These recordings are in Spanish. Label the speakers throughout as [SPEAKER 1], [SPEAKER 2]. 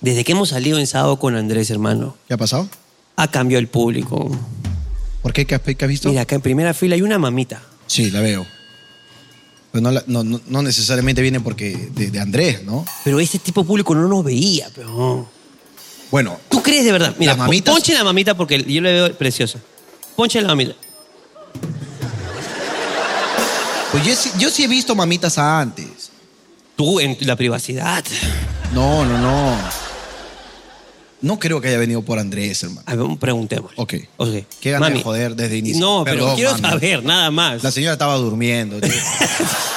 [SPEAKER 1] Desde que hemos salido en sábado con Andrés, hermano,
[SPEAKER 2] ¿Qué ha pasado?
[SPEAKER 1] ha cambiado el público.
[SPEAKER 2] ¿Por qué? ¿Qué has, qué has visto?
[SPEAKER 1] Mira, acá en primera fila hay una mamita.
[SPEAKER 2] Sí, la veo. Pero no, la- no- no- no necesariamente viene porque de, de Andrés, ¿no?
[SPEAKER 1] Pero ese tipo de público no nos veía, pero.
[SPEAKER 2] Bueno,
[SPEAKER 1] ¿Tú crees de verdad? Mira,
[SPEAKER 2] Las mamitas-
[SPEAKER 1] ponche la mamita porque yo le veo preciosa. Ponche la mamita.
[SPEAKER 2] pues yo, sí- yo sí he visto mamitas antes.
[SPEAKER 1] Tú en la privacidad.
[SPEAKER 2] No, no, no. No creo que haya venido por Andrés, hermano.
[SPEAKER 1] A ver, preguntemos.
[SPEAKER 2] Ok.
[SPEAKER 1] Ok.
[SPEAKER 2] ¿Qué ganas
[SPEAKER 1] Mami.
[SPEAKER 2] de joder desde el inicio?
[SPEAKER 1] No, pero
[SPEAKER 2] Perdón,
[SPEAKER 1] quiero
[SPEAKER 2] mami.
[SPEAKER 1] saber, nada más.
[SPEAKER 2] La señora estaba durmiendo. tío.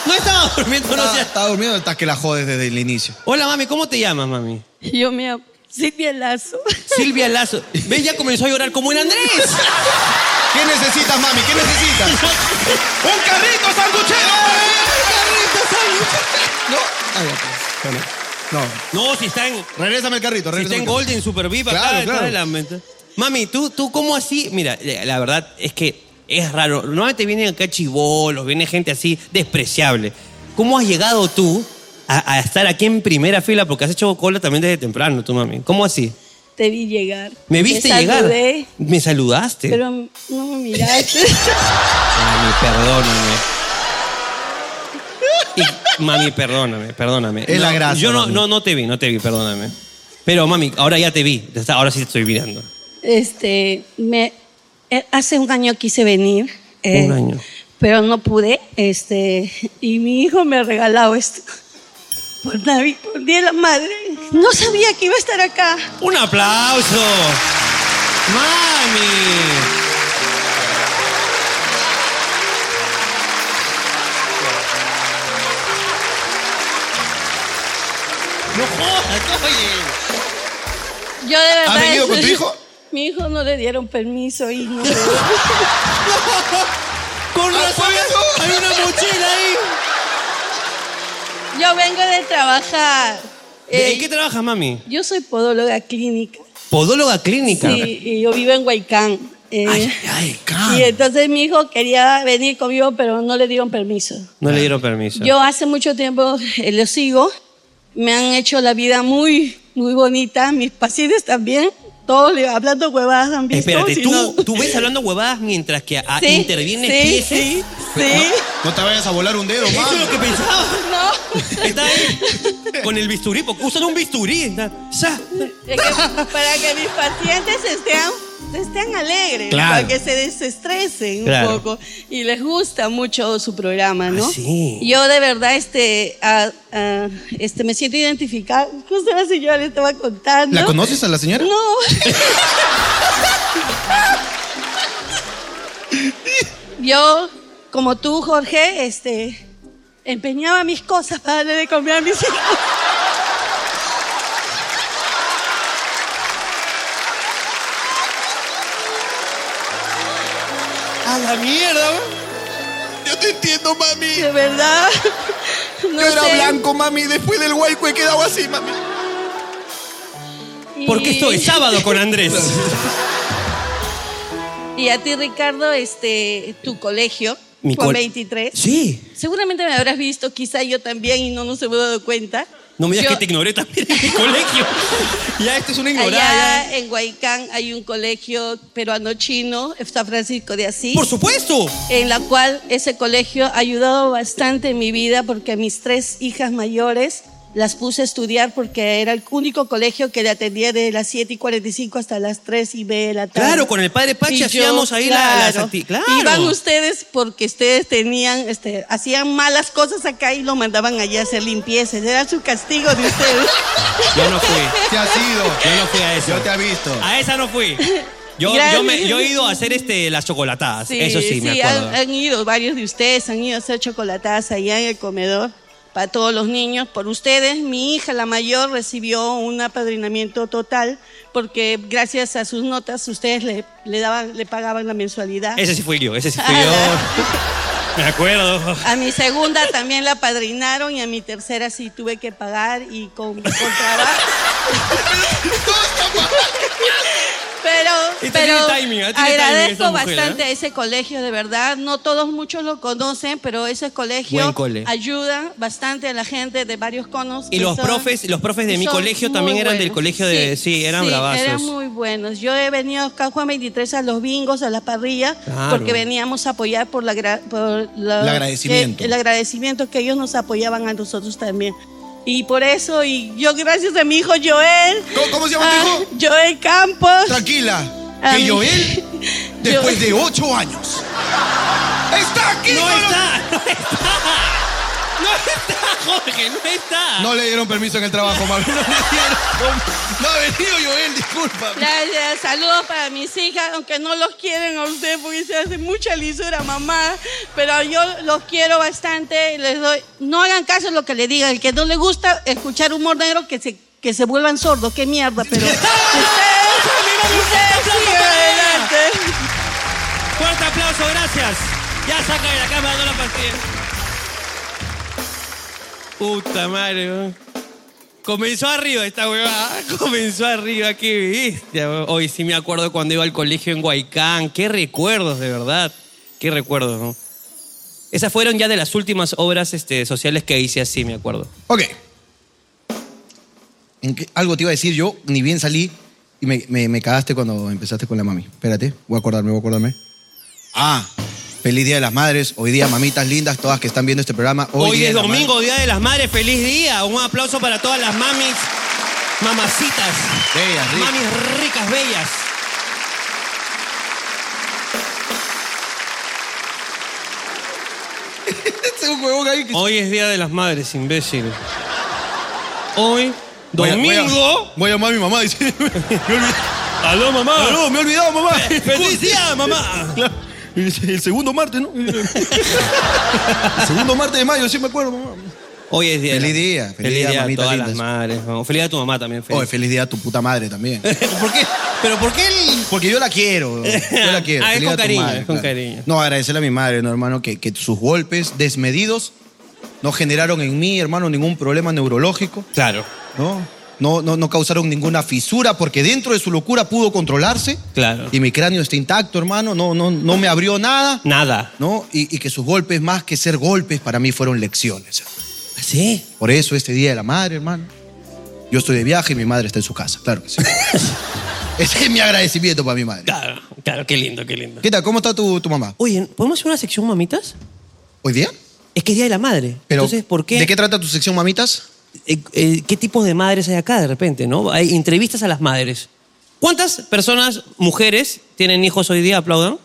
[SPEAKER 1] No estaba durmiendo, no
[SPEAKER 2] estaba,
[SPEAKER 1] sé.
[SPEAKER 2] estaba durmiendo hasta que la jodes desde el inicio.
[SPEAKER 1] Hola, mami, ¿cómo te llamas, mami?
[SPEAKER 3] Yo me llamo Silvia Lazo.
[SPEAKER 1] Silvia Lazo. Ve, ya comenzó a llorar como en Andrés.
[SPEAKER 2] ¿Qué necesitas, mami? ¿Qué necesitas? ¡Un carrito sanduchero! No, Ah, ya, pues. no. No.
[SPEAKER 1] No, si está en,
[SPEAKER 2] Regrésame el carrito,
[SPEAKER 1] si está
[SPEAKER 2] regrésame.
[SPEAKER 1] en
[SPEAKER 2] el carrito.
[SPEAKER 1] Golden Super VIP acá,
[SPEAKER 2] Claro,
[SPEAKER 1] está
[SPEAKER 2] claro.
[SPEAKER 1] de la mente. Mami, ¿tú, ¿tú cómo así? Mira, la la verdad es que es raro. Normalmente vienen acá chivolos, viene gente así despreciable. ¿Cómo has llegado tú a, a estar aquí en primera fila? Porque has hecho cola también desde temprano, tú, mami. ¿Cómo así?
[SPEAKER 3] Te vi llegar.
[SPEAKER 1] ¿Me viste llegar?
[SPEAKER 3] saludé,
[SPEAKER 1] Me saludaste.
[SPEAKER 3] Pero no me miraste.
[SPEAKER 1] Mami, perdóname. Y, mami, perdóname, perdóname.
[SPEAKER 2] Es la gracia,
[SPEAKER 1] Yo no,
[SPEAKER 2] mami.
[SPEAKER 1] no, no te vi, no te vi, perdóname. Pero, mami, ahora ya te vi. te está- Ahora sí te estoy mirando.
[SPEAKER 3] Este, me, eh, hace un año quise venir. eh,
[SPEAKER 1] Un año.
[SPEAKER 3] Pero no pude. Este, y mi hijo me ha regalado esto. Por Navi, por Día de la Madre. No sabía que iba a estar acá.
[SPEAKER 1] ¡Un aplauso! ¡Mami! ¡No jodas, oye!
[SPEAKER 3] Yo de verdad.
[SPEAKER 2] venido con tu hijo?
[SPEAKER 3] Mi hijo no le dieron permiso y no.
[SPEAKER 1] ¡Con
[SPEAKER 2] Ah,
[SPEAKER 1] razón!
[SPEAKER 2] pues, no.
[SPEAKER 1] ¡Hay una mochila ahí!
[SPEAKER 3] Yo vengo de trabajar. Eh,
[SPEAKER 1] ¿En qué trabajas, mami?
[SPEAKER 3] Yo soy podóloga clínica.
[SPEAKER 1] Podóloga clínica.
[SPEAKER 3] Sí, y yo vivo en Huaycán. eh,
[SPEAKER 1] Ay, ay,
[SPEAKER 3] y entonces mi hijo quería venir conmigo, pero no le dieron permiso.
[SPEAKER 1] No le dieron permiso.
[SPEAKER 3] Yo hace mucho tiempo eh, lo sigo. Me han hecho la vida muy, muy bonita. Mis pacientes también. Todos le- hablando huevadas han visto.
[SPEAKER 1] Espérate,
[SPEAKER 3] si
[SPEAKER 1] ¿tú,
[SPEAKER 3] no-
[SPEAKER 1] tú ves hablando huevadas mientras que a-
[SPEAKER 3] Sí,
[SPEAKER 1] intervienes
[SPEAKER 3] sí,
[SPEAKER 1] piezas.
[SPEAKER 3] sí, sí.
[SPEAKER 2] No te vayas a volar un dedo,
[SPEAKER 1] Eso es
[SPEAKER 2] mami.
[SPEAKER 1] lo que pensaba.
[SPEAKER 3] No.
[SPEAKER 1] Está ahí con el bisturí, porque usan un bisturí. está- sa-
[SPEAKER 3] Es que- para que mis pacientes estén, estén alegres,
[SPEAKER 1] Claro.
[SPEAKER 3] para que se desestresen
[SPEAKER 1] Claro.
[SPEAKER 3] un poco y les gusta mucho su programa, ¿no?
[SPEAKER 1] Ah, sí.
[SPEAKER 3] Yo de verdad este, ah, ah, este, me siento identificada. Justo la señora le estaba contando.
[SPEAKER 2] ¿La conoces a la señora?
[SPEAKER 3] No. Yo, como tú, Jorge, este, empeñaba mis cosas para darle de comer a mis hijos.
[SPEAKER 2] A la mierda, Yo te entiendo, mami.
[SPEAKER 3] De verdad.
[SPEAKER 2] Yo
[SPEAKER 3] No
[SPEAKER 2] era
[SPEAKER 3] sé.
[SPEAKER 2] blanco, mami. Después del huayco he quedado así, mami.
[SPEAKER 3] Y-
[SPEAKER 1] Porque esto es sábado con Andrés.
[SPEAKER 3] Y a ti, Ricardo, este, tu colegio,
[SPEAKER 1] Mi
[SPEAKER 3] Juan
[SPEAKER 1] col-
[SPEAKER 3] 23.
[SPEAKER 1] Sí.
[SPEAKER 3] Seguramente me habrás visto, quizá yo también, y no nos hemos dado cuenta.
[SPEAKER 1] No me digas
[SPEAKER 3] Yo-
[SPEAKER 1] que te ignoré también en el colegio. Ya, esto es una ignorada.
[SPEAKER 3] Allá en Huaycán hay un colegio peruano-chino, San Francisco de Asís.
[SPEAKER 1] Por supuesto.
[SPEAKER 3] en la cual ese colegio ha ayudado bastante en mi vida porque a mis tres hijas mayores las puse a estudiar porque era el único colegio que le atendía de las 7 y 45 hasta las 3 y media de la tarde.
[SPEAKER 1] Claro, con el padre Pachi
[SPEAKER 3] Y yo,
[SPEAKER 1] hacíamos ahí la- las acti- claro.
[SPEAKER 3] Iban ustedes porque ustedes tenían, este, hacían malas cosas acá y lo mandaban allá a hacer limpiezas. Era su castigo de ustedes.
[SPEAKER 1] Yo no fui.
[SPEAKER 2] Te has ido.
[SPEAKER 1] Yo no fui a eso.
[SPEAKER 2] Yo te he visto.
[SPEAKER 1] A esa no fui. Yo, yo,
[SPEAKER 3] Gracias.
[SPEAKER 1] me- yo he ido a hacer este, las chocolatadas. eso sí, me acuerdo.
[SPEAKER 3] Han, han ido varios de ustedes, han ido a hacer chocolatadas allá en el comedor para todos los niños. Por ustedes, mi hija, la mayor, recibió un apadrinamiento total porque gracias a sus notas ustedes le, le daban, le pagaban la mensualidad.
[SPEAKER 1] Ese sí fui yo, ese sí fui yo. Me acuerdo.
[SPEAKER 3] A mi segunda también la apadrinaron y a mi tercera sí tuve que pagar y con, con trabajo. Pero
[SPEAKER 1] Esta
[SPEAKER 3] Pero
[SPEAKER 1] tiene timing, ¿eh? Tiene timing
[SPEAKER 3] agradezco
[SPEAKER 1] esta mujer, ¿eh?
[SPEAKER 3] bastante a ese colegio, de verdad. No todos, muchos lo conocen, pero ese colegio
[SPEAKER 1] Buen cole.
[SPEAKER 3] ayuda bastante a la gente de varios conos.
[SPEAKER 1] Y
[SPEAKER 3] que
[SPEAKER 1] los
[SPEAKER 3] son-
[SPEAKER 1] profes, los profes de
[SPEAKER 3] que
[SPEAKER 1] mi
[SPEAKER 3] son
[SPEAKER 1] colegio
[SPEAKER 3] muy
[SPEAKER 1] también eran del
[SPEAKER 3] buenos.
[SPEAKER 1] colegio de. Sí, eran bravazos.
[SPEAKER 3] Eran muy buenos. Yo he venido acá a Juan 23 a los bingos, a las parrillas,
[SPEAKER 1] Claro.
[SPEAKER 3] porque veníamos a apoyar por, la, gra- por la-
[SPEAKER 2] El agradecimiento.
[SPEAKER 3] eh, el agradecimiento que ellos nos apoyaban a nosotros también. Y por eso, y yo gracias a mi hijo Joel.
[SPEAKER 2] ¿Cómo- cómo se llama tu
[SPEAKER 3] a
[SPEAKER 2] hijo?
[SPEAKER 3] Joel Campos. Ah,
[SPEAKER 2] Tranquila,
[SPEAKER 3] A
[SPEAKER 2] que
[SPEAKER 3] mí-
[SPEAKER 2] Joel, después de ocho años, está aquí.
[SPEAKER 1] ¡No
[SPEAKER 2] con los-
[SPEAKER 1] está! ¡No está! ¡No está, Jorge! ¡No está!
[SPEAKER 2] No le dieron permiso en el trabajo, Maru. No le dieron. No ha venido Joel, disculpa.
[SPEAKER 3] Gracias, saludos para mis hijas, aunque no los quieren a ustedes porque se hace mucha lisura, mamá, pero yo los quiero bastante, y les doy, no hagan caso a lo que le digan, el que no le gusta escuchar humor negro que se que se vuelvan sordos, qué mierda, pero ustedes, ustedes sigan adelante.
[SPEAKER 1] Fuerte aplauso, gracias. Ya saca de la cama no la pastilla. Puta madre, weón. Comenzó arriba esta huevada. Comenzó arriba, qué bestia, weón. Hoy sí me acuerdo cuando iba al colegio en Huaycán. Qué recuerdos, de verdad. Qué recuerdos, ¿no? Esas fueron ya de las últimas obras este, sociales que hice así, me acuerdo.
[SPEAKER 2] Ok. ¿En qué- algo te iba a decir yo, ni bien salí y me, me- me cagaste cuando empezaste con la mami. Espérate, voy a acordarme, voy a acordarme. Ah, feliz Día de las Madres. Hoy día, mamitas lindas, todas que están viendo este programa.
[SPEAKER 1] Hoy,
[SPEAKER 2] Día
[SPEAKER 1] es
[SPEAKER 2] de las
[SPEAKER 1] domingo, Día de las Madres. ¡Feliz día! Un aplauso para todas las mamis, mamacitas.
[SPEAKER 2] Madres. Bellas, ricas.
[SPEAKER 1] Mamis ricas, bellas.
[SPEAKER 2] Ese Este huevón ahí que-
[SPEAKER 1] Hoy es Día de las Madres, imbécil. Hoy,
[SPEAKER 2] Voy a- voy a-
[SPEAKER 1] domingo.
[SPEAKER 2] Voy a llamar a mi mamá y decirle, me olvidé.
[SPEAKER 1] ¡Aló, mamá!
[SPEAKER 2] No, me he olvidado, mamá.
[SPEAKER 1] ¡Feliz día, mamá!
[SPEAKER 2] Claro. El, el segundo martes, ¿no? El segundo martes de mayo, sí me acuerdo, mamá.
[SPEAKER 1] Hoy es día. de
[SPEAKER 2] Feliz
[SPEAKER 1] la-
[SPEAKER 2] día, feliz día,
[SPEAKER 1] a
[SPEAKER 2] mamitas
[SPEAKER 1] todas
[SPEAKER 2] lindas.
[SPEAKER 1] las madres. ¿no? Feliz día a tu mamá también. feliz.
[SPEAKER 2] Oye, feliz día a tu puta madre también.
[SPEAKER 1] ¿Por qué? ¿Pero por qué el.?
[SPEAKER 2] Porque yo la quiero. Yo la quiero.
[SPEAKER 1] Ah, es
[SPEAKER 2] Feliz
[SPEAKER 1] con
[SPEAKER 2] a tu
[SPEAKER 1] cariño, es con
[SPEAKER 2] claro.
[SPEAKER 1] cariño.
[SPEAKER 2] No, agradecerle a mi madre, no, hermano, que, que sus golpes desmedidos no generaron en mí, hermano, ningún problema neurológico,
[SPEAKER 1] Claro,
[SPEAKER 2] ¿no? No, no, no causaron ninguna fisura porque dentro de su locura pudo controlarse.
[SPEAKER 1] Claro.
[SPEAKER 2] Y mi cráneo está intacto, hermano. No, no, no me abrió nada,
[SPEAKER 1] nada.
[SPEAKER 2] ¿no? Y, y que sus golpes, más que ser golpes, para mí fueron lecciones.
[SPEAKER 1] ¿Ah, ¿Sí?
[SPEAKER 2] Por eso este Día de la Madre, hermano. Yo estoy de viaje y mi madre está en su casa, claro que sí. Ese es mi agradecimiento para mi madre.
[SPEAKER 1] Claro, claro, qué lindo, qué lindo.
[SPEAKER 2] ¿Qué tal? ¿Cómo está tu, tu mamá?
[SPEAKER 1] Oye, ¿podemos hacer una sección mamitas?
[SPEAKER 2] ¿Hoy día?
[SPEAKER 1] Es que es Día de la Madre.
[SPEAKER 2] Pero,
[SPEAKER 1] Entonces, ¿por qué?
[SPEAKER 2] ¿De qué trata tu sección, mamitas?
[SPEAKER 1] eh, eh, qué tipos de madres hay acá de repente, ¿no? Hay entrevistas a las madres. ¿Cuántas personas, mujeres, tienen hijos hoy día? Aplaudan.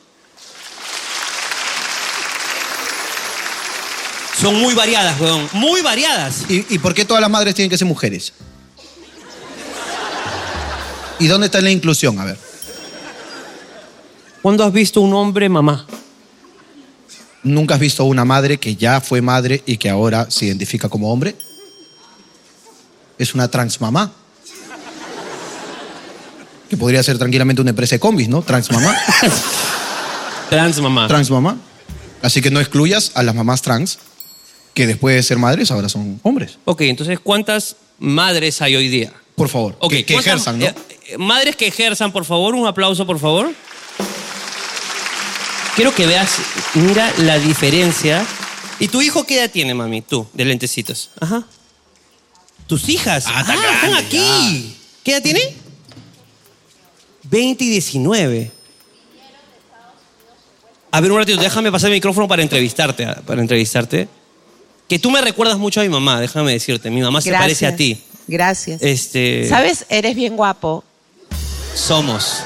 [SPEAKER 1] Son muy variadas, weón. Muy variadas.
[SPEAKER 2] ¿Y, y por qué todas las madres tienen que ser mujeres? ¿Y dónde está la inclusión? A ver.
[SPEAKER 1] ¿Cuándo has visto un hombre mamá?
[SPEAKER 2] ¿Nunca has visto una madre que ya fue madre y que ahora se identifica como hombre? Es una transmamá. Que podría ser tranquilamente una empresa de combis, ¿no? Transmamá.
[SPEAKER 1] Trans mamá.
[SPEAKER 2] trans mamá. Así que no excluyas a las mamás trans que después de ser madres ahora son hombres.
[SPEAKER 1] ok, entonces, ¿cuántas madres hay hoy día?
[SPEAKER 2] Por favor,
[SPEAKER 1] Ok,
[SPEAKER 2] que, que
[SPEAKER 1] ¿cuántas-
[SPEAKER 2] ejerzan, ¿no?
[SPEAKER 1] eh, eh, madres que ejerzan, por favor, un aplauso, por favor. Quiero que veas, mira la diferencia. ¿Y tu hijo qué edad tiene, mami? Tú, de lentecitos. Ajá. Tus hijas.
[SPEAKER 2] Ah, está
[SPEAKER 1] están
[SPEAKER 2] grande,
[SPEAKER 1] aquí. ¿Qué edad tiene? 20 y 19. A ver, un ratito, déjame pasar el micrófono para entrevistarte. ah, Para entrevistarte. Que tú me recuerdas mucho a mi mamá, déjame decirte. Mi mamá se parece a ti.
[SPEAKER 4] Gracias.
[SPEAKER 1] Este,
[SPEAKER 4] ¿Sabes? Eres bien guapo.
[SPEAKER 1] Somos.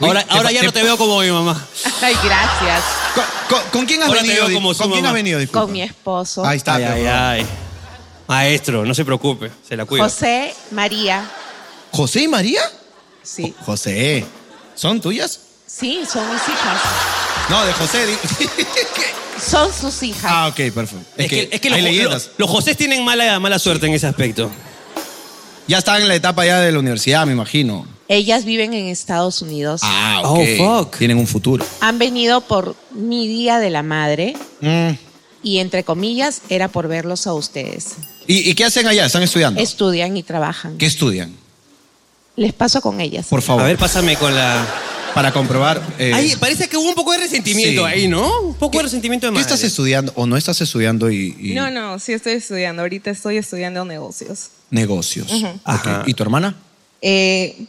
[SPEAKER 2] Uy,
[SPEAKER 1] ahora
[SPEAKER 2] te
[SPEAKER 1] ahora
[SPEAKER 2] pa-
[SPEAKER 1] ya
[SPEAKER 2] te-
[SPEAKER 1] no te veo como mi mamá.
[SPEAKER 4] Ay, gracias.
[SPEAKER 2] ¿Con, con- con quién has
[SPEAKER 1] Ahora te
[SPEAKER 2] venido?
[SPEAKER 1] veo
[SPEAKER 2] di-
[SPEAKER 1] como su
[SPEAKER 2] ¿Con quién
[SPEAKER 1] mamá.
[SPEAKER 2] has venido? disculpa?
[SPEAKER 4] Con mi esposo.
[SPEAKER 2] Ahí está.
[SPEAKER 1] Ay,
[SPEAKER 2] pero-
[SPEAKER 1] ay, ay. Maestro, no se preocupe, se la cuida.
[SPEAKER 4] José María.
[SPEAKER 2] ¿José y María?
[SPEAKER 4] Sí.
[SPEAKER 2] José. ¿Son tuyas?
[SPEAKER 4] Sí, son mis hijas.
[SPEAKER 2] No, de José. di-
[SPEAKER 4] Son sus hijas.
[SPEAKER 2] ah, ok, perfecto.
[SPEAKER 1] Es que, es que los,
[SPEAKER 2] hay leyendas.
[SPEAKER 1] los- los Josés tienen mala, mala suerte en ese aspecto.
[SPEAKER 2] Ya están en la etapa ya de la universidad, me imagino.
[SPEAKER 4] Ellas viven en Estados Unidos.
[SPEAKER 2] Ah,
[SPEAKER 1] Oh, fuck.
[SPEAKER 2] Tienen un futuro.
[SPEAKER 4] Han venido por mi Día de la Madre
[SPEAKER 2] Mm.
[SPEAKER 4] y, entre comillas, era por verlos a ustedes.
[SPEAKER 2] ¿Y, y qué hacen allá? ¿Están estudiando?
[SPEAKER 4] Estudian y trabajan.
[SPEAKER 2] ¿Qué estudian?
[SPEAKER 4] les paso con ellas.
[SPEAKER 2] Por favor.
[SPEAKER 1] A ver, pásame con la.
[SPEAKER 2] para comprobar. eh,
[SPEAKER 1] Ahí, parece que hubo un poco de resentimiento
[SPEAKER 2] Sí.
[SPEAKER 1] ahí, ¿no? Un poco de resentimiento de
[SPEAKER 2] ¿Qué
[SPEAKER 1] madre.
[SPEAKER 2] estás estudiando o no estás estudiando y, y
[SPEAKER 5] No, no, sí estoy estudiando. Ahorita estoy estudiando negocios.
[SPEAKER 2] negocios? Ok.
[SPEAKER 1] Ajá.
[SPEAKER 2] ¿Y tu hermana?
[SPEAKER 5] Eh,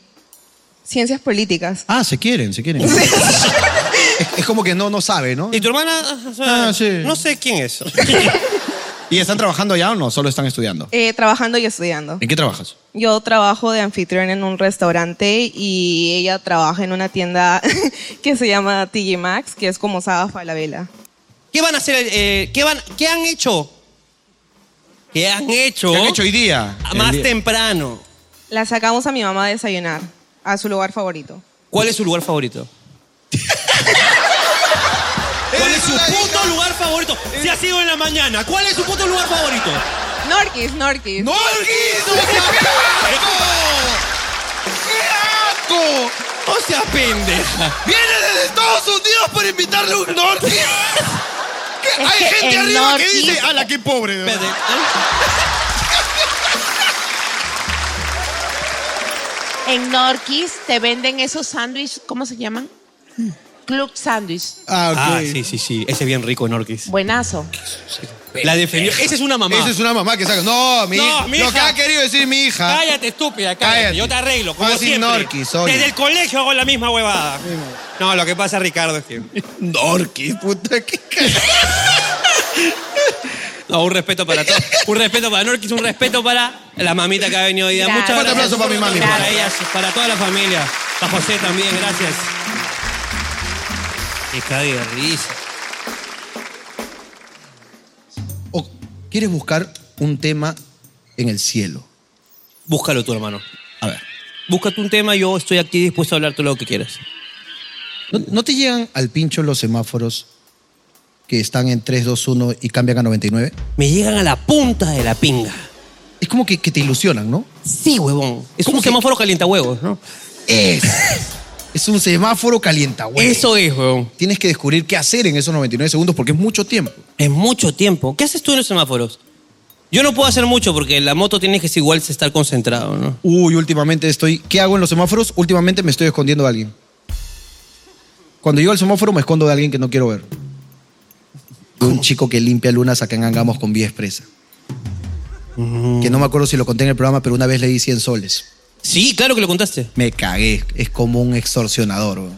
[SPEAKER 5] ciencias políticas.
[SPEAKER 2] Ah, se quieren, se quieren. es, es como que no, no sabe, ¿no?
[SPEAKER 1] ¿Y tu hermana? O sea,
[SPEAKER 2] Ah, sí.
[SPEAKER 1] No sé quién es.
[SPEAKER 2] ¿Y están trabajando ya o no? Solo están estudiando.
[SPEAKER 5] Eh, trabajando y estudiando.
[SPEAKER 2] ¿En qué trabajas?
[SPEAKER 5] Yo trabajo de anfitrión en un restaurante y ella trabaja en una tienda que se llama TG Maxx, que es como Saga Falabella.
[SPEAKER 1] ¿Qué van a hacer? eh, ¿qué, van, ¿Qué han hecho? ¿Qué han hecho?
[SPEAKER 2] ¿Qué han hecho hoy día?
[SPEAKER 1] Más
[SPEAKER 2] El día-
[SPEAKER 1] temprano.
[SPEAKER 5] La sacamos a mi mamá a desayunar, a su lugar favorito.
[SPEAKER 1] ¿Cuál es su lugar favorito? ¿Cuál es su puto lugar favorito? Si ha sido en la mañana, ¿cuál es su puto lugar favorito?
[SPEAKER 5] Norquis, Norquis.
[SPEAKER 2] ¡No, Guido! ¡Qué asco! ¡Qué asco!
[SPEAKER 1] O sea, pendeja.
[SPEAKER 2] ¡Viene desde Estados Unidos para invitarle un Norquis! ¿Qué? Hay
[SPEAKER 4] que
[SPEAKER 2] gente
[SPEAKER 4] el
[SPEAKER 2] arriba que
[SPEAKER 4] Norquis-
[SPEAKER 2] dice, ¡ala, qué pobre! ¿no?".
[SPEAKER 1] Espérate, ¿eh?
[SPEAKER 4] En Norquis te venden esos sándwiches, ¿cómo se llaman? Club sándwich.
[SPEAKER 2] Mm. Ah, ok.
[SPEAKER 1] Ah, sí, sí, sí. Ese es bien rico en Orquis.
[SPEAKER 4] Buenazo.
[SPEAKER 1] La defendió. Esa es una mamá.
[SPEAKER 2] Esa es una mamá que saca. No, mi
[SPEAKER 1] No,
[SPEAKER 2] hija.
[SPEAKER 1] mi
[SPEAKER 2] Lo
[SPEAKER 1] hija.
[SPEAKER 2] que ha querido decir mi hija.
[SPEAKER 1] Cállate, estúpida, cállate.
[SPEAKER 2] Cállate.
[SPEAKER 1] Yo te arreglo, como
[SPEAKER 2] Fácil
[SPEAKER 1] siempre.
[SPEAKER 2] Norquis, oye.
[SPEAKER 1] Desde el colegio hago la misma huevada. No, lo que pasa, Ricardo, es que...
[SPEAKER 2] Norquis, puta, qué ca-
[SPEAKER 1] No, un respeto para todos. Un respeto para Norquis, un respeto para la mamita que ha venido hoy día.
[SPEAKER 4] Gracias.
[SPEAKER 1] Muchas
[SPEAKER 4] Fuerte
[SPEAKER 1] gracias.
[SPEAKER 2] aplauso para mi mami.
[SPEAKER 1] Para ellas, para toda la familia. Para José también, gracias. Qué cague de risa.
[SPEAKER 2] O quieres buscar un tema en el cielo.
[SPEAKER 1] Búscalo tú, hermano.
[SPEAKER 2] A ver.
[SPEAKER 1] Búscate un tema, yo estoy aquí dispuesto a hablarte lo que quieras.
[SPEAKER 2] ¿No, no te llegan al pincho los semáforos que están en 3, 2, 1 y cambian a 99?
[SPEAKER 1] Me llegan a la punta de la pinga.
[SPEAKER 2] Es como que, que te ilusionan, ¿no?
[SPEAKER 1] Sí, huevón. Es un semáforo calientahuevos, ¿no?
[SPEAKER 2] Es. es un semáforo calientahuevos.
[SPEAKER 1] Eso es, huevón.
[SPEAKER 2] Tienes que descubrir qué hacer en esos 99 segundos porque es mucho tiempo.
[SPEAKER 1] Es mucho tiempo. ¿Qué haces tú en los semáforos? Yo no puedo hacer mucho porque la moto tienes que igual estar concentrado, ¿no?
[SPEAKER 2] Uy, últimamente estoy. ¿Qué hago en los semáforos? Últimamente me estoy escondiendo de alguien. Cuando llego al semáforo me escondo de alguien que no quiero ver. De un chico que limpia lunas acá en Angamos con vía expresa. Que no me acuerdo si lo conté en el programa, pero una vez le di 100 soles.
[SPEAKER 1] Sí, claro que lo contaste.
[SPEAKER 2] Me cagué. Es como un extorsionador. weón.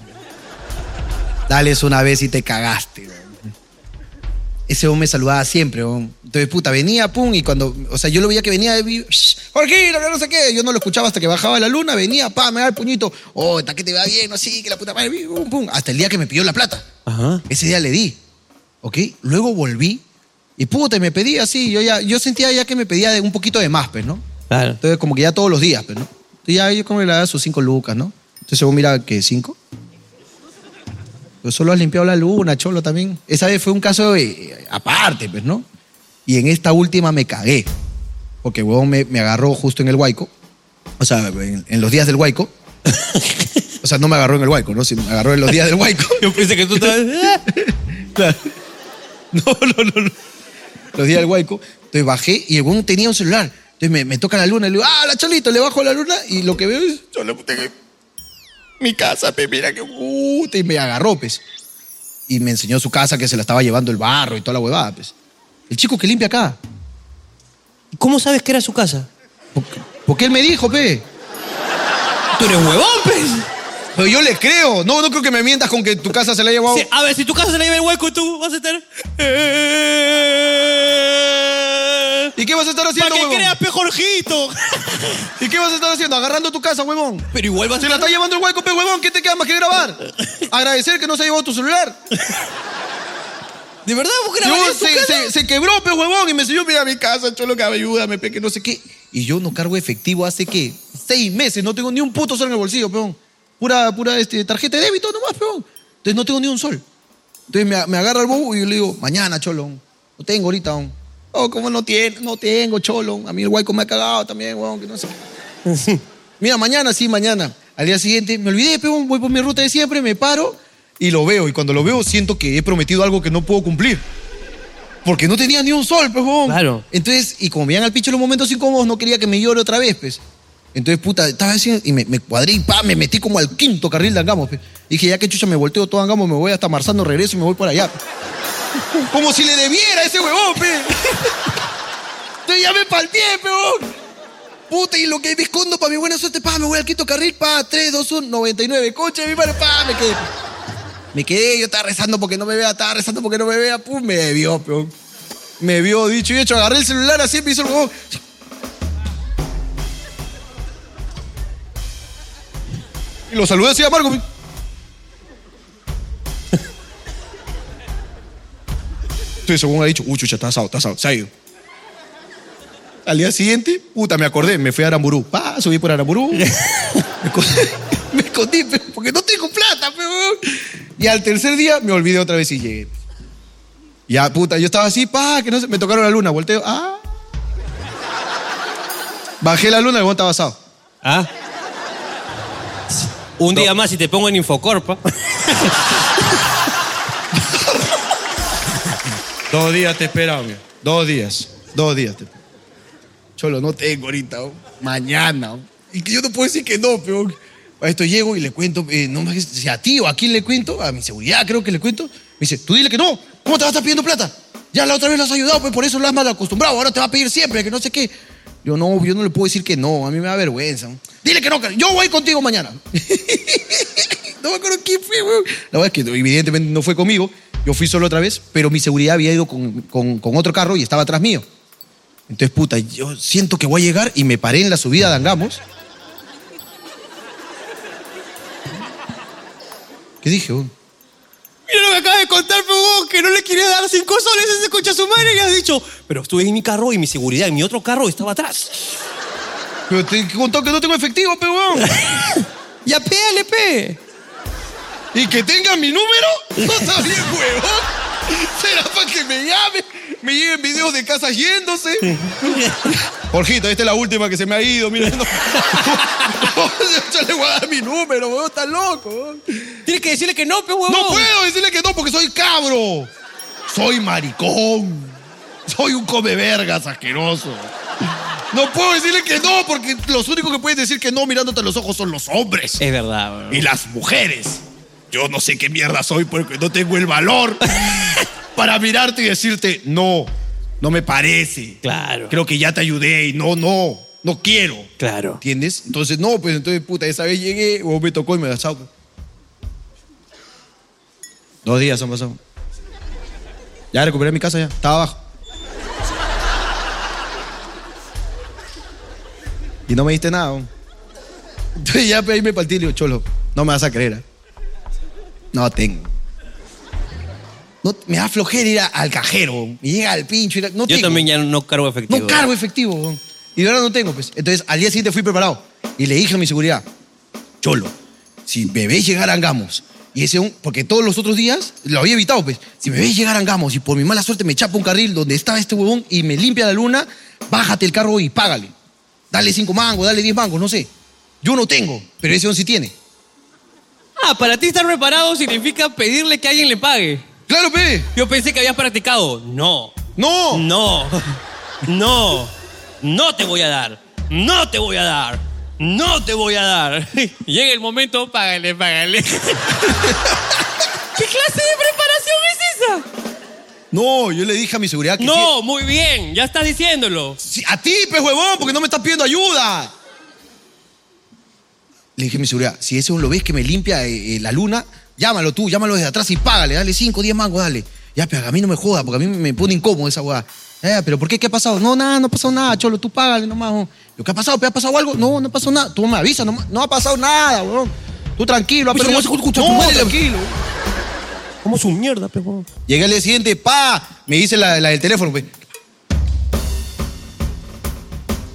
[SPEAKER 2] Dale eso una vez y te cagaste. weón. Ese hombre me saludaba siempre. weón. Entonces, puta, venía, pum, y cuando. O sea, yo lo veía que venía de. vi- "Shh, Jorgito, que no sé qué. Yo no lo escuchaba hasta que bajaba la luna, venía, pa, me daba el puñito. Oh, está que te va bien, así, que la puta madre, vi, pum, pum. Hasta el día que me pidió la plata.
[SPEAKER 1] Ajá.
[SPEAKER 2] Ese día le di. ¿Ok? Luego volví. Y puta, y me pedía así. Yo ya, yo sentía ya que me pedía de un poquito de más, pues, ¿no?
[SPEAKER 1] Claro.
[SPEAKER 2] Entonces, como que ya todos los días, pues, ¿no? Entonces, ya yo como que le daba sus cinco lucas, ¿no? Entonces, según mira, que cinco? Pero solo has limpiado la luna, cholo, también. Esa vez fue un caso eh, aparte, pues, ¿no? Y en esta última me cagué. Porque, huevón, me, me agarró justo en el huaico. O sea, en, en los días del huaico. o sea, no me agarró en el huaico, ¿no? Si me agarró en los días del huaico.
[SPEAKER 1] Yo pensé que tú estabas.
[SPEAKER 2] Claro. No, no, no, no. Los días del Huayco. Entonces bajé y el weón tenía un celular. Entonces me, me toca la luna y le digo, ¡ah, la cholito! Le bajo la luna y lo que veo es, "Cholo, puta, que- Mi casa, pe, mira que puta. Y me agarró, pues. Y me enseñó su casa que se la estaba llevando el barro y toda la huevada, pues. El chico que limpia acá.
[SPEAKER 1] ¿Cómo sabes que era su casa?
[SPEAKER 2] Porque, porque él me dijo, pe.
[SPEAKER 1] Tú eres huevón, pues.
[SPEAKER 2] Pero yo le creo. No, no creo que me mientas con que tu casa se la ha llevado.
[SPEAKER 1] Sí, a ver, si tu casa se la lleva el hueco, tú vas a estar.
[SPEAKER 2] ¿Y qué vas a estar haciendo,
[SPEAKER 1] Para que
[SPEAKER 2] huevón?
[SPEAKER 1] creas, pe Jorgito.
[SPEAKER 2] ¿Y qué vas a estar haciendo? Agarrando tu casa, huevón.
[SPEAKER 1] Pero igual vas
[SPEAKER 2] Se la
[SPEAKER 1] a.
[SPEAKER 2] está llevando el hueco, pe huevón. ¿Qué te queda más que grabar? Agradecer que no se ha llevado tu celular.
[SPEAKER 1] ¿De verdad vos
[SPEAKER 2] Yo,
[SPEAKER 1] grabarías tu
[SPEAKER 2] se,
[SPEAKER 1] casa?
[SPEAKER 2] se- se quebró, pe huevón. Y me enseñó, mira mi casa, cholo, que ayúdame, pe, que no sé qué. Y yo no cargo efectivo hace que seis meses. No tengo ni un puto sol en el bolsillo, peón. Pura, pura este, tarjeta de débito nomás, peón. Entonces no tengo ni un sol. Entonces me, me agarra el bobo y yo le digo, mañana, cholón. No tengo ahorita, aún. Oh, ¿cómo no tiene? No tengo, cholón. A mí el guayco me ha cagado también, weón, que no sé qué. Mira, mañana, sí, mañana. Al día siguiente, me olvidé, peón, voy por mi ruta de siempre, me paro y lo veo. Y cuando lo veo, siento que he prometido algo que no puedo cumplir. Porque no tenía ni un sol, peón.
[SPEAKER 1] Claro.
[SPEAKER 2] Entonces, y como me iban al picho en los momentos incómodos, no quería que me llore otra vez, pues. Entonces, puta, estaba así y me, me cuadré y pa, me metí como al quinto carril de Angamos. pe. Dije, ya que chucha me volteo todo Angamos, me voy hasta Marzano, regreso y me voy para allá. Como si le debiera a ese huevón, pe. Entonces ya me palpié, pe, huevón. Puta, y lo que me escondo para mi buena suerte, pa, me voy al quinto carril, pa, 3, 2, 1, 99, coche, mi madre, pa, me quedé. Me quedé, yo estaba rezando porque no me vea, estaba rezando porque no me vea, pum, me vio, peón. Me vio, dicho y hecho, agarré el celular así, me hizo el huevón. Y lo saludé así a Marco. pe. Entonces, según ha dicho, uy, chucha, está asado, está asado, se ha ido. Al día siguiente, puta, me acordé, me fui a Aramburú. Pa, subí por Aramburú. me, escondí, me escondí, pe, porque no tengo plata, pe, weón. Y al tercer día me olvidé otra vez y llegué. Ya, puta, yo estaba así, pa, que no sé, me tocaron la luna, volteo, ah. Bajé la luna, el huevón estaba asado.
[SPEAKER 1] ¿Ah? Un día más y te pongo en ¿ah? Infocorpa.
[SPEAKER 2] Dos días te esperaba, mira. Dos días. Dos días te Cholo, no tengo ahorita. oh. Mañana. oh. Y que yo no puedo decir que no, peón. A esto llego y le cuento, eh, no más que si a ti o a quién le cuento, a mi seguridad creo que le cuento. Me dice, tú dile que no. ¿Cómo te vas a estar pidiendo plata? Ya la otra vez lo has ayudado, pues por eso lo has mal acostumbrado. Ahora te va a pedir siempre, que no sé qué. Yo no, yo no le puedo decir que no. A mí me da vergüenza. oh. Dile que no, que yo voy contigo mañana. No me acuerdo quién fue, weón. La verdad es que evidentemente no fue conmigo. Yo fui solo otra vez, pero mi seguridad había ido con, con- con otro carro y estaba atrás mío. Entonces, puta, yo siento que voy a llegar y me paré en la subida de Angamos. ¿Qué dije, weón?
[SPEAKER 1] Mira lo que acabas de contar, vos, que no le quería dar cinco soles a ese coche a su madre y has dicho, pero estuve en mi carro y mi seguridad en mi otro carro estaba atrás.
[SPEAKER 2] Pero te contó que no tengo efectivo, pe, weón.
[SPEAKER 1] Ya pégale, pe.
[SPEAKER 2] Y que tenga mi número, no está bien, huevón. Será para que me llame, me lleguen videos de casa yéndose. Jorgito, esta es la última que se me ha ido, mira. No. Yo le voy a dar mi número, huevón, está loco. huevón.
[SPEAKER 1] Tienes que decirle que no, pe, huevón.
[SPEAKER 2] No puedo decirle que no porque soy cabro. Soy maricón. Soy un come vergas asqueroso. No puedo decirle que no porque los únicos que pueden decir que no mirándote a los ojos son los hombres
[SPEAKER 1] Es verdad, weón.
[SPEAKER 2] y las mujeres. Yo no sé qué mierda soy porque no tengo el valor para mirarte y decirte, no, no me parece.
[SPEAKER 1] Claro.
[SPEAKER 2] Creo que ya te ayudé y no, no, no quiero.
[SPEAKER 1] Claro.
[SPEAKER 2] ¿Entiendes? Entonces, no, pues entonces, puta, esa vez llegué, vos me tocó y me das agua. Dos días han pasado. Ya recuperé mi casa, ya. Estaba abajo. Y no me diste nada. weón. Entonces ya pues, ahí me partí y le digo, cholo, no me vas a creer. ¿ah? No tengo. No, me da flojera ir a- al cajero. weón. Y llega al pincho. y la- no
[SPEAKER 1] Yo
[SPEAKER 2] tengo.
[SPEAKER 1] también ya no cargo efectivo.
[SPEAKER 2] No cargo efectivo, weón. Y de verdad no tengo, pues. Entonces, al día siguiente fui preparado. Y le dije a mi seguridad, Cholo, si me veis llegar a Angamos, y ese un- porque todos los otros días lo había evitado, pues. Si me veis llegar a Angamos y por mi mala suerte me chapa un carril donde estaba este huevón y me limpia la luna, bájate el carro y págale. Dale cinco mangos, dale diez mangos, no sé. Yo no tengo, pero ese don sí tiene.
[SPEAKER 1] Ah, para ti estar preparado significa pedirle que alguien le pague.
[SPEAKER 2] ¡Claro, pe!
[SPEAKER 1] Yo pensé que habías practicado. No.
[SPEAKER 2] ¡No!
[SPEAKER 1] No. No. No te voy a dar. No te voy a dar. No te voy a dar. Llega el momento, págale, págale. ¿Qué clase de preparación es esa?
[SPEAKER 2] No, yo le dije a mi seguridad que sí-
[SPEAKER 1] No, muy bien, ya estás diciéndolo.
[SPEAKER 2] Sí, a ti, pues, huevón, porque no me estás pidiendo ayuda. Le dije a mi seguridad, si ese lo ves que me limpia eh, eh, la luna, llámalo tú, llámalo desde atrás y págale, dale 5, 10 mangos, dale. Ya, pero a mí no me joda, porque a mí me pone incómodo esa hueá. Eh, pero ¿por qué? ¿Qué ha pasado? No, nada, no ha pasado nada, cholo, tú págale nomás. huevón. Yo, ¿qué ha pasado? ¿Pe ha pasado algo? No, no ha pasado nada. Tú me avisas, nomás. no, ha pasado nada, huevón. Tú tranquilo, ha
[SPEAKER 1] Oye,
[SPEAKER 2] perdido-
[SPEAKER 1] no, escucha, tu
[SPEAKER 2] No,
[SPEAKER 1] madre,
[SPEAKER 2] tranquilo.
[SPEAKER 1] ¿Cómo su mierda, pejón?
[SPEAKER 2] Llegué al día siguiente, pa, me dice la, la del teléfono, pues.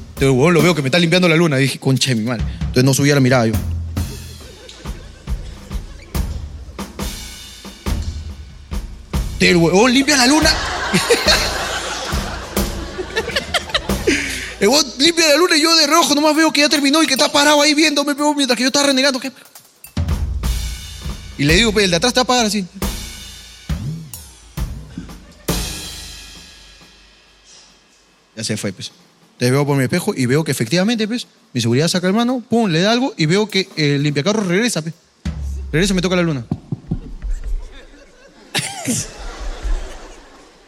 [SPEAKER 2] Entonces, huevón, lo veo que me está limpiando la luna. Dije, conche, mi madre. Entonces no subía la mirada yo. Entonces, El huevón limpia la luna. El huevón limpia la luna y yo de rojo nomás veo que ya terminó y que está parado ahí viéndome, pe, huevón, mientras que yo estaba renegando. ¿qué? Y le digo, pues, el de atrás te va a pagar así. Ya se fue, pues. Entonces veo por mi espejo y veo que efectivamente, pues, mi seguridad saca el mano, pum, le da algo y veo que el limpiacarro regresa, pues. Regresa y me toca la luna.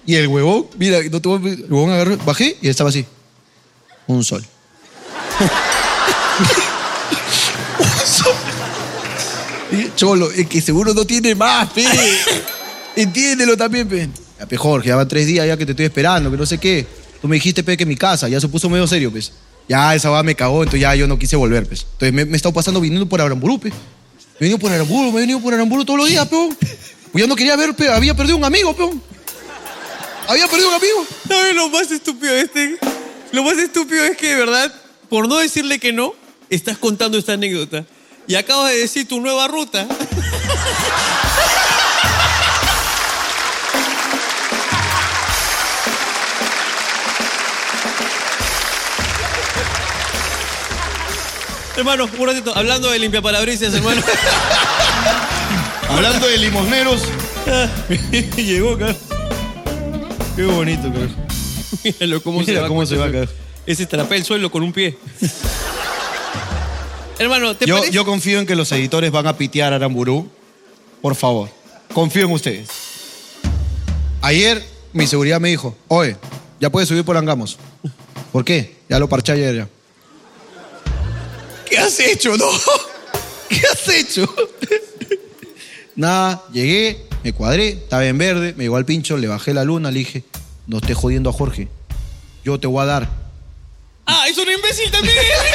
[SPEAKER 2] y el huevón, mira, no te voy a- el huevón agarró, bajé y estaba así. Un sol. Un sol. Y, Cholo, es que seguro no tiene más, pe. Entiéndelo también, pe. Ya, pe, Jorge, ya van tres días ya que te estoy esperando, que no sé qué. Tú me dijiste, pe, que mi casa ya se puso medio serio, pues. Ya, esa va me cagó, entonces ya yo no quise volver, pues. Entonces me, me he estado pasando viniendo por Aramburú, pe. Me he venido por Aramburu, me he venido por Aramburu todos los días, peón. Pues ya no quería ver, pe. Había perdido un amigo, peón. Había perdido un amigo.
[SPEAKER 6] ¿Sabes lo más estúpido de este? Lo más estúpido es que, de verdad, por no decirle que no, estás contando esta anécdota. Y acabas de decir tu nueva ruta. hermano, un ratito, hablando de limpiaparabrisas, hermano.
[SPEAKER 2] Hablando de limosneros. Llegó, cara. Qué bonito, cara.
[SPEAKER 6] Míralo cómo se
[SPEAKER 2] Mira
[SPEAKER 6] va.
[SPEAKER 2] cómo
[SPEAKER 6] con
[SPEAKER 2] se
[SPEAKER 6] ese-
[SPEAKER 2] va, cara.
[SPEAKER 6] Ese trapea el suelo con un pie. hermano, ¿te
[SPEAKER 2] Yo,
[SPEAKER 6] parece?
[SPEAKER 2] yo confío en que los editores van a pitear a Aramburú. Por favor, confío en ustedes. Ayer mi seguridad me dijo, oye, ya puedes subir por Angamos. ¿Por qué? Ya lo parché ayer ya. ¿Qué has hecho, no? ¿Qué has hecho? Nada, llegué, me cuadré, estaba en verde, me llegó al pincho, le bajé la luna, le dije, no esté jodiendo a Jorge, yo te voy a dar.
[SPEAKER 6] ¡Ah, es un imbécil también!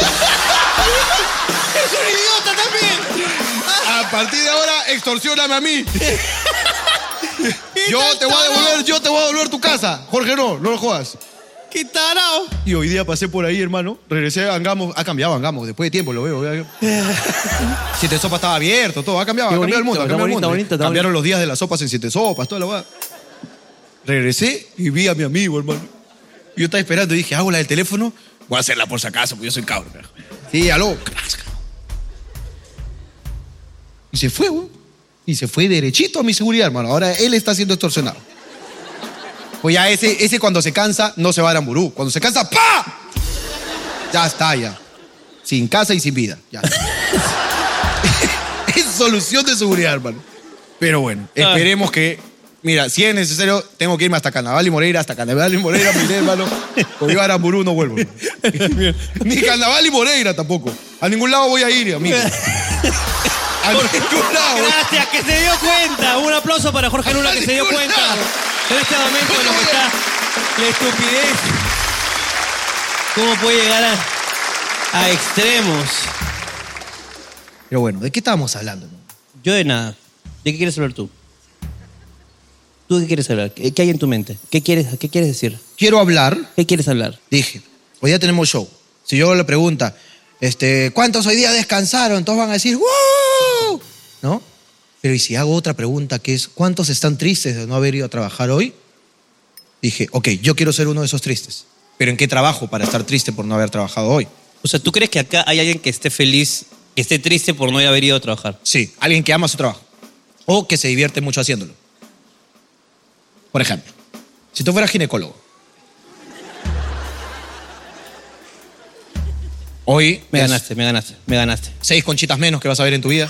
[SPEAKER 6] ¡Es un idiota también!
[SPEAKER 2] A partir de ahora, extorsióname a mí. Yo te voy a devolver, yo te voy a devolver tu casa. Jorge, no, no lo jodas.
[SPEAKER 6] ¡Qué tarao!
[SPEAKER 2] Y hoy día pasé por ahí, hermano. Regresé a Angamos. Ha cambiado Angamos. Después de tiempo lo veo. veo. Siete Sopas estaba abierto, todo. Ha cambiado,
[SPEAKER 1] Qué
[SPEAKER 2] ha cambiado el
[SPEAKER 1] bonito,
[SPEAKER 2] mundo. ha
[SPEAKER 1] está
[SPEAKER 2] cambiado el
[SPEAKER 1] bonito,
[SPEAKER 2] mundo.
[SPEAKER 1] bonito, está
[SPEAKER 2] Cambiaron los días de las sopas en Siete Sopas, toda la va. Regresé y vi a mi amigo, hermano. Yo estaba esperando y dije, hago la del teléfono. Voy a hacerla por si acaso, porque yo soy cabrón. carajo. Sí, aló. Y se fue, weón. Y se fue derechito a mi seguridad, hermano. Ahora él está siendo extorsionado. Pues ya ese, ese cuando se cansa, no se va a Aramburú. Cuando se cansa, ¡pa! Ya está, ya. Sin casa y sin vida. Ya. es solución de seguridad, hermano. Pero bueno, esperemos que. Mira, si es necesario, tengo que irme hasta Carnaval y Moreira, hasta Carnaval y Moreira, mi hermano. Porque yo a Aramburú no vuelvo. hermano. Ni Carnaval y Moreira tampoco. A ningún lado voy a ir, amigo. A ningún lado.
[SPEAKER 6] Gracias, que se dio cuenta. Un aplauso para Jorge Luna que se dio cuenta en este momento de lo que está la estupidez. ¿Cómo puede llegar a, a extremos?
[SPEAKER 2] Pero bueno, ¿de qué estábamos hablando? hermano?
[SPEAKER 1] Yo de nada. ¿De qué quieres hablar tú? ¿Tú de qué quieres hablar? ¿Qué qué hay en tu mente? ¿Qué quieres, qué quieres decir?
[SPEAKER 2] Quiero hablar
[SPEAKER 1] ¿Qué quieres hablar?
[SPEAKER 2] Dije, hoy día tenemos show. Si yo le pregunta, este, ¿cuántos hoy día descansaron? Todos van a decir, ¡wow! ¿No? Pero y si hago otra pregunta que es, ¿cuántos están tristes de no haber ido a trabajar hoy? Dije, ok, yo quiero ser uno de esos tristes. Pero ¿en qué trabajo para estar triste por no haber trabajado hoy?
[SPEAKER 1] O sea, ¿tú crees que acá hay alguien que esté feliz, que esté triste por no haber ido a trabajar?
[SPEAKER 2] Sí, alguien que ama su trabajo. O que se divierte mucho haciéndolo. Por ejemplo, si tú fueras ginecólogo. Hoy
[SPEAKER 1] Me
[SPEAKER 2] es-
[SPEAKER 1] ganaste, me ganaste, me ganaste.
[SPEAKER 2] seis conchitas menos que vas a ver en tu vida.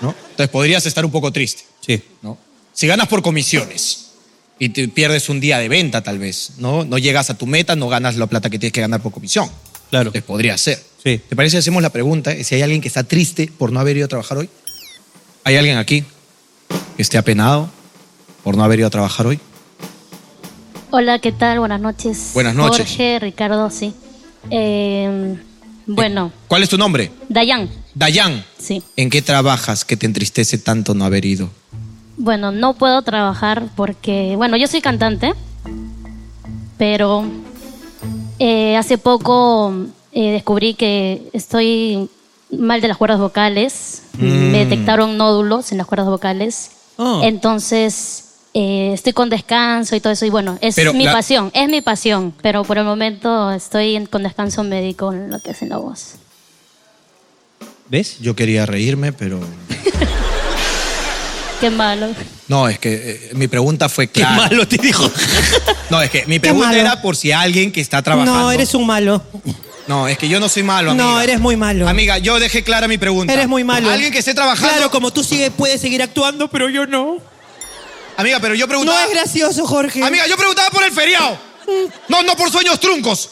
[SPEAKER 2] ¿No? Entonces podrías estar un poco triste.
[SPEAKER 1] Sí.
[SPEAKER 2] ¿no? Si ganas por comisiones y te pierdes un día de venta, tal vez, ¿no? No llegas a tu meta, no ganas la plata que tienes que ganar por comisión.
[SPEAKER 1] Claro.
[SPEAKER 2] Entonces podría ser.
[SPEAKER 1] Sí.
[SPEAKER 2] ¿Te parece si hacemos la pregunta eh, si hay alguien que está triste por no haber ido a trabajar hoy? ¿Hay alguien aquí que esté apenado por no haber ido a trabajar hoy?
[SPEAKER 7] Hola, ¿qué tal? Buenas noches.
[SPEAKER 2] Buenas noches.
[SPEAKER 7] Jorge, Ricardo, sí. Eh, bueno,
[SPEAKER 2] ¿Cuál es tu nombre?
[SPEAKER 7] Dayan,
[SPEAKER 2] Dayan.
[SPEAKER 7] sí.
[SPEAKER 2] ¿En qué trabajas que te entristece tanto no haber ido?
[SPEAKER 7] Bueno, no puedo trabajar porque, bueno, yo soy cantante, pero eh, hace poco eh, descubrí que estoy mal de las cuerdas vocales. Me
[SPEAKER 2] Mm.
[SPEAKER 7] detectaron nódulos en las cuerdas vocales.
[SPEAKER 2] Oh.
[SPEAKER 1] Ah.
[SPEAKER 7] Entonces, eh, estoy con descanso y todo eso. Y bueno, es
[SPEAKER 2] Pero
[SPEAKER 7] mi
[SPEAKER 2] la-
[SPEAKER 7] pasión, es mi pasión. Pero por el momento estoy en- con descanso médico en lo que es en la voz.
[SPEAKER 1] ¿Ves?
[SPEAKER 2] Yo quería reírme, pero
[SPEAKER 7] Qué malo.
[SPEAKER 6] No, es que eh, mi pregunta fue
[SPEAKER 1] Qué
[SPEAKER 6] clara.
[SPEAKER 1] malo te dijo.
[SPEAKER 6] No, es que mi pregunta
[SPEAKER 1] malo.
[SPEAKER 6] era por si alguien que está trabajando.
[SPEAKER 1] No, eres un malo.
[SPEAKER 6] No, es que yo no soy malo, amiga.
[SPEAKER 1] No, eres muy malo.
[SPEAKER 6] Amiga, yo dejé clara mi pregunta.
[SPEAKER 1] Eres muy malo.
[SPEAKER 6] Alguien que esté trabajando.
[SPEAKER 1] Claro, como tú pues. sigue, puedes seguir actuando, pero yo no.
[SPEAKER 6] Amiga, pero yo
[SPEAKER 1] No
[SPEAKER 6] preguntaba.
[SPEAKER 1] es gracioso, Jorge.
[SPEAKER 6] Amiga, yo preguntaba por el feriado. No, no por sueños truncos.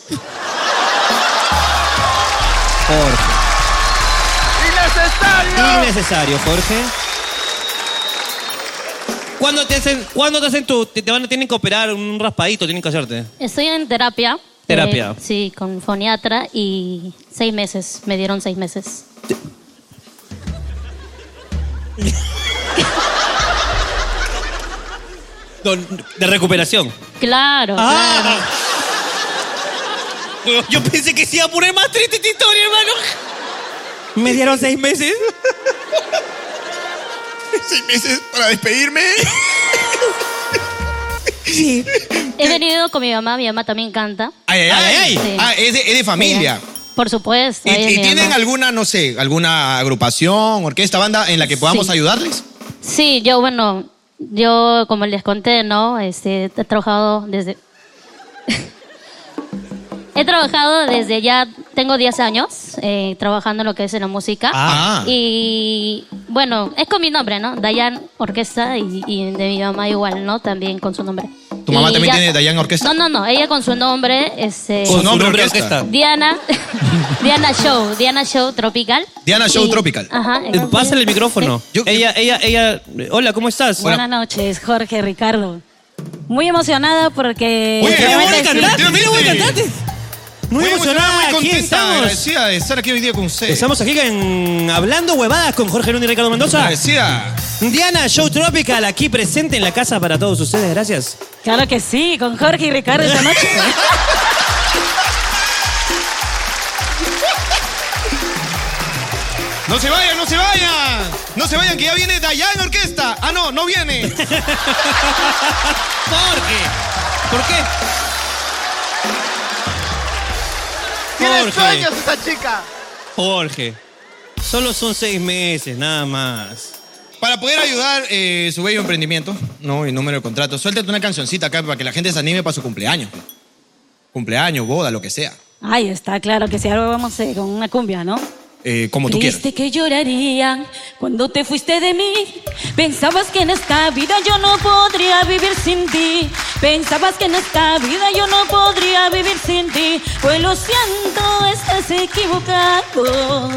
[SPEAKER 1] Innecesario, Jorge. ¿Cuándo te hacen, cuándo te hacen tu, te, te van a tienen que operar un raspadito, tienen que hacerte?
[SPEAKER 7] Estoy en terapia.
[SPEAKER 1] Terapia.
[SPEAKER 7] Eh, sí, con foniatra y seis meses. Me dieron seis meses.
[SPEAKER 1] Don- De recuperación.
[SPEAKER 7] Claro.
[SPEAKER 1] Ah. Yo pensé que se iba a poner más triste esta historia, hermano. Me dieron seis meses.
[SPEAKER 6] ¿Seis meses para despedirme?
[SPEAKER 1] Sí.
[SPEAKER 7] claro. He venido con mi mamá. Mi mamá también canta.
[SPEAKER 6] Ay, ay, ay. ay.
[SPEAKER 7] Sí.
[SPEAKER 6] Ah, es de, es de familia.
[SPEAKER 7] Por supuesto.
[SPEAKER 6] ¿Y,
[SPEAKER 7] ahí es
[SPEAKER 6] y
[SPEAKER 7] mi
[SPEAKER 6] tienen
[SPEAKER 7] mamá.
[SPEAKER 6] alguna, no sé, alguna agrupación, orquesta, banda en la que podamos
[SPEAKER 7] Sí.
[SPEAKER 6] ayudarles?
[SPEAKER 7] Sí, yo, bueno, yo como les conté, ¿no? Este, he trabajado desde... he trabajado desde ya, tengo 10 años eh, trabajando en lo que es en la música.
[SPEAKER 6] Ah.
[SPEAKER 7] Y bueno, es con mi nombre, ¿no? Dayan Orquesta y, y de mi mamá igual, ¿no? También con su nombre.
[SPEAKER 6] ¿Tu mamá
[SPEAKER 7] Y
[SPEAKER 6] también tiene Dayan Orquesta?
[SPEAKER 7] No, no, no, ella con su nombre, este,
[SPEAKER 6] Con- nombre
[SPEAKER 7] Diana, Diana Show, Diana Show Tropical.
[SPEAKER 6] Diana Show
[SPEAKER 7] Y-
[SPEAKER 6] Tropical.
[SPEAKER 7] Ajá.
[SPEAKER 1] Eh, Pásale el micrófono.
[SPEAKER 6] Yo-
[SPEAKER 1] ella, ella, ella. Hola, ¿cómo estás?
[SPEAKER 8] Buenas noches, Jorge, Ricardo. Muy emocionada porque...
[SPEAKER 6] Oye,
[SPEAKER 1] Mira, buena
[SPEAKER 8] realmente sí.
[SPEAKER 1] cantante,
[SPEAKER 6] sí.
[SPEAKER 1] mira, buena cantante. Muy emocionada,
[SPEAKER 6] muy
[SPEAKER 1] aquí
[SPEAKER 6] contenta,
[SPEAKER 1] estamos.
[SPEAKER 6] agradecida de estar aquí hoy día con ustedes.
[SPEAKER 1] Estamos aquí en Hablando Huevadas con Jorge Luna y Ricardo Mendoza.
[SPEAKER 6] Agradecida.
[SPEAKER 1] Diana Show Tropical aquí presente en la casa para todos ustedes, gracias.
[SPEAKER 8] Claro que sí, con Jorge y Ricardo esta noche. ¿eh?
[SPEAKER 6] No se vayan, no se vayan. No se vayan, que ya viene Dayan Orquesta. Ah, no, no viene.
[SPEAKER 1] Jorge, ¿por qué? Jorge.
[SPEAKER 2] esta chica?
[SPEAKER 1] Jorge, solo son seis meses, nada más.
[SPEAKER 6] Para poder ayudar eh, su bello emprendimiento, ¿no? Y número de contrato, suéltate una cancioncita acá para que la gente se anime para su cumpleaños. Cumpleaños, boda, lo que sea.
[SPEAKER 8] Ahí está, claro que sí. Ahora vamos eh, con una cumbia, ¿no?
[SPEAKER 6] Eh, como tú quieras.
[SPEAKER 8] Creíste que lloraría cuando te fuiste de mí. Pensabas que en esta vida yo no podría vivir sin ti. Pensabas que en esta vida yo no podría vivir sin ti. Pues lo siento, estás equivocado.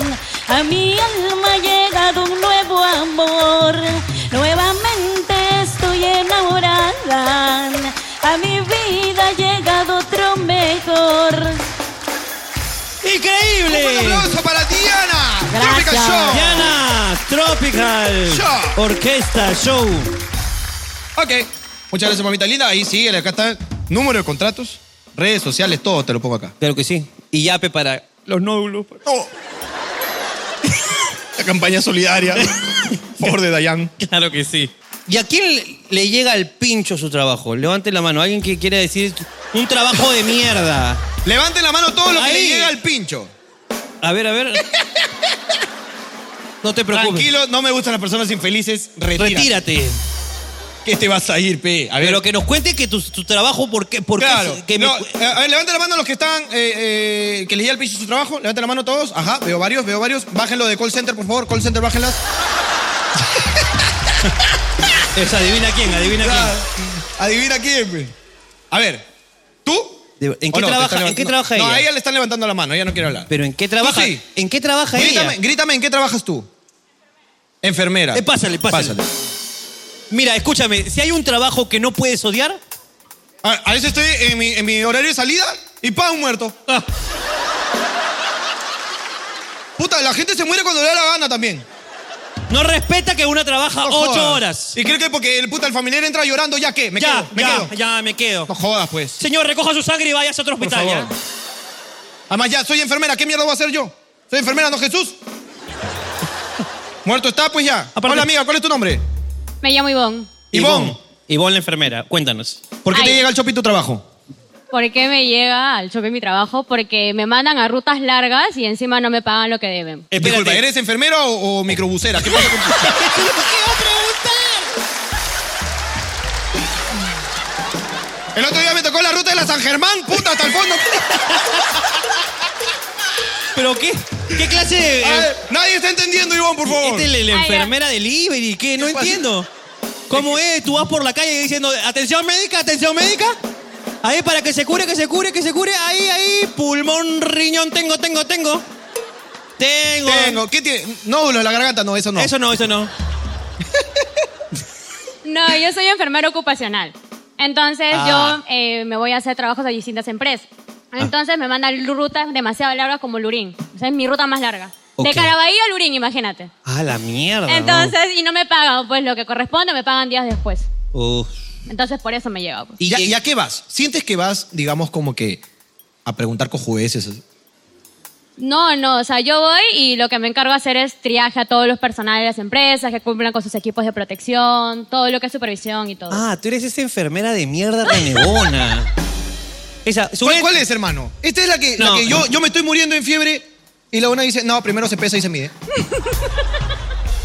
[SPEAKER 8] A mi alma ha llegado un nuevo amor. Nuevamente estoy enamorada. A mi vida ha llegado otro mejor.
[SPEAKER 6] Un
[SPEAKER 1] ¡Increíble!
[SPEAKER 6] aplauso para Diana.
[SPEAKER 8] Gracias.
[SPEAKER 6] Tropical Ah, Show.
[SPEAKER 1] Ah, Diana Tropical
[SPEAKER 6] Show.
[SPEAKER 1] Orquesta Show.
[SPEAKER 6] Ok. Muchas gracias, mamita linda. Ahí sigue, acá está. Número de contratos, redes sociales, todo te lo pongo acá. Oh.
[SPEAKER 1] Claro que sí. Y yape para los nódulos.
[SPEAKER 6] La campaña solidaria. Por de Dayan.
[SPEAKER 1] Claro que sí. ¿Y a quién le- le llega al pincho su trabajo? Levante la mano. Alguien que quiera decir un trabajo de mierda.
[SPEAKER 6] Levanten la mano todo lo que
[SPEAKER 1] Ahí.
[SPEAKER 6] le llega al pincho.
[SPEAKER 1] A ver, a ver. No te preocupes.
[SPEAKER 6] Tranquilo, no me gustan las personas infelices. Retírate.
[SPEAKER 1] Retírate.
[SPEAKER 6] ¿Qué te vas a ir, pe? A ver,
[SPEAKER 1] Pero que nos cuente que tu, tu trabajo, ¿por qué? ¿Por qué
[SPEAKER 6] claro.
[SPEAKER 1] se- que me
[SPEAKER 6] No,
[SPEAKER 1] cu-
[SPEAKER 6] eh, a ver, levanten la mano los que están, eh, eh, que les llega al pincho su trabajo. Levanten la mano todos. Ajá, veo varios, veo varios. Bájenlo de call center, por favor. Call center, bájenlas.
[SPEAKER 1] Es adivina quién, adivina
[SPEAKER 6] Ya,
[SPEAKER 1] quién.
[SPEAKER 6] Adivina quién, pe. A ver, ¿tú?
[SPEAKER 1] De- ¿en
[SPEAKER 6] ¿O
[SPEAKER 1] qué
[SPEAKER 6] Oh, te
[SPEAKER 1] trabaja-
[SPEAKER 6] están
[SPEAKER 1] en
[SPEAKER 6] levantando-
[SPEAKER 1] qué trabaja
[SPEAKER 6] no,
[SPEAKER 1] ella?
[SPEAKER 6] a ella le están levantando la mano, ella no quiere hablar.
[SPEAKER 1] Pero ¿en qué trabaja?
[SPEAKER 6] sí.
[SPEAKER 1] ¿En qué trabaja
[SPEAKER 6] grítame,
[SPEAKER 1] ella?
[SPEAKER 6] grítame, ¿en qué trabajas tú? Enfermera.
[SPEAKER 1] Eh, pásale, pásale. Mira, escúchame, si hay un trabajo que no puedes odiar,
[SPEAKER 6] A, a veces estoy en mi, en mi horario de salida y pa, un muerto.
[SPEAKER 1] ah,
[SPEAKER 6] Puta, la gente se muere cuando le da la gana también.
[SPEAKER 1] no respeta que una trabaja
[SPEAKER 6] No
[SPEAKER 1] ocho
[SPEAKER 6] jodas.
[SPEAKER 1] horas.
[SPEAKER 6] Y creo que porque el puta, el familiar entra llorando, ¿ya qué? Me
[SPEAKER 1] ya,
[SPEAKER 6] quedo, me
[SPEAKER 1] ya,
[SPEAKER 6] quedo.
[SPEAKER 1] ya, me quedo.
[SPEAKER 6] No jodas, pues.
[SPEAKER 1] Señor, recoja su sangre y vaya a otro
[SPEAKER 6] Por
[SPEAKER 1] hospital.
[SPEAKER 6] favor. Además, ya soy enfermera, ¿qué mierda voy a hacer yo? Soy enfermera, no Jesús. Muerto está, pues ya.
[SPEAKER 1] Aparte-
[SPEAKER 6] Hola, amiga, ¿cuál es tu nombre?
[SPEAKER 9] Me llamo Ivonne.
[SPEAKER 6] Ivonne.
[SPEAKER 1] Ivonne, la enfermera, cuéntanos.
[SPEAKER 6] ¿Por qué te
[SPEAKER 9] Ay.
[SPEAKER 6] llega el shopping tu trabajo?
[SPEAKER 9] ¿Por qué me llega al shopping mi trabajo? Porque me mandan a rutas largas y encima no me pagan lo que deben.
[SPEAKER 1] Espérate.
[SPEAKER 6] Disculpa, ¿eres enfermera o, o microbusera? ¿Qué pasa con tu-
[SPEAKER 2] El otro día me tocó la ruta de la San Germán, puta, hasta el fondo.
[SPEAKER 1] ¿Pero qué? ¿Qué clase de.?
[SPEAKER 2] A ver, nadie está entendiendo, Iván, por favor.
[SPEAKER 1] Esta es la, la
[SPEAKER 9] Ay, ya.
[SPEAKER 1] enfermera delivery, ¿qué? No entiendo. ¿Cómo es? Tú vas por la calle diciendo, atención médica, atención médica. Ahí para que se cure, que se cure, que se cure. Ahí, ahí. Pulmón, riñón, tengo, tengo, tengo. Tengo.
[SPEAKER 2] Tengo, ¿qué tiene? Nódulo en la garganta, no, eso no.
[SPEAKER 1] Eso no, eso no.
[SPEAKER 9] No, yo soy enfermera ocupacional. Entonces yo eh, me voy a hacer trabajos a distintas empresas. Entonces me mandan rutas demasiado largas como Lurín. O sea, es mi ruta más larga.
[SPEAKER 1] Ok.
[SPEAKER 9] De Carabalí a Lurín, imagínate.
[SPEAKER 1] Ah, la mierda. ¿no?
[SPEAKER 9] Entonces, y no me pagan pues lo que corresponde, me pagan días después.
[SPEAKER 1] Uf.
[SPEAKER 9] Entonces por eso me llega. pues.
[SPEAKER 2] ¿Y, ya, y a qué vas? ¿Sientes que vas, digamos, como que a preguntar con jueces?
[SPEAKER 9] No, no, o sea, yo voy y lo que me encargo de hacer es triaje a todos los personales de las empresas que cumplan con sus equipos de protección, todo lo que es supervisión y todo.
[SPEAKER 1] Ah, tú eres esa enfermera de mierda tanebona. Esa,
[SPEAKER 2] ¿Cuál,
[SPEAKER 1] sube-
[SPEAKER 2] cuál es, hermano? Esta es la que, Eh, la
[SPEAKER 1] No.
[SPEAKER 2] que yo, yo me estoy muriendo en fiebre y la una dice, no, primero se pesa y se mide.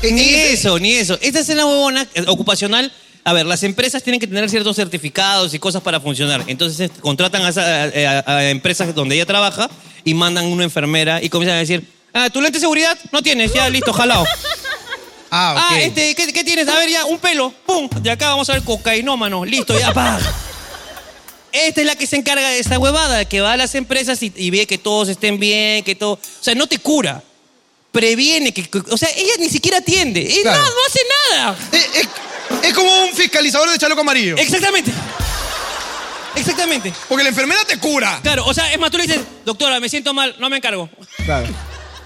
[SPEAKER 2] Es-
[SPEAKER 1] Ni
[SPEAKER 2] es-
[SPEAKER 1] eso, ni eso. Esta es la huevona eh, ocupacional. A ver, las empresas tienen que tener ciertos certificados y cosas para funcionar. Entonces eh, contratan a, esa- eh, a- a empresas donde ella trabaja y mandan una enfermera y comienzan a decir, ah, ¿tu lente de seguridad? No tienes, ya listo, jalao.
[SPEAKER 2] Ah, ok.
[SPEAKER 1] Ah, este, ¿qué, qué tienes? A ver, ya, un pelo. ¡Pum! De acá vamos a ver cocainómano. Listo, ya, pa. Esta es la que se encarga de esa huevada, que va a las empresas y, y ve que todos estén bien, que todo. O sea, no te cura. Previene que. que- O sea, ella ni siquiera atiende. Y
[SPEAKER 2] Claro.
[SPEAKER 1] no, no hace nada.
[SPEAKER 2] Es, es- es como un fiscalizador de chaleco amarillo.
[SPEAKER 1] Exactamente. Exactamente.
[SPEAKER 2] Porque la enfermera te cura.
[SPEAKER 1] Claro, o sea, es más, tú le dices, doctora, me siento mal, no me encargo.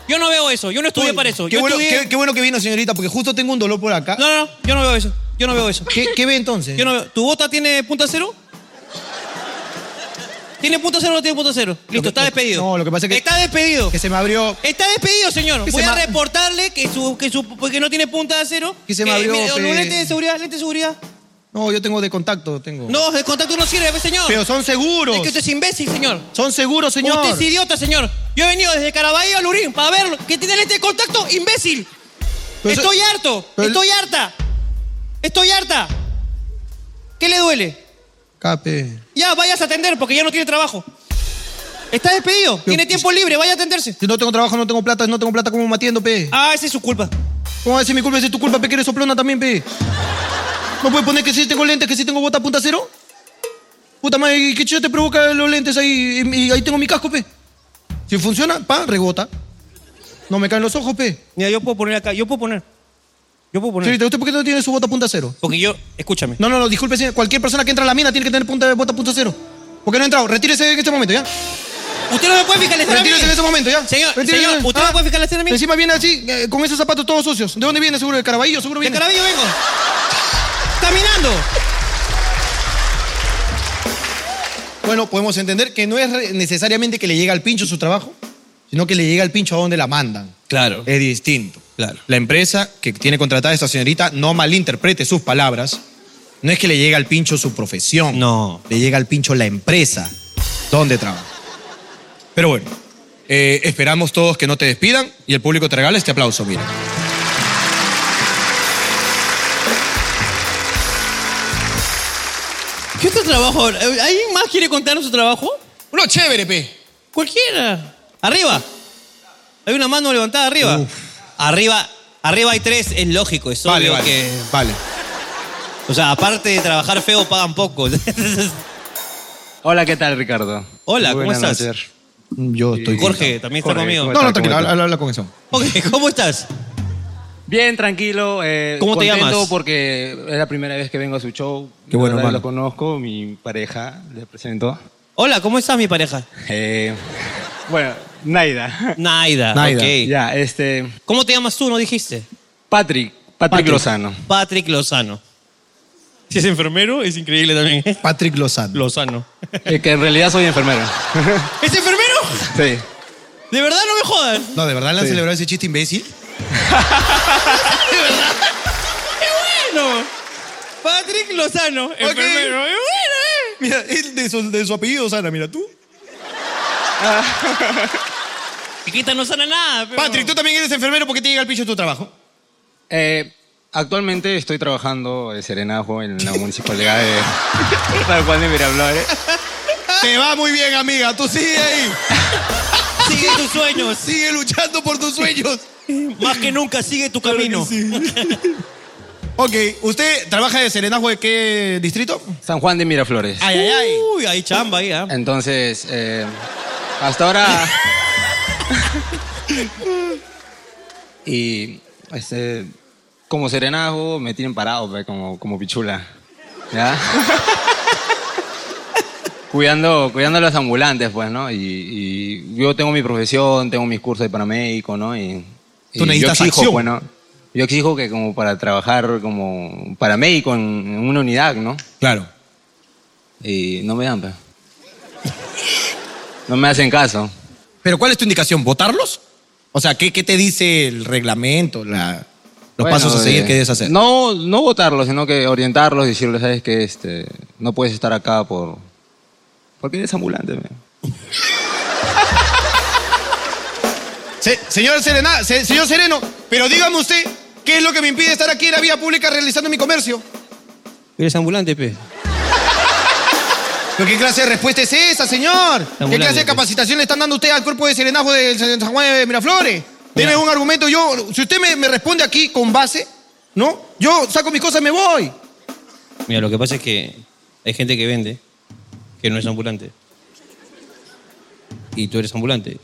[SPEAKER 1] Yo no veo eso, yo no estudié
[SPEAKER 2] Uy,
[SPEAKER 1] para eso.
[SPEAKER 2] Qué
[SPEAKER 1] yo
[SPEAKER 2] bueno,
[SPEAKER 1] estudié-
[SPEAKER 2] qué, qué bueno que vino, señorita, porque justo tengo un dolor por acá.
[SPEAKER 1] No, no, no, yo no veo eso. Yo no veo eso.
[SPEAKER 2] ¿Qué, qué ve entonces?
[SPEAKER 1] Yo no veo. ¿Tu bota tiene punto cero? ¿Tiene punto cero o no tiene punto cero? Listo,
[SPEAKER 2] que-
[SPEAKER 1] está despedido.
[SPEAKER 2] no, lo que pasa es que-
[SPEAKER 1] Está despedido.
[SPEAKER 2] Que se me abrió.
[SPEAKER 1] Está despedido, señor.
[SPEAKER 2] Que
[SPEAKER 1] Voy
[SPEAKER 2] se
[SPEAKER 1] a
[SPEAKER 2] ma-
[SPEAKER 1] reportarle que su, que su que no tiene punta de acero.
[SPEAKER 2] Que se me abrió,
[SPEAKER 1] mire,
[SPEAKER 2] pe.
[SPEAKER 1] lente de seguridad, lente de seguridad.
[SPEAKER 2] No, yo tengo de contacto, tengo.
[SPEAKER 1] No, el contacto no sirve, señor.
[SPEAKER 2] Pero son seguros.
[SPEAKER 1] Es que usted es imbécil, señor.
[SPEAKER 2] Son seguros, señor.
[SPEAKER 1] Usted es idiota, señor. Yo he venido desde Caraballo a Lurín para verlo. ¿Qué tiene lente de contacto? ¡Imbécil!
[SPEAKER 2] Pero eso-
[SPEAKER 1] Estoy harto.
[SPEAKER 2] pero el-
[SPEAKER 1] Estoy harta. Estoy harta. ¿Qué le duele?
[SPEAKER 2] Cape.
[SPEAKER 1] Ya, vayas a atender porque ya no tiene trabajo. Está despedido, tiene tiempo libre, vaya a atenderse.
[SPEAKER 2] Si no tengo trabajo, no tengo plata, si no tengo plata, ¿cómo me atiendo, pe?
[SPEAKER 1] Ah, esa es su culpa.
[SPEAKER 2] ¿Cómo va a decir mi culpa? Si es tu culpa, pe, que eres soplona también, pe. ¿No puedes poner que si tengo lentes, que si tengo bota punta cero? Puta madre, ¿y ¿qué chido te provoca los lentes ahí? Y- y ahí tengo mi casco, pe. Si funciona, pa, rebota. No me caen los ojos, pe.
[SPEAKER 1] Mira, yo puedo poner acá, yo puedo poner. Yo puedo poner.
[SPEAKER 2] Señorita, ¿usted por qué no tiene su bota punta cero?
[SPEAKER 1] Porque yo, escúchame.
[SPEAKER 2] No, no, no, disculpe, señor. Cualquier persona que entra a la mina tiene que tener punta de bota punto cero. ¿Por qué no ha entrado? Retírese en este momento, ¿ya?
[SPEAKER 1] Usted no me puede fiscalizar a mí.
[SPEAKER 2] Retírese en este momento, ¿ya?
[SPEAKER 1] Señor,
[SPEAKER 2] Retírese. este
[SPEAKER 1] señor, ¿usted no puede fiscalizar a mí?
[SPEAKER 2] Encima viene así, eh, con esos zapatos todos sucios. ¿De dónde viene? Seguro de Caraballo, seguro
[SPEAKER 1] De
[SPEAKER 2] viene.
[SPEAKER 1] Caraballo vengo. Caminando.
[SPEAKER 2] Bueno, podemos entender que no es re- necesariamente que le llegue al pincho su trabajo, sino que le llega al pincho a donde la mandan.
[SPEAKER 1] Claro.
[SPEAKER 2] Es distinto.
[SPEAKER 1] Claro.
[SPEAKER 2] La empresa que tiene contratada a esta señorita no malinterprete sus palabras. No es que le llegue al pincho su profesión.
[SPEAKER 1] No.
[SPEAKER 2] Le llega al pincho la empresa donde trabaja. Pero bueno, eh, esperamos todos que no te despidan y el público te regala este aplauso, mira.
[SPEAKER 1] ¿Qué otro trabajo? ¿Alguien más quiere contarnos su trabajo?
[SPEAKER 2] Uno chévere, pe.
[SPEAKER 1] Cualquiera. Arriba. Hay una mano levantada arriba.
[SPEAKER 2] Uf.
[SPEAKER 1] Arriba, arriba hay tres, es lógico, es
[SPEAKER 2] Vale,
[SPEAKER 1] obvio
[SPEAKER 2] vale.
[SPEAKER 1] que.
[SPEAKER 2] Vale.
[SPEAKER 1] O sea, aparte de trabajar feo, pagan poco.
[SPEAKER 10] Hola, ¿qué tal, Ricardo?
[SPEAKER 1] Hola,
[SPEAKER 10] Muy
[SPEAKER 1] ¿cómo
[SPEAKER 10] buenas
[SPEAKER 1] estás?
[SPEAKER 10] noches.
[SPEAKER 2] Yo estoy.
[SPEAKER 1] Jorge también está
[SPEAKER 10] Jorge,
[SPEAKER 1] conmigo.
[SPEAKER 10] ¿cómo
[SPEAKER 2] No, no,
[SPEAKER 10] estás? ¿Cómo
[SPEAKER 2] tranquilo,
[SPEAKER 10] estás?
[SPEAKER 2] habla, habla con eso.
[SPEAKER 1] Ok, ¿cómo estás?
[SPEAKER 10] Bien, tranquilo. eh,
[SPEAKER 1] ¿Cómo te
[SPEAKER 10] contento
[SPEAKER 1] llamas?
[SPEAKER 10] porque es la primera vez que vengo a su show.
[SPEAKER 2] Qué bueno,
[SPEAKER 10] La
[SPEAKER 2] hermano.
[SPEAKER 10] verdad, Lo conozco, mi pareja, le presento.
[SPEAKER 1] Hola, ¿cómo estás, mi pareja?
[SPEAKER 10] Eh, bueno, Naida.
[SPEAKER 1] Naida.
[SPEAKER 2] Naida.
[SPEAKER 1] ok.
[SPEAKER 10] ya, este.
[SPEAKER 1] ¿Cómo te llamas tú? ¿No dijiste?
[SPEAKER 10] Patrick, Patrick,
[SPEAKER 2] Patrick.
[SPEAKER 10] Lozano.
[SPEAKER 1] Patrick Lozano. Si es enfermero, es increíble también.
[SPEAKER 2] Patrick Lozano.
[SPEAKER 1] Lozano.
[SPEAKER 10] Eh, que en realidad soy enfermero.
[SPEAKER 1] ¿Es enfermero?
[SPEAKER 10] sí.
[SPEAKER 1] ¿De verdad no me jodas?
[SPEAKER 2] No, ¿de verdad le han
[SPEAKER 10] Sí.
[SPEAKER 2] celebrado ese chiste imbécil?
[SPEAKER 1] Bueno. Patrick Lozano, enfermero. Eh, Bueno, eh.
[SPEAKER 2] Mira, él de su, de su apellido, Sara, mira tú.
[SPEAKER 1] Chiquita no sana nada. pero-
[SPEAKER 2] Patrick, tú también eres enfermero porque te llega el pincho de tu trabajo.
[SPEAKER 10] Eh, Actualmente estoy trabajando de serenajo en la municipalidad de Tal cual de Miraflores.
[SPEAKER 6] Te va muy bien, amiga. Tú sigue ahí.
[SPEAKER 1] Sigue tus sueños.
[SPEAKER 6] Sigue luchando por tus sueños.
[SPEAKER 1] Más que nunca sigue tu camino.
[SPEAKER 6] Ok, ¿usted trabaja de serenajo de qué distrito?
[SPEAKER 10] San Juan de Miraflores.
[SPEAKER 1] Ay, ay, ay. Uy, hay chamba ahí, ¿ah?
[SPEAKER 10] Entonces, eh, hasta ahora. y este, como serenajo me tienen parado, pe, como, como pichula. ¿Ya? cuidando, cuidando a los ambulantes, pues, ¿no? Y, y yo tengo mi profesión, tengo mis cursos de paramédico, ¿no? Y, y
[SPEAKER 6] Tú necesitas
[SPEAKER 10] yo exijo,
[SPEAKER 6] acción.
[SPEAKER 10] pues, ¿no? Yo exijo que como para trabajar como paramédico en, en una unidad, ¿no?
[SPEAKER 6] Claro.
[SPEAKER 10] Y no me dan, pe. No me hacen caso.
[SPEAKER 6] Pero ¿cuál es tu indicación? ¿Votarlos? O sea, ¿qué, qué te dice el reglamento, la- los
[SPEAKER 10] Bueno,
[SPEAKER 6] pasos a seguir
[SPEAKER 10] eh,
[SPEAKER 6] que debes hacer?
[SPEAKER 10] No, no votarlos, sino que orientarlos, decirles, sabes que este, no puedes estar acá por. Porque eres ambulante, pe.
[SPEAKER 6] Se- señor, Serena, se- señor Sereno, pero dígame usted, ¿qué es lo que me impide estar aquí en la vía pública realizando mi comercio?
[SPEAKER 1] Eres ambulante, pe.
[SPEAKER 6] ¿Pero qué clase de respuesta es esa, señor? ¿Qué
[SPEAKER 1] ambulante,
[SPEAKER 6] clase de
[SPEAKER 1] pues.
[SPEAKER 6] capacitación le están dando usted al cuerpo de serenajo de San San Juan de Miraflores? Deme un argumento. Yo, si usted me, me responde aquí con base, ¿no? Yo saco mis cosas y me voy.
[SPEAKER 1] Mira, lo que pasa es que hay gente que vende que no es ambulante. Y tú eres ambulante.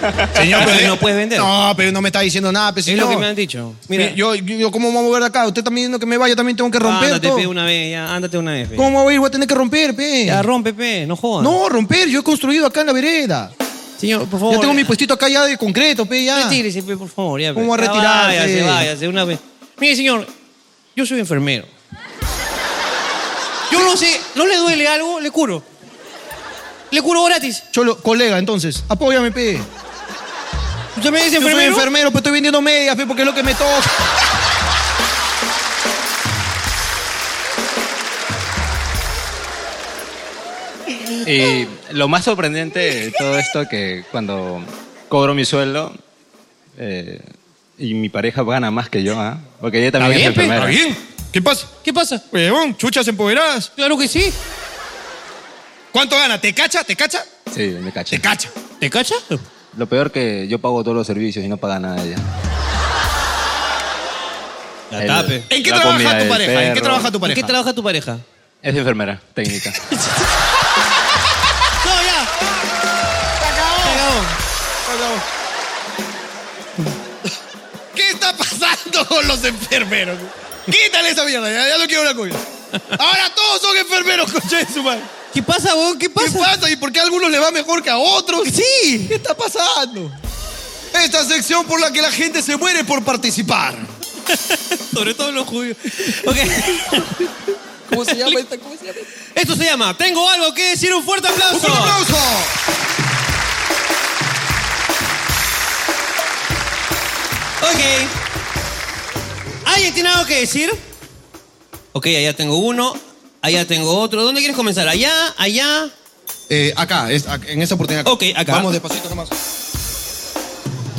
[SPEAKER 6] Pues Señor,
[SPEAKER 1] pero no puedes vender.
[SPEAKER 6] ¿Eh? No, pero no me está diciendo nada, pues,
[SPEAKER 1] Es lo
[SPEAKER 6] señor.
[SPEAKER 1] que me han dicho. Mira,
[SPEAKER 6] Mira, yo, yo, yo, ¿cómo me voy a mover de acá? Usted también diciendo que me vaya, también tengo que romper
[SPEAKER 1] ándate,
[SPEAKER 6] todo.
[SPEAKER 1] pe, una vez, ya, ándate una vez, pe.
[SPEAKER 6] ¿Cómo me voy a ir? Voy a tener que romper, pe.
[SPEAKER 1] Ya, rompe, pe, no jodas.
[SPEAKER 6] no, romper. Yo he construido acá en la vereda.
[SPEAKER 1] señor, por favor.
[SPEAKER 6] Yo tengo mi puestito acá ya de concreto, pe, ya.
[SPEAKER 1] Retírese, pe, por favor, ya. pe.
[SPEAKER 6] ¿Cómo va a
[SPEAKER 1] Ya
[SPEAKER 6] retirarse?
[SPEAKER 1] Váyase, váyase, una vez. Mire, señor, yo soy enfermero. Yo no sé, ¿no le duele algo? Le curo. Le curo gratis.
[SPEAKER 6] Cholo, colega, entonces, apóyame, pe.
[SPEAKER 1] ¿Usted me dice
[SPEAKER 6] Yo soy
[SPEAKER 1] enfermero?
[SPEAKER 6] enfermero, pero estoy vendiendo medias, pe, porque es lo que me toca.
[SPEAKER 10] Y lo más sorprendente de todo esto que cuando cobro mi sueldo eh, y mi pareja gana más que yo, ¿ah? porque ella también es enfermera.
[SPEAKER 6] ¿Qué pasa?
[SPEAKER 1] ¿Qué pasa?
[SPEAKER 6] Huevón, chuchas empoderadas.
[SPEAKER 1] Claro que sí.
[SPEAKER 6] ¿Cuánto gana? ¿Te cacha? ¿Te cacha?
[SPEAKER 10] Sí, me caché.
[SPEAKER 6] cacha.
[SPEAKER 1] ¿Te cacha?
[SPEAKER 10] Lo peor que yo pago todos los servicios y no paga nada ella.
[SPEAKER 1] La
[SPEAKER 10] El-
[SPEAKER 1] tape.
[SPEAKER 6] ¿En qué
[SPEAKER 10] La comida
[SPEAKER 6] trabaja tu
[SPEAKER 10] del
[SPEAKER 6] pareja? ¿En qué
[SPEAKER 10] perro.
[SPEAKER 6] trabaja tu
[SPEAKER 1] ¿En
[SPEAKER 6] pareja?
[SPEAKER 1] qué trabaja tu pareja?
[SPEAKER 10] Es enfermera técnica.
[SPEAKER 1] No, ya. Se acabó.
[SPEAKER 6] ¿Qué está pasando con los enfermeros? Quítale esa mierda, ya, ya no quiero una comida. Ahora todos son enfermeros, concha de su madre.
[SPEAKER 1] ¿Qué pasa, vos? ¿Qué
[SPEAKER 6] ¿Qué
[SPEAKER 1] pasa?
[SPEAKER 6] pasa? ¿Y por qué a algunos les va mejor que a otros? Sí. ¿Qué está pasando? Esta sección por la que la gente se muere por participar.
[SPEAKER 1] Sobre todo los judíos. Ok.
[SPEAKER 6] ¿Cómo se llama esta? ¿Cómo se llama?
[SPEAKER 1] Esto se llama Tengo algo que decir. Un fuerte
[SPEAKER 6] ¡Un
[SPEAKER 1] aplauso.
[SPEAKER 6] fuerte aplauso!
[SPEAKER 1] Ok. ¿Alguien tiene algo que decir? Ok, allá tengo uno. Allá tengo otro. ¿Dónde quieres comenzar? ¿Allá? ¿Allá?
[SPEAKER 6] Eh, acá, es- ac- en esta oportunidad.
[SPEAKER 1] Ok, acá.
[SPEAKER 6] Vamos despacito nomás.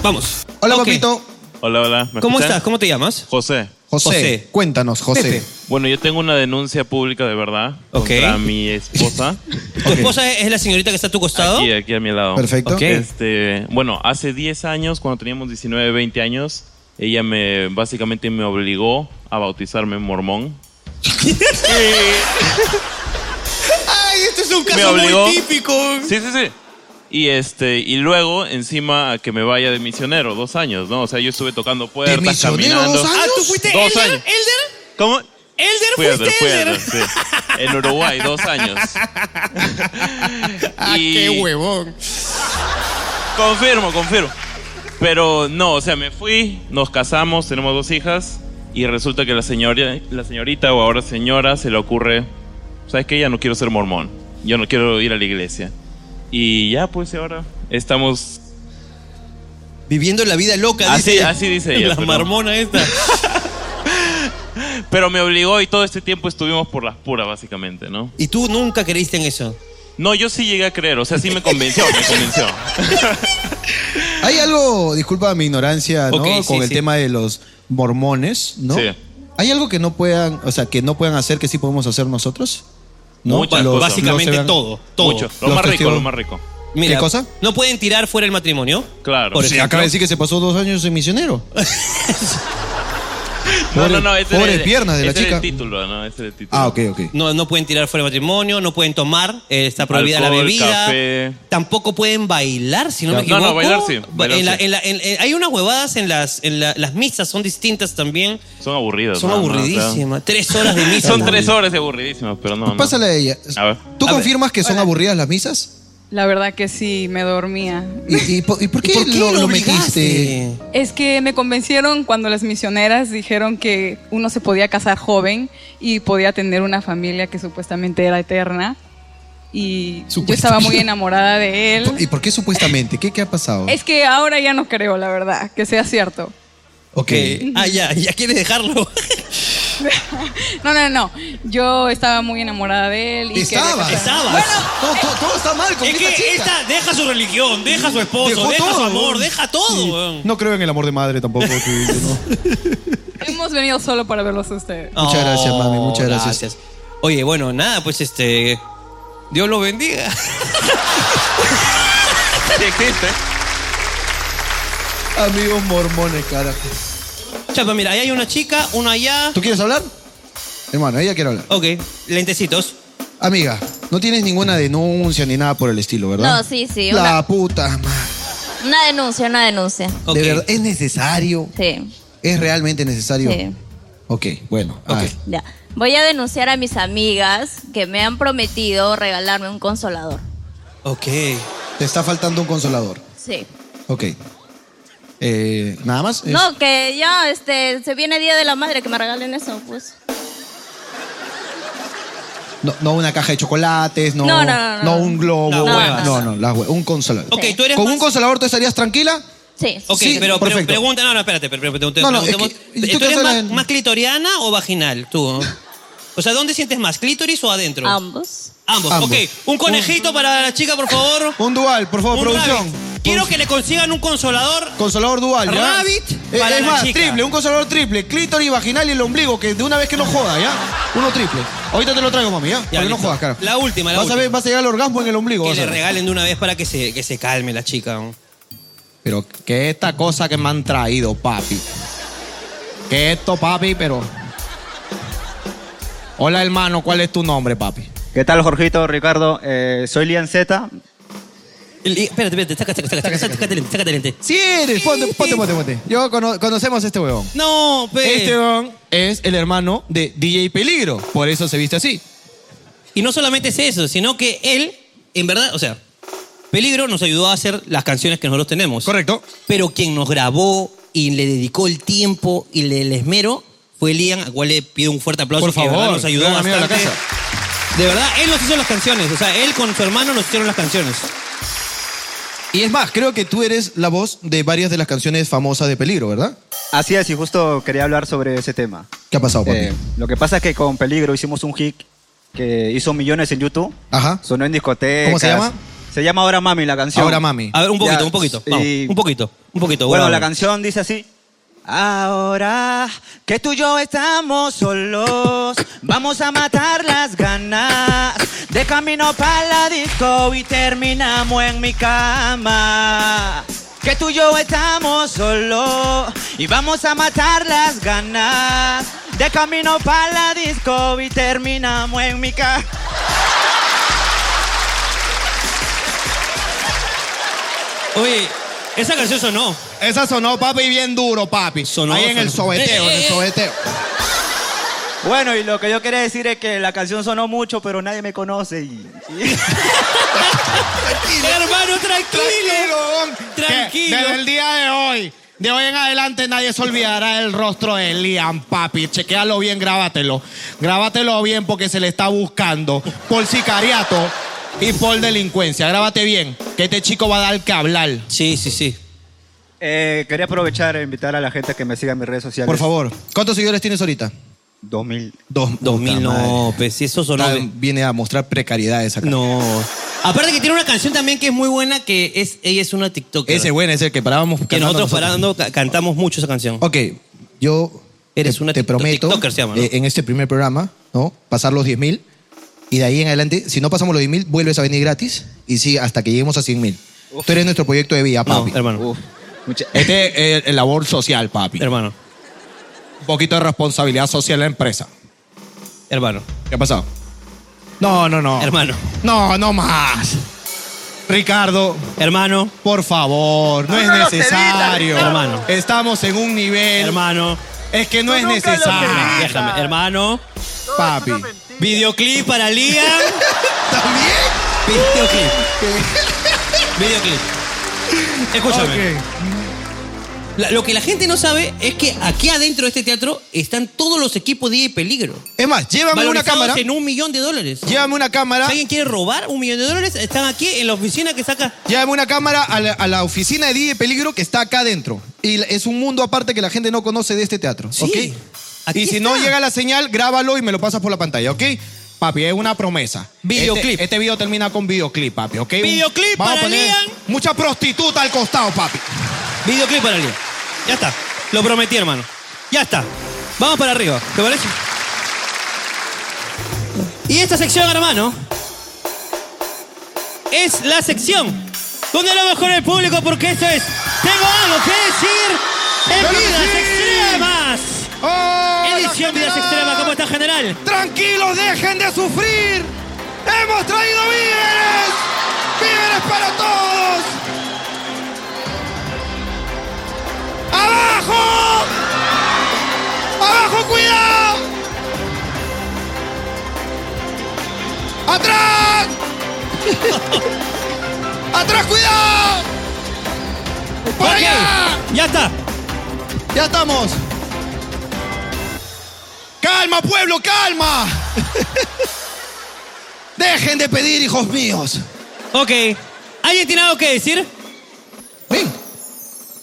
[SPEAKER 1] Vamos.
[SPEAKER 6] Hola,
[SPEAKER 1] Ok.
[SPEAKER 6] papito.
[SPEAKER 11] Hola, hola. ¿me
[SPEAKER 1] ¿Cómo
[SPEAKER 11] escuchan?
[SPEAKER 1] estás? ¿Cómo te llamas?
[SPEAKER 11] José.
[SPEAKER 6] José,
[SPEAKER 1] José.
[SPEAKER 6] cuéntanos, José.
[SPEAKER 1] Pepe.
[SPEAKER 11] Bueno, yo tengo una denuncia pública de verdad
[SPEAKER 1] Ok.
[SPEAKER 11] contra mi esposa.
[SPEAKER 1] ¿Tu esposa es es la señorita que está a tu costado?
[SPEAKER 11] aquí, aquí a mi lado.
[SPEAKER 6] Perfecto.
[SPEAKER 1] Ok.
[SPEAKER 11] Este, bueno, hace 10 años, cuando teníamos 19, 20 años, ella me básicamente me obligó a bautizarme mormón.
[SPEAKER 6] Ay, este es un
[SPEAKER 11] Me obligó.
[SPEAKER 6] típico.
[SPEAKER 11] Sí, sí, sí. Y este, y luego encima a que me vaya de misionero, dos años, ¿no? O sea, yo estuve tocando puertas,
[SPEAKER 6] ¿De misionero
[SPEAKER 11] caminando.
[SPEAKER 6] dos años?
[SPEAKER 1] Ah, ¿tú fuiste
[SPEAKER 11] Dos
[SPEAKER 1] Elder?
[SPEAKER 11] años.
[SPEAKER 1] ¿Elder?
[SPEAKER 11] ¿Cómo?
[SPEAKER 1] ¿Elder?
[SPEAKER 11] Fui
[SPEAKER 1] ¿Fuiste
[SPEAKER 11] elder, fui
[SPEAKER 1] Elder?
[SPEAKER 11] elder, sí. En Uruguay, dos años.
[SPEAKER 6] Ah,
[SPEAKER 11] Y-
[SPEAKER 6] qué huevón.
[SPEAKER 11] Confirmo, confirmo. Pero no, o sea, me fui, nos casamos, tenemos dos hijas y resulta que la señora, la señorita o ahora señora se le ocurre, sabes que ya no quiero ser mormón, yo no quiero ir a la iglesia y ya pues y ahora estamos
[SPEAKER 1] Viviendo la vida loca.
[SPEAKER 11] así,
[SPEAKER 1] dice.
[SPEAKER 11] así dice ella.
[SPEAKER 1] La
[SPEAKER 11] Pero,
[SPEAKER 1] marmona esta.
[SPEAKER 11] pero me obligó y todo este tiempo estuvimos por las puras básicamente, ¿no?
[SPEAKER 1] Y tú nunca creíste en eso.
[SPEAKER 11] No, yo sí llegué a creer, o sea, sí me convenció, me convenció.
[SPEAKER 2] Hay algo, disculpa mi ignorancia, ¿no?
[SPEAKER 6] Ok, sí,
[SPEAKER 2] Con el
[SPEAKER 6] sí.
[SPEAKER 2] tema de los mormones, ¿no?
[SPEAKER 6] Sí.
[SPEAKER 2] ¿Hay algo que no puedan, o sea, que no puedan hacer que sí podemos hacer nosotros?
[SPEAKER 1] Muchas
[SPEAKER 2] Los-
[SPEAKER 1] cosas. Básicamente
[SPEAKER 2] los-
[SPEAKER 1] todo, todo. Mucho. Lo
[SPEAKER 2] Los
[SPEAKER 1] más rico,
[SPEAKER 2] testigos-
[SPEAKER 1] lo más rico.
[SPEAKER 2] ¿Qué cosa?
[SPEAKER 1] No pueden tirar fuera el matrimonio. Claro.
[SPEAKER 2] Por acaba de decir que se pasó dos años en misionero.
[SPEAKER 1] No,
[SPEAKER 2] Pobre- no, no, ese pobres era el- piernas de la ese era el chica.
[SPEAKER 1] título,
[SPEAKER 11] ¿no? Ese era el
[SPEAKER 1] título.
[SPEAKER 2] Ah, ok, ok.
[SPEAKER 1] No, no pueden tirar fuera el matrimonio, no pueden tomar, eh, está prohibida la
[SPEAKER 11] Alcohol,
[SPEAKER 1] bebida.
[SPEAKER 11] café.
[SPEAKER 1] Tampoco pueden bailar, si no me
[SPEAKER 11] No,
[SPEAKER 1] equivoco.
[SPEAKER 11] no, bailar sí,
[SPEAKER 1] Ba-
[SPEAKER 11] bailar
[SPEAKER 1] en la-
[SPEAKER 11] sí.
[SPEAKER 1] en la- en- en- hay unas huevadas en las, en la- las misas, son distintas también.
[SPEAKER 11] Son aburridas.
[SPEAKER 1] Son
[SPEAKER 11] nada más,
[SPEAKER 1] aburridísimas.
[SPEAKER 11] claro.
[SPEAKER 1] Tres horas de misa.
[SPEAKER 11] Son tres horas de aburridísimas, pero no. no.
[SPEAKER 2] Pues Pásale a ella.
[SPEAKER 11] A ver.
[SPEAKER 2] ¿Tú confirmas que son aburridas las misas?
[SPEAKER 12] La verdad que sí, me dormía.
[SPEAKER 2] ¿Y, y por, y por qué,
[SPEAKER 12] por qué
[SPEAKER 2] lo,
[SPEAKER 12] lo
[SPEAKER 2] lo
[SPEAKER 12] obligaste?
[SPEAKER 2] metiste?
[SPEAKER 12] Es que me convencieron cuando las misioneras dijeron que uno se podía casar joven y podía tener una familia que supuestamente era eterna. Y yo estaba muy enamorada de él.
[SPEAKER 2] ¿Y por qué supuestamente? ¿Qué, qué ha pasado?
[SPEAKER 12] Es que ahora ya no creo, la verdad, que sea cierto.
[SPEAKER 2] Ok.
[SPEAKER 1] Ah, ya, ya quieres dejarlo.
[SPEAKER 12] No, no, no. Yo estaba muy enamorada de él. Y quería
[SPEAKER 1] Estaba.
[SPEAKER 12] casarme.
[SPEAKER 1] Estabas.
[SPEAKER 12] Bueno,
[SPEAKER 2] todo, está mal
[SPEAKER 1] es que esta deja su religión, deja su esposo,
[SPEAKER 2] Dejó
[SPEAKER 1] deja su
[SPEAKER 2] todo,
[SPEAKER 1] amor,
[SPEAKER 2] weón.
[SPEAKER 1] deja todo.
[SPEAKER 2] Sí.
[SPEAKER 1] weón.
[SPEAKER 2] No creo en el amor de madre tampoco. sí, yo no.
[SPEAKER 12] hemos venido solo para verlos a ustedes.
[SPEAKER 2] Muchas gracias, mami, muchas gracias.
[SPEAKER 1] Oye, bueno, nada, pues este. Dios lo bendiga.
[SPEAKER 2] Amigos mormones, carajo.
[SPEAKER 1] Chapa, mira, ahí hay una chica, una allá.
[SPEAKER 2] ¿Tú quieres hablar? Hermano, ella quiere hablar.
[SPEAKER 1] Ok, lentecitos.
[SPEAKER 2] Amiga, no tienes ninguna denuncia ni nada por el estilo, ¿verdad?
[SPEAKER 13] No, sí, sí.
[SPEAKER 2] La
[SPEAKER 13] Una,
[SPEAKER 2] puta madre.
[SPEAKER 13] una denuncia, una denuncia.
[SPEAKER 2] De verdad, ¿es necesario?
[SPEAKER 13] Sí,
[SPEAKER 2] ¿Es realmente necesario?
[SPEAKER 13] sí.
[SPEAKER 2] Ok, bueno. a ver.
[SPEAKER 13] Ya. Voy a denunciar a mis amigas que me han prometido regalarme un consolador.
[SPEAKER 2] Ok. Te está faltando un consolador.
[SPEAKER 13] Sí.
[SPEAKER 2] Ok. Eh, ¿Nada más? Es-
[SPEAKER 13] No, que ya este, se viene Día de la Madre, que me regalen eso, pues.
[SPEAKER 2] no, no una caja de chocolates, no,
[SPEAKER 13] No, no, no, no.
[SPEAKER 2] un globo.
[SPEAKER 1] Las
[SPEAKER 2] No,
[SPEAKER 1] huevas.
[SPEAKER 2] no, no, las huevas, un consolador.
[SPEAKER 1] Ok, ¿tú eres
[SPEAKER 2] ¿Con
[SPEAKER 1] más-
[SPEAKER 2] un consolador tú estarías tranquila?
[SPEAKER 13] Sí.
[SPEAKER 1] Ok,
[SPEAKER 2] Sí,
[SPEAKER 1] pero, pero
[SPEAKER 2] perfecto.
[SPEAKER 1] pregunta, no, no, espérate, pero, pero, pero-
[SPEAKER 2] No, no, es
[SPEAKER 1] preguntemos-
[SPEAKER 2] que- yo
[SPEAKER 1] ¿Tú
[SPEAKER 2] quiero
[SPEAKER 1] eres más,
[SPEAKER 2] saber-
[SPEAKER 1] más clitoriana o vaginal, tú? O sea, ¿dónde sientes más, clítoris o adentro?
[SPEAKER 13] Ambos.
[SPEAKER 1] Ambos,
[SPEAKER 2] Ambos.
[SPEAKER 1] ok. Un conejito para la chica, por favor.
[SPEAKER 2] Un dual, por favor,
[SPEAKER 1] Un
[SPEAKER 2] producción.
[SPEAKER 1] rabbit. Quiero que le consigan un consolador.
[SPEAKER 2] Consolador dual, ¿ya?
[SPEAKER 1] Rabbit
[SPEAKER 2] Eh,
[SPEAKER 1] para
[SPEAKER 2] es
[SPEAKER 1] la
[SPEAKER 2] más,
[SPEAKER 1] chica.
[SPEAKER 2] triple, un consolador triple, clítoris, vaginal y el ombligo, que de una vez que no joda, ¿ya? Uno triple. Ahorita te lo traigo, mami, ¿ya? Para que no
[SPEAKER 1] listo.
[SPEAKER 2] jodas, cara.
[SPEAKER 1] La última, la
[SPEAKER 2] vas A
[SPEAKER 1] última.
[SPEAKER 2] ver, vas a llegar al orgasmo en el ombligo.
[SPEAKER 1] Que
[SPEAKER 2] vas a
[SPEAKER 1] le
[SPEAKER 2] ver.
[SPEAKER 1] regalen de una vez para que se, que se calme la chica. ¿no?
[SPEAKER 2] Pero que esta cosa que me han traído, papi. Que esto, papi, pero. Hola, hermano, ¿cuál es tu nombre, papi?
[SPEAKER 14] ¿Qué tal, Jorgito, Ricardo? Eh, soy Lian Z.
[SPEAKER 1] Y- Espérate, espérate, sácate, sácate, sácate, sácate, lente, sácate lente.
[SPEAKER 2] Sí eres, ponte, ponte, ponte, ponte. Yo cono- conocemos a este huevón.
[SPEAKER 1] No, pe.
[SPEAKER 2] Este huevón es el hermano de DJ Peligro, por eso se viste así.
[SPEAKER 1] Y no solamente es eso, sino que él, en verdad, o sea, Peligro nos ayudó a hacer las canciones que nosotros tenemos.
[SPEAKER 2] Correcto.
[SPEAKER 1] Pero quien nos grabó y le dedicó el tiempo y le, el esmero fue Lian, a cual le pido un fuerte aplauso.
[SPEAKER 2] Por
[SPEAKER 1] que de verdad
[SPEAKER 2] favor,
[SPEAKER 1] nos ayudó
[SPEAKER 2] gran amigo de la
[SPEAKER 1] bastante. De verdad, él nos hizo las canciones. O sea, él con su hermano nos hicieron las canciones.
[SPEAKER 2] Y es más, creo que tú eres la voz de varias de las canciones famosas de Peligro, ¿verdad?
[SPEAKER 14] Así es, y justo quería hablar sobre ese tema.
[SPEAKER 2] ¿Qué ha pasado, papi?
[SPEAKER 14] Eh, lo que pasa es que con Peligro hicimos un hit que hizo millones en YouTube.
[SPEAKER 2] Ajá.
[SPEAKER 14] Sonó en discotecas.
[SPEAKER 2] ¿Cómo se llama?
[SPEAKER 14] Se llama Ahora Mami la canción.
[SPEAKER 2] Ahora Mami. A ver, un poquito, un poquito, vamos,
[SPEAKER 1] Un poquito, un poquito.
[SPEAKER 14] Bueno,
[SPEAKER 1] bravo.
[SPEAKER 14] la canción dice así. Ahora que tú y yo estamos solos, vamos a matar las ganas. De camino para la disco y terminamos en mi cama. Que tú y yo estamos solos y vamos a matar las ganas. De camino para la disco y terminamos en mi cama.
[SPEAKER 1] Oye, esa canción sonó.
[SPEAKER 2] Esa sonó, papi, bien duro, papi. Sonó. Ahí en el
[SPEAKER 14] sonó.
[SPEAKER 2] sobeteo,
[SPEAKER 14] Eh,
[SPEAKER 2] en el
[SPEAKER 14] eh, eh.
[SPEAKER 2] sobeteo.
[SPEAKER 14] Bueno, y lo que yo quería decir es que la canción sonó mucho, pero nadie me conoce y
[SPEAKER 1] Hermano, tranquilo.
[SPEAKER 2] Tranquilo.
[SPEAKER 1] Tranquilo.
[SPEAKER 2] Desde el día de hoy, de hoy en adelante, nadie se olvidará del rostro de Liam, papi. Chequéalo bien, grábatelo. Grábatelo bien porque se le está buscando por sicariato y por delincuencia. Grábate bien, que este chico va a dar que hablar.
[SPEAKER 1] Sí, sí, sí.
[SPEAKER 14] Eh, quería aprovechar e invitar a la gente que me siga en mis redes sociales.
[SPEAKER 2] Por favor, ¿cuántos seguidores tienes ahorita?
[SPEAKER 14] 2000.
[SPEAKER 2] Dos,
[SPEAKER 1] mil, no, pues si eso sonó.
[SPEAKER 2] Viene a mostrar precariedades acá.
[SPEAKER 1] No. Aparte que tiene una canción también que es muy buena, que es ella es una TikToker.
[SPEAKER 6] Ese bueno es el que parábamos.
[SPEAKER 1] que nosotros parando ca- cantamos mucho esa canción.
[SPEAKER 6] Ok, yo
[SPEAKER 1] Eres
[SPEAKER 6] te,
[SPEAKER 1] una
[SPEAKER 6] te
[SPEAKER 1] tiktok-
[SPEAKER 6] prometo
[SPEAKER 1] tiktoker se llama, ¿no?
[SPEAKER 6] eh, en este primer programa, ¿no? Pasar los 10.000 y de ahí en adelante, si no pasamos los 10.000, vuelves a venir gratis y sí, hasta que lleguemos a 100.000. Tú eres nuestro proyecto de vida, papi.
[SPEAKER 1] hermano.
[SPEAKER 6] Este es eh, el labor social, papi.
[SPEAKER 1] Hermano.
[SPEAKER 6] Un poquito de responsabilidad social en la empresa.
[SPEAKER 1] Hermano.
[SPEAKER 6] ¿Qué ha pasado? No, no, no.
[SPEAKER 1] Hermano.
[SPEAKER 6] No, no más. Ricardo.
[SPEAKER 1] Hermano.
[SPEAKER 6] Por favor, no es
[SPEAKER 1] Nunca lo te vi,
[SPEAKER 6] necesario.
[SPEAKER 1] Ricardo. Hermano.
[SPEAKER 6] Estamos en un nivel.
[SPEAKER 1] Hermano.
[SPEAKER 6] Es que no es
[SPEAKER 1] Déjame,
[SPEAKER 6] necesario.
[SPEAKER 1] Ah, déjame, hermano.
[SPEAKER 6] Papi.
[SPEAKER 1] Videoclip para Liam. ¿También? Videoclip. Videoclip. Escúchame. La- lo que la gente no sabe es que aquí adentro de este teatro están todos los equipos de Día y peligro.
[SPEAKER 6] Es más, llévame una
[SPEAKER 1] Valorizados
[SPEAKER 6] cámara.
[SPEAKER 1] en un millón de dólares.
[SPEAKER 6] Llévame una cámara.
[SPEAKER 1] Si alguien quiere robar un millón de dólares, están aquí en la oficina que saca.
[SPEAKER 6] Llévame una cámara a la, a la oficina de DJ Peligro que está acá adentro. Y la- es un mundo aparte que la gente no conoce de este teatro. ¿ok? Y si no llega la señal, grábalo y me lo pasas por la pantalla, ¿ok? Papi, es una promesa.
[SPEAKER 1] Videoclip.
[SPEAKER 6] Este, este video termina con videoclip, papi, ¿ok? Un-
[SPEAKER 1] Videoclip
[SPEAKER 6] Vamos
[SPEAKER 1] para
[SPEAKER 6] a poner
[SPEAKER 1] Lian.
[SPEAKER 6] mucha prostituta al costado, papi.
[SPEAKER 1] Videoclip para Liam. Ya está. Lo prometí, hermano. Ya está. Vamos para arriba. ¿Te parece? Y esta sección, hermano, es la sección donde hablamos con el público porque esto es Tengo algo que decir en
[SPEAKER 15] ¡Claro que
[SPEAKER 1] Vidas
[SPEAKER 15] sí!
[SPEAKER 1] Extremas. Edición Vidas Extremas. ¿Cómo está, general?
[SPEAKER 6] ¡Tranquilos, dejen de sufrir! ¡Hemos traído víveres! ¡Víveres para todos! ¡Abajo! ¡Abajo, cuidado! ¡Atrás! ¡Atrás, cuidado! ¡Por allá!
[SPEAKER 1] ¡Ya está!
[SPEAKER 6] ¡Ya estamos! ¡Calma, pueblo, calma! ¡Dejen de pedir, hijos míos!
[SPEAKER 1] Ok. ¿Alguien tiene algo que decir?
[SPEAKER 6] Ven.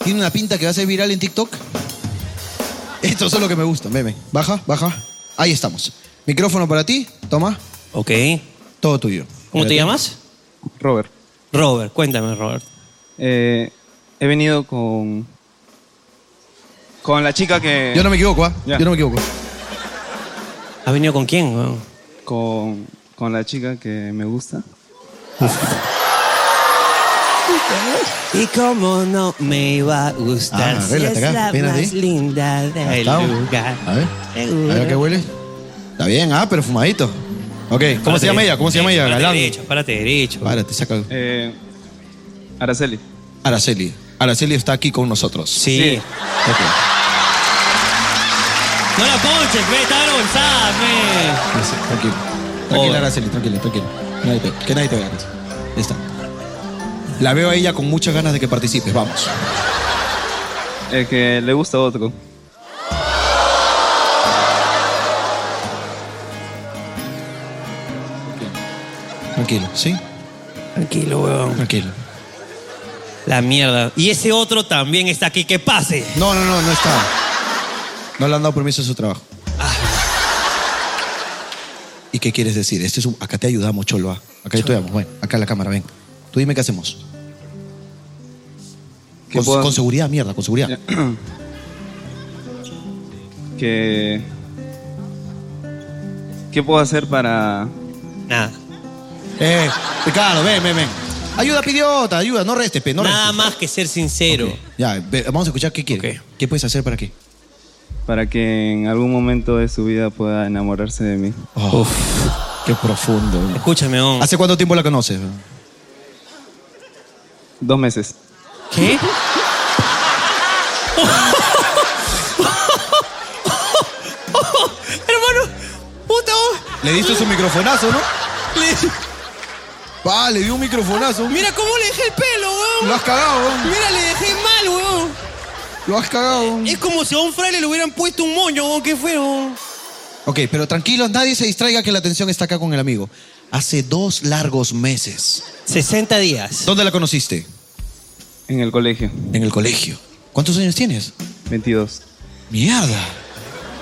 [SPEAKER 6] Tiene una pinta que va a ser viral en TikTok. Esto es lo que me gusta. Ven, ven. Baja, baja. Ahí estamos. Micrófono para ti. Toma.
[SPEAKER 1] Ok.
[SPEAKER 6] Todo tuyo.
[SPEAKER 1] ¿Cómo te llamas?
[SPEAKER 16] Robert.
[SPEAKER 1] Robert, cuéntame, Robert.
[SPEAKER 16] Eh, he venido con. Con la chica que.
[SPEAKER 6] Yo no me equivoco, ¿ah? Yo no me equivoco.
[SPEAKER 1] ¿Has venido con quién, weón?
[SPEAKER 16] Con, con la chica que me gusta.
[SPEAKER 1] Y cómo no me iba a gustar
[SPEAKER 6] Ah,
[SPEAKER 1] si
[SPEAKER 6] arréglate
[SPEAKER 1] es
[SPEAKER 6] acá,
[SPEAKER 1] la
[SPEAKER 6] espérate.
[SPEAKER 1] más linda
[SPEAKER 6] Ahí
[SPEAKER 1] del
[SPEAKER 6] estamos.
[SPEAKER 1] lugar.
[SPEAKER 6] A ver. A ver a qué huele. Está bien, ah, perfumadito. Ok, ¿cómo
[SPEAKER 1] Párate
[SPEAKER 6] se llama
[SPEAKER 1] derecho,
[SPEAKER 6] ella? ¿Cómo se llama
[SPEAKER 1] derecho,
[SPEAKER 6] ella?
[SPEAKER 1] Párate
[SPEAKER 6] Galán.
[SPEAKER 1] derecho, párate derecho.
[SPEAKER 6] Párate, saca.
[SPEAKER 16] Eh, Araceli.
[SPEAKER 6] Araceli. Araceli está aquí con nosotros.
[SPEAKER 1] Sí.
[SPEAKER 6] Ok.
[SPEAKER 1] No la ponches, ve, está avergonzada, ve.
[SPEAKER 6] Sí, sí, Tranquilo. Tranquila, Araceli, tranquila, tranquila. Nadie te- que nadie te vea. Araceli. Ya está. La veo a ella con muchas ganas de que participes. Vamos.
[SPEAKER 16] El que le gusta a otro.
[SPEAKER 6] Tranquilo, ¿sí?
[SPEAKER 1] Tranquilo, weón.
[SPEAKER 6] Tranquilo.
[SPEAKER 1] La mierda. Y ese otro también está aquí, que pase.
[SPEAKER 6] No, no, no, no está. No le han dado permiso a su trabajo. ¿Y qué quieres decir? Este es un, acá te ayudamos, Cholo. ah. Acá te ayudamos. Bueno, acá la cámara, ven. Tú dime qué hacemos.
[SPEAKER 16] ¿Qué
[SPEAKER 6] Con,
[SPEAKER 16] puedo-
[SPEAKER 6] con seguridad, mierda, con seguridad.
[SPEAKER 16] que. ¿Qué puedo hacer para.
[SPEAKER 1] Nada.
[SPEAKER 6] Eh, Ricardo, ven, ven, ven. Ayuda, pidiota, ayuda, no restes, pe, no
[SPEAKER 1] Nada
[SPEAKER 6] restes.
[SPEAKER 1] más que ser sincero.
[SPEAKER 6] Ya, ve- vamos a escuchar qué quiere. ¿Qué puedes hacer para qué?
[SPEAKER 16] Para que en algún momento de su vida pueda enamorarse de mí.
[SPEAKER 1] Oh.
[SPEAKER 6] Uf, qué profundo.
[SPEAKER 1] Escúchame, on.
[SPEAKER 6] ¿Hace cuánto tiempo la conoces?
[SPEAKER 16] Dos meses.
[SPEAKER 1] ¿Qué? Hermano, puta,
[SPEAKER 6] Le diste su microfonazo, ¿no? Ah, le dio un microfonazo.
[SPEAKER 1] Mira cómo le dejé el pelo, weón.
[SPEAKER 6] Lo has cagado, weón.
[SPEAKER 1] Mira, le dejé mal, weón.
[SPEAKER 6] Lo has cagado.
[SPEAKER 1] Es como si a un fraile le hubieran puesto un moño, weón. ¿Qué fue, weón?
[SPEAKER 6] Ok, pero tranquilos, nadie se distraiga que la atención está acá con el amigo. Hace dos largos meses.
[SPEAKER 1] 60 días.
[SPEAKER 6] ¿Dónde la conociste?
[SPEAKER 16] En el colegio.
[SPEAKER 6] En el colegio. ¿Cuántos años tienes?
[SPEAKER 16] 22.
[SPEAKER 6] Mierda.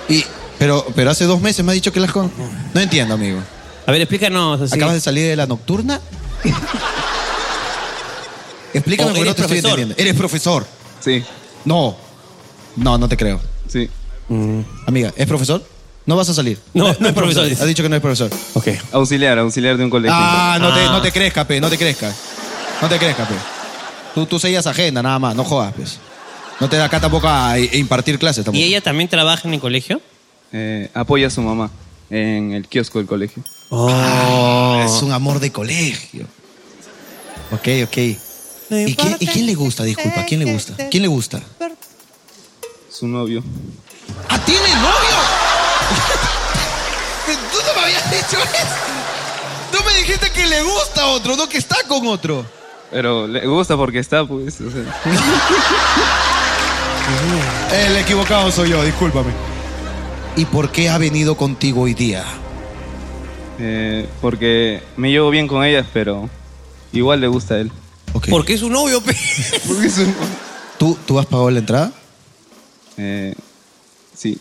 [SPEAKER 6] Y, pero, pero hace dos meses me has dicho que las con... No entiendo, amigo.
[SPEAKER 1] A ver, explícanos. Así.
[SPEAKER 6] ¿Acabas de salir de la nocturna?
[SPEAKER 2] Explícame
[SPEAKER 6] O eres
[SPEAKER 2] porque no te estoy
[SPEAKER 6] profesor.
[SPEAKER 2] entendiendo. Eres profesor.
[SPEAKER 16] Sí.
[SPEAKER 2] No. No, no te creo. Mm.
[SPEAKER 16] Sí.
[SPEAKER 2] Amiga, ¿es profesor? No vas a salir.
[SPEAKER 16] No, no es profesor.
[SPEAKER 2] Has dicho que no es profesor.
[SPEAKER 16] Ok. Auxiliar, auxiliar de un colegio.
[SPEAKER 2] Ah, no, Te, no te crezca, pe, no te crezca. No te crezca, pe. Tú, tú seguías agenda, nada más, no jodas, pues. No te da acá tampoco a i- impartir clases tampoco.
[SPEAKER 1] ¿Y ella también trabaja en el colegio?
[SPEAKER 16] Eh, apoya a su mamá en el kiosco del colegio.
[SPEAKER 2] Ah, es un amor de colegio. Ok, ok. ¿Y, quién, y quién le gusta? Ah, Disculpa, ¿quién le gusta? ¿Quién le gusta?
[SPEAKER 16] Su novio.
[SPEAKER 2] ¡Ah, tiene novio! Tú no me habías dicho eso. Tú me dijiste que le gusta a otro, no que está con otro.
[SPEAKER 16] Pero le gusta porque está, pues. o sea.
[SPEAKER 2] El equivocado soy yo, discúlpame. ¿Y por qué ha venido contigo hoy día?
[SPEAKER 16] Eh, porque me llevo bien con ellas, pero igual le gusta a él.
[SPEAKER 1] Porque es un novio, pe.
[SPEAKER 2] ¿Tú, ¿Tú has pagado la entrada?
[SPEAKER 16] Eh, sí.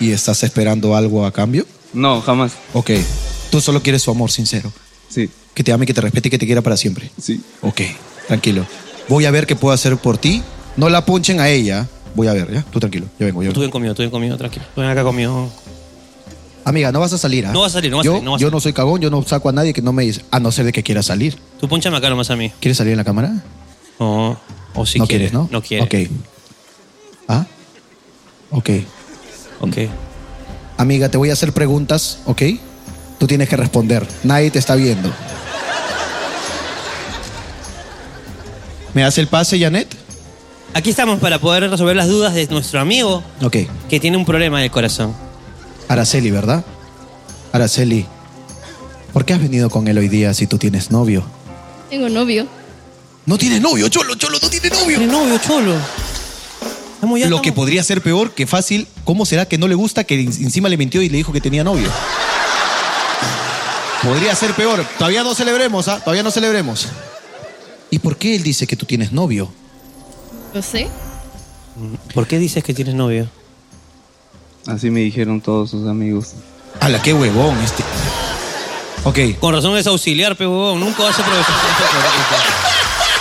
[SPEAKER 2] ¿Y estás esperando algo a cambio?
[SPEAKER 16] No, jamás.
[SPEAKER 2] Ok. Tú solo quieres su amor sincero.
[SPEAKER 16] Sí.
[SPEAKER 2] Que te ame, que te respete y que te quiera para siempre.
[SPEAKER 16] Sí.
[SPEAKER 2] Ok, tranquilo. Voy a ver qué puedo hacer por ti. No la punchen a ella. Voy a ver, ¿ya? Tú tranquilo, yo vengo, yo
[SPEAKER 1] Tú
[SPEAKER 2] vengo.
[SPEAKER 1] ven conmigo, tú ven conmigo, tranquilo. Tú ven acá conmigo.
[SPEAKER 2] Amiga, no vas a salir, ¿ah?
[SPEAKER 1] No va a salir, no va a
[SPEAKER 2] yo,
[SPEAKER 1] salir, no va a
[SPEAKER 2] Yo no soy cagón, yo no saco a nadie que no me dice, a no ser de que quiera salir.
[SPEAKER 1] Tú ponchame acá nomás a mí.
[SPEAKER 2] ¿Quieres salir en la cámara?
[SPEAKER 1] No. O si
[SPEAKER 2] no
[SPEAKER 1] quiere.
[SPEAKER 2] quieres, ¿no?
[SPEAKER 1] No quiere.
[SPEAKER 2] Ok. ¿Ah? Ok.
[SPEAKER 1] Ok.
[SPEAKER 2] Amiga, te voy a hacer preguntas, ¿ok? Tú tienes que responder. Nadie te está viendo. ¿Me hace el pase, Janet?
[SPEAKER 1] Aquí estamos para poder resolver las dudas de nuestro amigo
[SPEAKER 2] Ok.
[SPEAKER 1] que tiene un problema del corazón.
[SPEAKER 2] Araceli, ¿verdad? Araceli, ¿por qué has venido con él hoy día si tú tienes novio?
[SPEAKER 7] Tengo novio.
[SPEAKER 2] No tienes novio, cholo, cholo, no tiene novio.
[SPEAKER 1] Tiene novio, cholo.
[SPEAKER 2] Lo que podría ser peor, que fácil, ¿cómo será que no le gusta que en- encima le mintió y le dijo que tenía novio? Podría ser peor. Todavía no celebremos, ¿ah? Todavía no celebremos. ¿Y por qué él dice que tú tienes novio?
[SPEAKER 7] Lo sé.
[SPEAKER 1] ¿Por qué dices que tienes novio?
[SPEAKER 16] Así me dijeron todos sus amigos.
[SPEAKER 2] ¡Hala, qué huevón este! Ok.
[SPEAKER 1] Con razón es auxiliar, pe huevón. Nunca vas a aprovechar.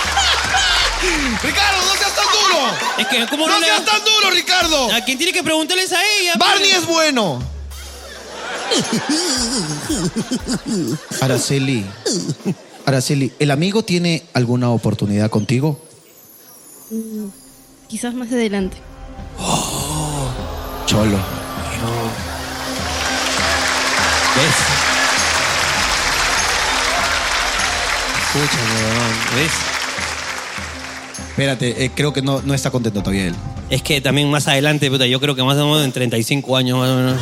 [SPEAKER 2] ¡Ricardo, no seas tan duro!
[SPEAKER 1] Es que, ¿cómo no,
[SPEAKER 2] ¡No seas tan duro, Ricardo!
[SPEAKER 1] A quien tiene que preguntarle es a ella. pues. pe.
[SPEAKER 2] ¡Barney es bueno! Araceli, Araceli, ¿el amigo tiene alguna oportunidad contigo?
[SPEAKER 7] Mm, Quizás más adelante.
[SPEAKER 2] Cholo.
[SPEAKER 1] ¿Ves? Escucha, huevón. ¿Ves?
[SPEAKER 2] Espérate, eh, creo que no, no está contento todavía él.
[SPEAKER 1] Es que también más adelante, puta, yo creo que más o menos en 35 años más o menos.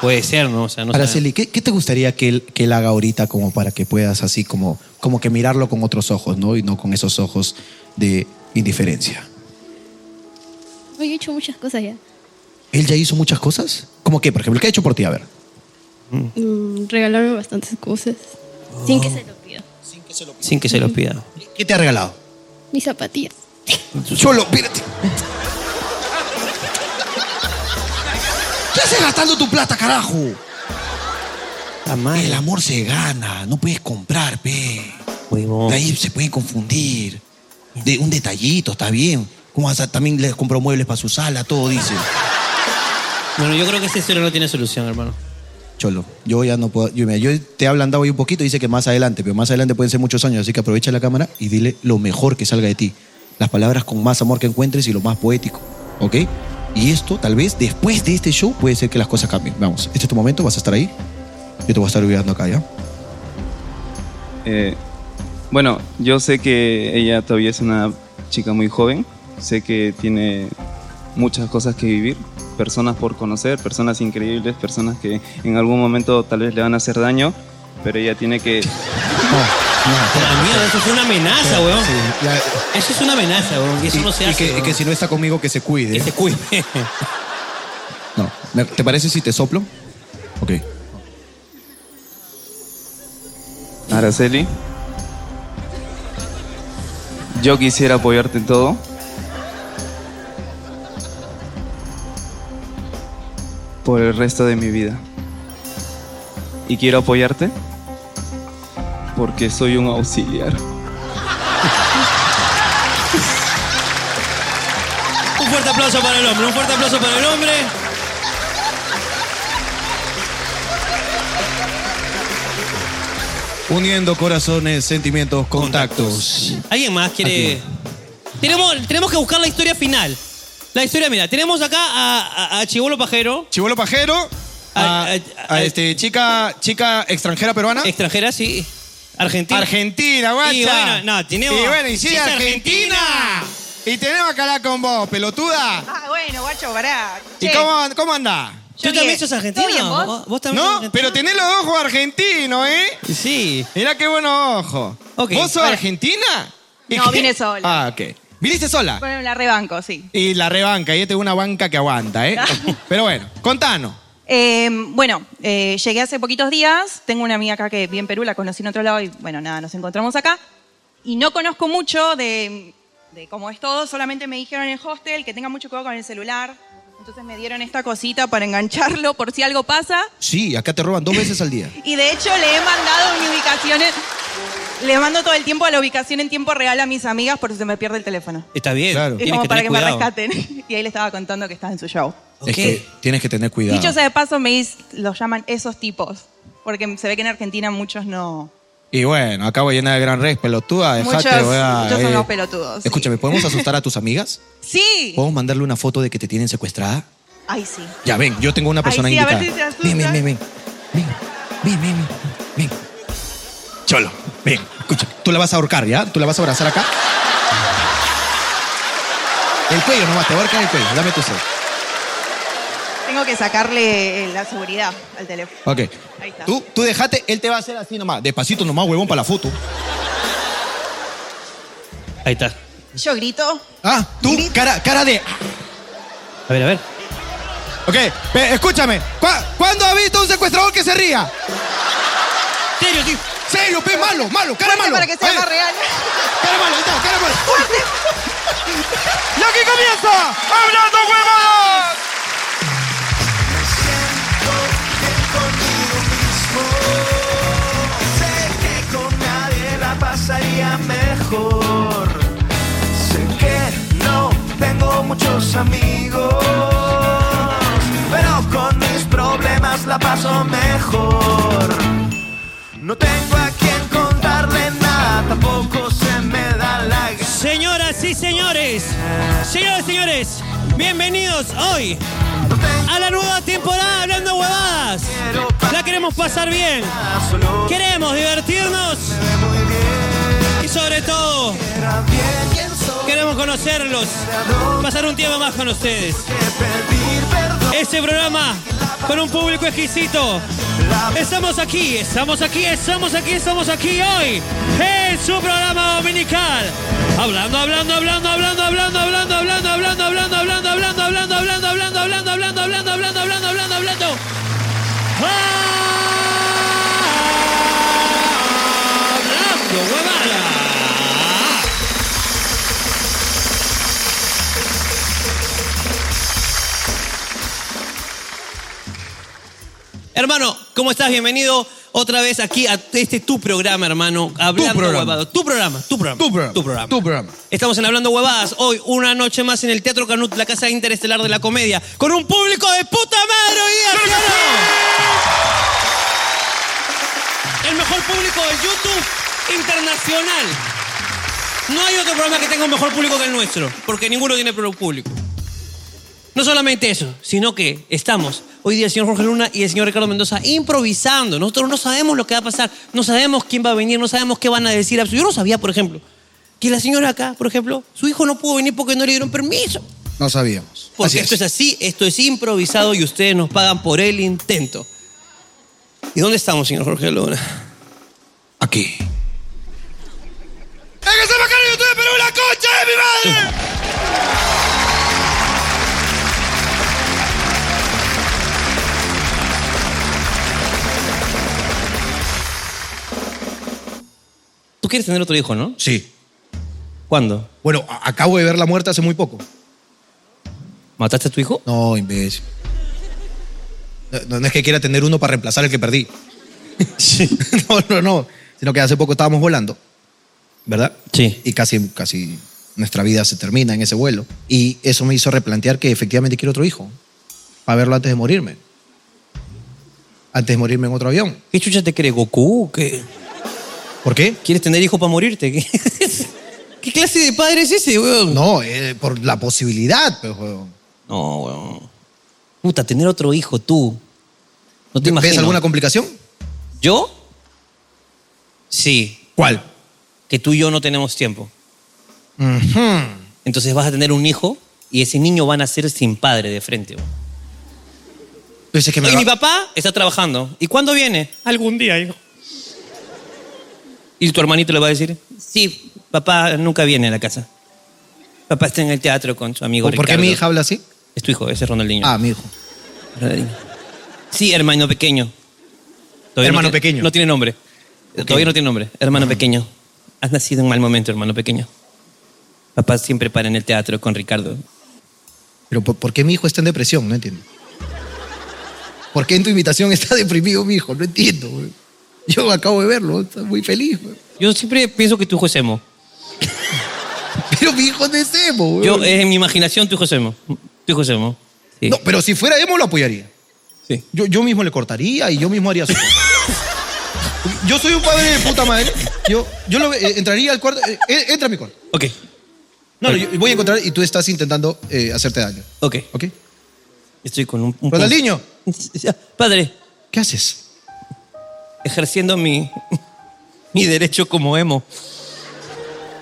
[SPEAKER 1] Puede ser, ¿no? O sea, no
[SPEAKER 2] Araceli, ¿qué, qué te gustaría que él, que él haga ahorita como para que puedas así como, como que mirarlo con otros ojos, ¿no? Y no con esos ojos de indiferencia.
[SPEAKER 7] Hoy he hecho muchas cosas ya.
[SPEAKER 2] ¿Él ya hizo muchas cosas? ¿Cómo qué, por ejemplo? ¿Qué ha hecho por ti? A ver.
[SPEAKER 7] Mm, regalaron bastantes cosas. Sin que se lo pida.
[SPEAKER 1] Sin que se lo pida.
[SPEAKER 2] ¿Qué te ha regalado?
[SPEAKER 7] Mis zapatillas.
[SPEAKER 2] Cholo, espérate. ¿Qué haces gastando tu plata, carajo? El amor se gana, no puedes comprar, pe. De ahí se pueden confundir. De un detallito, está bien. ¿Cómo vas a- también les compró muebles para su sala, todo dice.
[SPEAKER 1] Bueno, yo creo que ese suelo no tiene solución, hermano.
[SPEAKER 2] Cholo, yo ya no puedo. Yo, mira, yo te he ablandado hoy un poquito, dice que más adelante, pero más adelante pueden ser muchos años, así que aprovecha la cámara y dile lo mejor que salga de ti. Las palabras con más amor que encuentres y lo más poético, ¿ok? Y esto, tal vez, después de este show, puede ser que las cosas cambien. Vamos, este es tu momento, vas a estar ahí. Yo te voy a estar olvidando acá, ¿ya?
[SPEAKER 16] Eh, bueno, yo sé que ella todavía es una chica muy joven. Sé que tiene muchas cosas que vivir, personas por conocer, personas increíbles, personas que en algún momento tal vez le van a hacer daño, pero ella tiene que.
[SPEAKER 1] La mierda, eso es una amenaza, weón. Eso es una amenaza, weón. Y eso no se hace.
[SPEAKER 2] que,
[SPEAKER 1] weón.
[SPEAKER 2] que si no está conmigo, que se cuide. Que se
[SPEAKER 1] cuide.
[SPEAKER 2] No, ¿me- ¿te parece si te soplo? Ok.
[SPEAKER 16] Araceli, yo quisiera apoyarte en todo. Por el resto de mi vida. Y quiero apoyarte Porque soy un auxiliar.
[SPEAKER 1] Un fuerte aplauso para el hombre, un fuerte aplauso para el hombre.
[SPEAKER 6] Uniendo corazones, sentimientos, contactos.
[SPEAKER 1] ¿Alguien más quiere...? Tenemos, tenemos que buscar la historia final. La historia, mira, tenemos acá a, a, a Chibolo Pajero.
[SPEAKER 6] Chibolo Pajero. A, a este, chica, chica extranjera peruana.
[SPEAKER 1] Extranjera, sí. Argentina.
[SPEAKER 6] Argentina, guacha.
[SPEAKER 1] Y bueno, no, tenemos-
[SPEAKER 6] Y bueno, y sí,
[SPEAKER 1] sí, es
[SPEAKER 6] Argentina. Y tenemos acá la con vos, pelotuda.
[SPEAKER 5] Ah, bueno, guacho, pará.
[SPEAKER 6] ¿Y
[SPEAKER 5] Che,
[SPEAKER 6] cómo, cómo andás?
[SPEAKER 5] Yo ¿Tú también bien. sos argentino? ¿Todo bien, vos? ¿Vos también
[SPEAKER 6] No,
[SPEAKER 5] sos argentino?
[SPEAKER 6] pero tenés los ojos argentinos, ¿eh?
[SPEAKER 1] Sí.
[SPEAKER 6] Mirá qué buenos ojos. ¿Vos sos
[SPEAKER 5] Ahora-
[SPEAKER 6] argentina? ¿Y qué?
[SPEAKER 5] No, vine sola.
[SPEAKER 6] Ah, ok. ¿Viniste sola?
[SPEAKER 5] Bueno, la rebanco, sí.
[SPEAKER 6] Y la rebanca, y esta es una banca que aguanta, ¿eh? Pero bueno, contanos.
[SPEAKER 5] Eh, bueno, eh, llegué hace poquitos días. Tengo una amiga acá que vi en Perú, la conocí en otro lado y bueno, nada, nos encontramos acá. Y no conozco mucho de, de cómo es todo, solamente me dijeron en el hostel que tenga mucho cuidado con el celular. Entonces me dieron esta cosita para engancharlo por si algo pasa.
[SPEAKER 6] Sí, acá te roban dos veces al día.
[SPEAKER 5] Y de hecho le he mandado mi ubicación. en- le mando todo el tiempo a la ubicación en tiempo real a mis amigas por si se me pierde el teléfono.
[SPEAKER 1] Está bien.
[SPEAKER 5] Es como para que me rescaten. Y ahí le estaba contando que estaba en su show.
[SPEAKER 6] Es que tienes que tener cuidado.
[SPEAKER 5] Dicho sea de paso, me dis- los llaman esos tipos. Porque se ve que en Argentina muchos no.
[SPEAKER 6] Y bueno, acabo llena de gran res, pelotuda, dejate,
[SPEAKER 5] muchos
[SPEAKER 6] weá,
[SPEAKER 5] muchos
[SPEAKER 6] eh.
[SPEAKER 5] son los pelotudos. sí.
[SPEAKER 6] Escúchame, ¿podemos asustar a tus amigas?
[SPEAKER 5] Sí.
[SPEAKER 2] Oh.
[SPEAKER 6] ¿Podemos mandarle una foto de que te tienen secuestrada?
[SPEAKER 5] Ay, sí.
[SPEAKER 6] Ya ven, yo tengo una
[SPEAKER 5] Ay,
[SPEAKER 6] persona
[SPEAKER 5] sí, a ver
[SPEAKER 6] invitada.
[SPEAKER 5] si se asusta.
[SPEAKER 6] ven, ven, ven, ven. Ven, ven, ven. Ven. Cholo, ven. Escucha, tú la vas a ahorcar, ¿ya? Tú la vas a abrazar acá. El cuello nomás, te ahorca el cuello. Dame tu cel.
[SPEAKER 5] Tengo que sacarle eh, la seguridad al teléfono.
[SPEAKER 6] Ok.
[SPEAKER 5] Ahí está.
[SPEAKER 6] Tú, tú dejate, él te va a hacer así nomás. Despacito nomás, huevón, para la foto.
[SPEAKER 1] Ahí está.
[SPEAKER 5] Yo grito.
[SPEAKER 6] Ah, tú, cara, cara de.
[SPEAKER 1] A ver, a ver.
[SPEAKER 6] Ok, pe- escúchame. ¿Cuá- ¿Cuándo ha visto un secuestrador que se ría?
[SPEAKER 1] Serio, tío.
[SPEAKER 6] Serio, pe, malo, malo, cara malo.
[SPEAKER 5] para que sea
[SPEAKER 6] A ver.
[SPEAKER 5] más real.
[SPEAKER 6] Cara malo, ahí está, cara malo. ¡Y aquí comienza! ¡Hablando huevadas!
[SPEAKER 15] Sé que con nadie la pasaría mejor. Sé que no tengo muchos amigos, pero con mis problemas la paso mejor. No tengo a quien contarle nada, tampoco se me da la gana.
[SPEAKER 1] Señoras y señores, señoras y señores, bienvenidos hoy a la nueva temporada de Hablando Huevadas. La queremos pasar bien, queremos divertirnos y sobre todo queremos conocerlos, pasar un tiempo más con ustedes. Este programa con un público exquisito. Estamos aquí, estamos aquí, estamos aquí, estamos aquí hoy en su programa dominical. Hablando, hablando, hablando, hablando, hablando, hablando, hablando, hablando, hablando, hablando, hablando, hablando, hablando, hablando, hablando, hablando, hablando, hablando, hablando, hablando, hablando. Hablando, huevada. Hermano, ¿cómo estás? Bienvenido otra vez aquí a este tu programa, hermano. Hablando
[SPEAKER 6] programa.
[SPEAKER 1] Huevadas. Tu programa, tu programa.
[SPEAKER 6] Tu programa.
[SPEAKER 1] Tu programa. Estamos en Hablando Huevadas. Hoy, una noche más en el Teatro Canut, la casa interestelar de la comedia, con un público de puta madre hoy día, claro. El mejor público de YouTube internacional. No hay otro programa que tenga un mejor público que el nuestro, porque ninguno tiene pro- público. No solamente eso, sino que estamos hoy día el señor Jorge Luna y el señor Ricardo Mendoza improvisando. Nosotros no sabemos lo que va a pasar, no sabemos quién va a venir, no sabemos qué van a decir. Yo no sabía, por ejemplo, que la señora acá, por ejemplo, su hijo no pudo venir porque no le dieron permiso.
[SPEAKER 6] No sabíamos.
[SPEAKER 1] Porque esto es así, esto es improvisado y ustedes nos pagan por el intento. ¿Y dónde estamos, señor Jorge Luna?
[SPEAKER 6] Aquí.
[SPEAKER 15] ¡Es que se me cae el YouTube de Perú la concha de mi madre!
[SPEAKER 1] Tú quieres tener otro hijo, ¿no?
[SPEAKER 6] Sí.
[SPEAKER 1] ¿Cuándo?
[SPEAKER 6] Bueno, a- acabo de ver la muerte hace muy poco.
[SPEAKER 1] ¿Mataste a tu hijo?
[SPEAKER 6] No, imbécil. No, no, no es que quiera tener uno para reemplazar el que perdí. no, no, no.
[SPEAKER 2] sino que hace poco estábamos volando, ¿verdad? Sí. Y casi, casi nuestra vida se termina en ese vuelo. Y eso me hizo replantear que efectivamente quiero otro hijo, para verlo antes de morirme. Antes de morirme en otro avión.
[SPEAKER 1] ¿Qué chucha te cree, Goku? ¿Qué?
[SPEAKER 2] ¿Por qué?
[SPEAKER 1] ¿Quieres tener hijo para morirte? ¿Qué? ¿Qué clase de padre es ese, weón?
[SPEAKER 2] No, eh, por la posibilidad, pues, weón.
[SPEAKER 1] No, weón. Puta, tener otro hijo tú. No te
[SPEAKER 2] ¿Ves
[SPEAKER 1] imaginas.
[SPEAKER 2] alguna complicación?
[SPEAKER 1] ¿Yo? Sí. ¿Cuál? Que tú y yo no tenemos tiempo. Entonces vas a tener un hijo y ese niño va a nacer sin padre de frente. weón.
[SPEAKER 2] me
[SPEAKER 1] Oye,
[SPEAKER 2] va-
[SPEAKER 1] mi papá está trabajando. ¿Y cuándo viene? Algún día, hijo. ¿Y tu hermanito le va a decir? Sí, papá nunca viene a la casa. Papá está en el teatro con su amigo
[SPEAKER 2] ¿Por por qué
[SPEAKER 1] Ricardo".
[SPEAKER 2] mi hija habla así?
[SPEAKER 1] Es tu hijo, ese es Ronaldinho.
[SPEAKER 2] Ah, mi hijo.
[SPEAKER 1] Ronaldinho. Sí, hermano pequeño. Todavía
[SPEAKER 2] Hermano
[SPEAKER 1] no tiene-
[SPEAKER 2] pequeño.
[SPEAKER 1] No tiene nombre. Todavía no tiene nombre. Hermano pequeño. Has nacido en mal momento, hermano pequeño. Papá siempre para en el teatro con Ricardo.
[SPEAKER 2] Pero ¿por, por qué mi hijo está en depresión? No entiendo. ¿Por qué en tu invitación está deprimido mi hijo? No entiendo, weón. Yo acabo de verlo, está muy feliz, weón.
[SPEAKER 1] Yo siempre pienso que tu hijo es emo.
[SPEAKER 2] Pero mi hijo no es emo, weón.
[SPEAKER 1] Yo, eh, en mi imaginación, tu hijo es emo. Tu hijo es emo. Sí.
[SPEAKER 2] No, pero si fuera emo lo apoyaría.
[SPEAKER 1] Sí.
[SPEAKER 2] Yo, yo mismo le cortaría y yo mismo haría su cosa. Yo soy un padre de puta madre. Yo, yo lo, eh, entraría al cuarto. eh, eh, entra a mi cuarto.
[SPEAKER 1] Ok.
[SPEAKER 2] No, no, yo voy a encontrar y tú estás intentando eh, hacerte daño.
[SPEAKER 1] Ok.
[SPEAKER 2] Ok.
[SPEAKER 1] Estoy con un... un
[SPEAKER 2] Ronaldinho.
[SPEAKER 1] Padre.
[SPEAKER 2] ¿Qué haces?
[SPEAKER 1] Ejerciendo mi... Mi derecho como emo.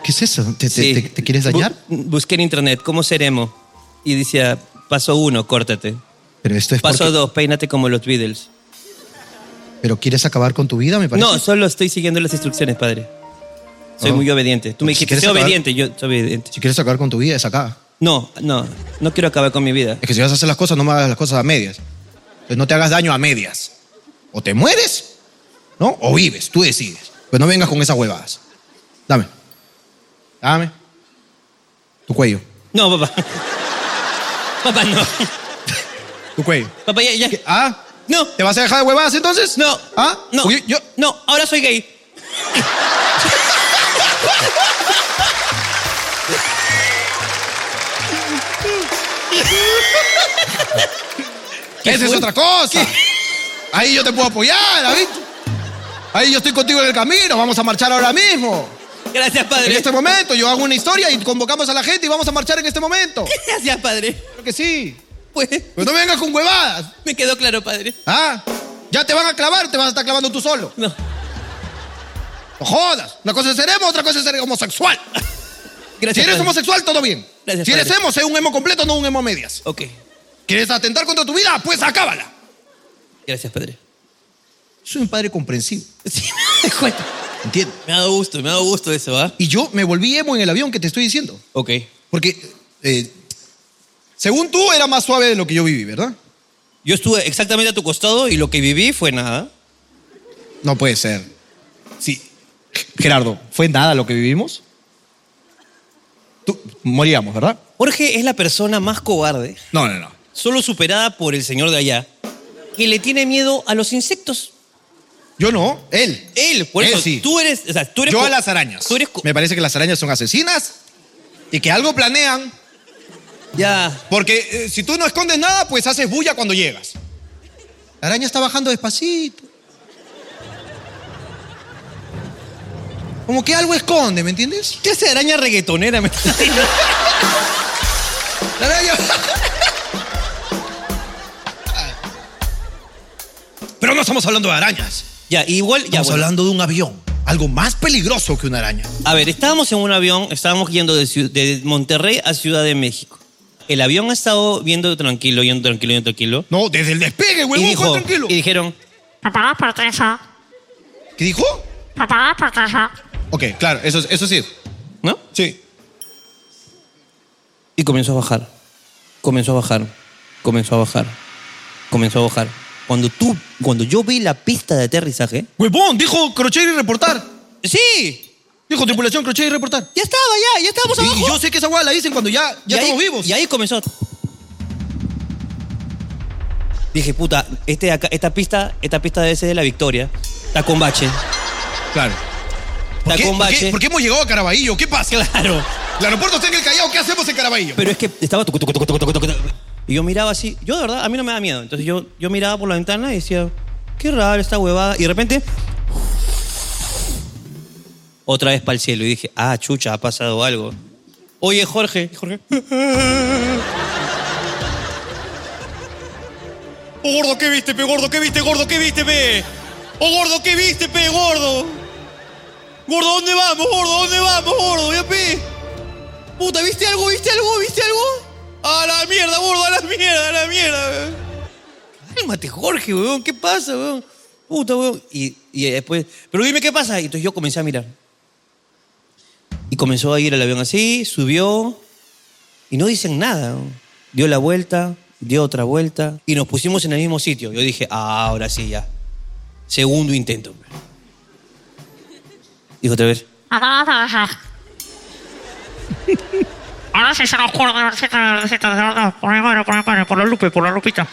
[SPEAKER 2] ¿Qué es eso? ¿Te, te- te- te quieres
[SPEAKER 1] Bu-
[SPEAKER 2] dañar?
[SPEAKER 1] busqué en internet cómo ser emo. Y decía, paso uno, córtate.
[SPEAKER 2] Pero esto es
[SPEAKER 1] Paso
[SPEAKER 2] porque-
[SPEAKER 1] dos, peínate como los Beatles.
[SPEAKER 2] ¿Pero quieres acabar con tu vida, me parece?
[SPEAKER 1] No, solo estoy siguiendo las instrucciones, padre. Soy
[SPEAKER 2] Oh.
[SPEAKER 1] muy obediente. Tú me
[SPEAKER 2] Si
[SPEAKER 1] dijiste,
[SPEAKER 2] quieres
[SPEAKER 1] soy
[SPEAKER 2] acabar-
[SPEAKER 1] obediente. Yo soy obediente.
[SPEAKER 2] Si quieres acabar con tu vida, es acá.
[SPEAKER 1] No, no, no quiero acabar con mi vida.
[SPEAKER 2] Es que si vas a hacer las cosas, no me hagas las cosas a medias. Entonces no te hagas daño a medias. O te mueres, ¿no? O vives, tú decides. Pero no vengas con esas huevadas. Dame. Dame. Tu cuello.
[SPEAKER 1] No, papá. papá, no.
[SPEAKER 2] Tu cuello.
[SPEAKER 1] Papá, ya, ya.
[SPEAKER 2] ¿Ah?
[SPEAKER 1] No.
[SPEAKER 2] ¿Te vas a dejar de huevadas entonces?
[SPEAKER 1] No.
[SPEAKER 2] ¿Ah?
[SPEAKER 1] No.
[SPEAKER 2] Porque yo-
[SPEAKER 1] No, ahora soy gay.
[SPEAKER 2] Esa es otra cosa. Ahí yo te puedo apoyar, David. Ahí yo estoy contigo en el camino. Vamos a marchar ahora mismo.
[SPEAKER 1] Gracias, padre.
[SPEAKER 2] En este momento yo hago una historia y convocamos a la gente y vamos a marchar en este momento.
[SPEAKER 1] Gracias, padre.
[SPEAKER 2] Creo que sí.
[SPEAKER 1] Pues.
[SPEAKER 2] Pero no vengas con huevadas.
[SPEAKER 1] Me quedó claro, padre.
[SPEAKER 2] ¿Ah? Ya te van a clavar, te vas a estar clavando tú solo.
[SPEAKER 1] No.
[SPEAKER 2] No jodas. Una cosa es ser emo, otra cosa es ser homosexual.
[SPEAKER 1] Gracias,
[SPEAKER 2] si eres
[SPEAKER 1] padre.
[SPEAKER 2] homosexual, todo bien.
[SPEAKER 1] Gracias,
[SPEAKER 2] si eres
[SPEAKER 1] padre.
[SPEAKER 2] emo, sé un emo completo, no un emo a medias.
[SPEAKER 1] Ok.
[SPEAKER 2] ¿Quieres atentar contra tu vida? Pues acábala.
[SPEAKER 1] Gracias, padre.
[SPEAKER 2] Soy un padre comprensivo.
[SPEAKER 1] Sí, me doy cuenta.
[SPEAKER 2] Entiendo.
[SPEAKER 1] Me ha dado gusto, me ha dado gusto eso, ¿va?
[SPEAKER 2] Y yo me volví emo en el avión que te estoy diciendo.
[SPEAKER 1] Ok.
[SPEAKER 2] Porque, eh, según tú, era más suave de lo que yo viví, ¿verdad?
[SPEAKER 1] Yo estuve exactamente a tu costado y lo que viví fue nada.
[SPEAKER 2] No puede ser. Sí. Gerardo, ¿fue nada lo que vivimos? Tú, moríamos, ¿verdad?
[SPEAKER 1] Jorge es la persona más cobarde,
[SPEAKER 2] No, no, no.
[SPEAKER 1] solo superada por el señor de allá, que le tiene miedo a los insectos. Eh,
[SPEAKER 2] Yo no, él.
[SPEAKER 1] Él, por
[SPEAKER 2] Él
[SPEAKER 1] eso
[SPEAKER 2] sí.
[SPEAKER 1] tú eres, o sea, tú eres
[SPEAKER 2] Yo
[SPEAKER 1] co-
[SPEAKER 2] a las arañas.
[SPEAKER 1] Tú eres co-
[SPEAKER 2] Me parece que las arañas son asesinas y que algo planean.
[SPEAKER 1] ya
[SPEAKER 2] Porque eh, si tú no escondes nada, pues haces bulla cuando llegas. La araña está bajando despacito. Como que algo esconde, ¿me entiendes?
[SPEAKER 1] ¿Qué hace araña reggaetonera? Me estás diciendo?
[SPEAKER 2] La araña- Pero no estamos hablando de arañas.
[SPEAKER 1] ya, igual ya
[SPEAKER 2] Estamos
[SPEAKER 1] bueno.
[SPEAKER 2] hablando de un avión. Algo más peligroso que una araña.
[SPEAKER 1] A ver, estábamos en un avión, estábamos yendo de, Ciu- de Monterrey a Ciudad de México. El avión ha estado viendo tranquilo, yendo tranquilo, yendo tranquilo.
[SPEAKER 2] No, desde el despegue,
[SPEAKER 1] y,
[SPEAKER 2] huevón,
[SPEAKER 1] dijo-
[SPEAKER 2] Juan, tranquilo.
[SPEAKER 1] y dijeron,
[SPEAKER 17] Papá por queso.
[SPEAKER 2] ¿Qué dijo?
[SPEAKER 17] Papá por queso.
[SPEAKER 2] Ok, claro, eso, eso sí.
[SPEAKER 1] ¿no?
[SPEAKER 2] Sí.
[SPEAKER 1] Y comenzó a bajar. Comenzó a bajar. Comenzó a bajar. Comenzó a bajar. Cuando tú, cuando yo vi la pista de aterrizaje.
[SPEAKER 2] Huevón, dijo crochet y reportar.
[SPEAKER 1] ¡Sí!
[SPEAKER 2] Dijo tripulación, crochet y reportar.
[SPEAKER 1] Ya estaba, ya, ya estábamos
[SPEAKER 2] Y yo sé que esa hueá la dicen cuando ya, ya
[SPEAKER 1] Y ahí-
[SPEAKER 2] estamos vivos.
[SPEAKER 1] Y ahí comenzó. Dije, puta, este de acá- esta pista, esta pista debe ser de la victoria. Está con bache.
[SPEAKER 2] Claro. ¿Por qué, por qué- por qué hemos llegado a Caraballo? ¿Qué pasa?
[SPEAKER 1] Claro.
[SPEAKER 2] El aeropuerto está en el Callao, ¿qué hacemos en Caraballo?
[SPEAKER 1] Pero es que estaba tucu, tucu, tucu, tucu, tucu, tucu, tucu. Y yo miraba así. Yo, de verdad, a mí no me da miedo. Entonces yo, yo miraba por la ventana y decía, qué raro esta huevada. Y de repente, otra vez para el cielo. Y dije, ah, chucha, ha pasado algo. Oye, Jorge. Y Jorge.
[SPEAKER 6] Oh, gordo, ¿qué viste, pe? Gordo, ¿qué viste, gordo? ¿Qué viste, pe? Oh, gordo, ¿qué viste, pe? Gordo. Gordo, ¿dónde vamos, gordo? ¿Dónde vamos, gordo? Ya, pe. Puta, ¿viste algo, viste algo, viste algo? A la mierda, gordo, a la mierda, a la mierda, pe.
[SPEAKER 1] Cálmate, Jorge, weón. ¿Qué pasa, weón? Puta, weón. Y, y después, pero dime qué pasa. Y entonces yo comencé a mirar. Y comenzó a ir el avión así, subió. Y no dicen nada. weón. Dio la vuelta, dio otra vuelta. Y nos pusimos en el mismo sitio. Yo dije, ah, ahora sí, ya. Segundo intento. Dijo otra vez.
[SPEAKER 17] Ahora sí se nos ocurre una versita, una versita, de verdad. Ponen cuero, ponen cuero, por la lupe, por la lupita.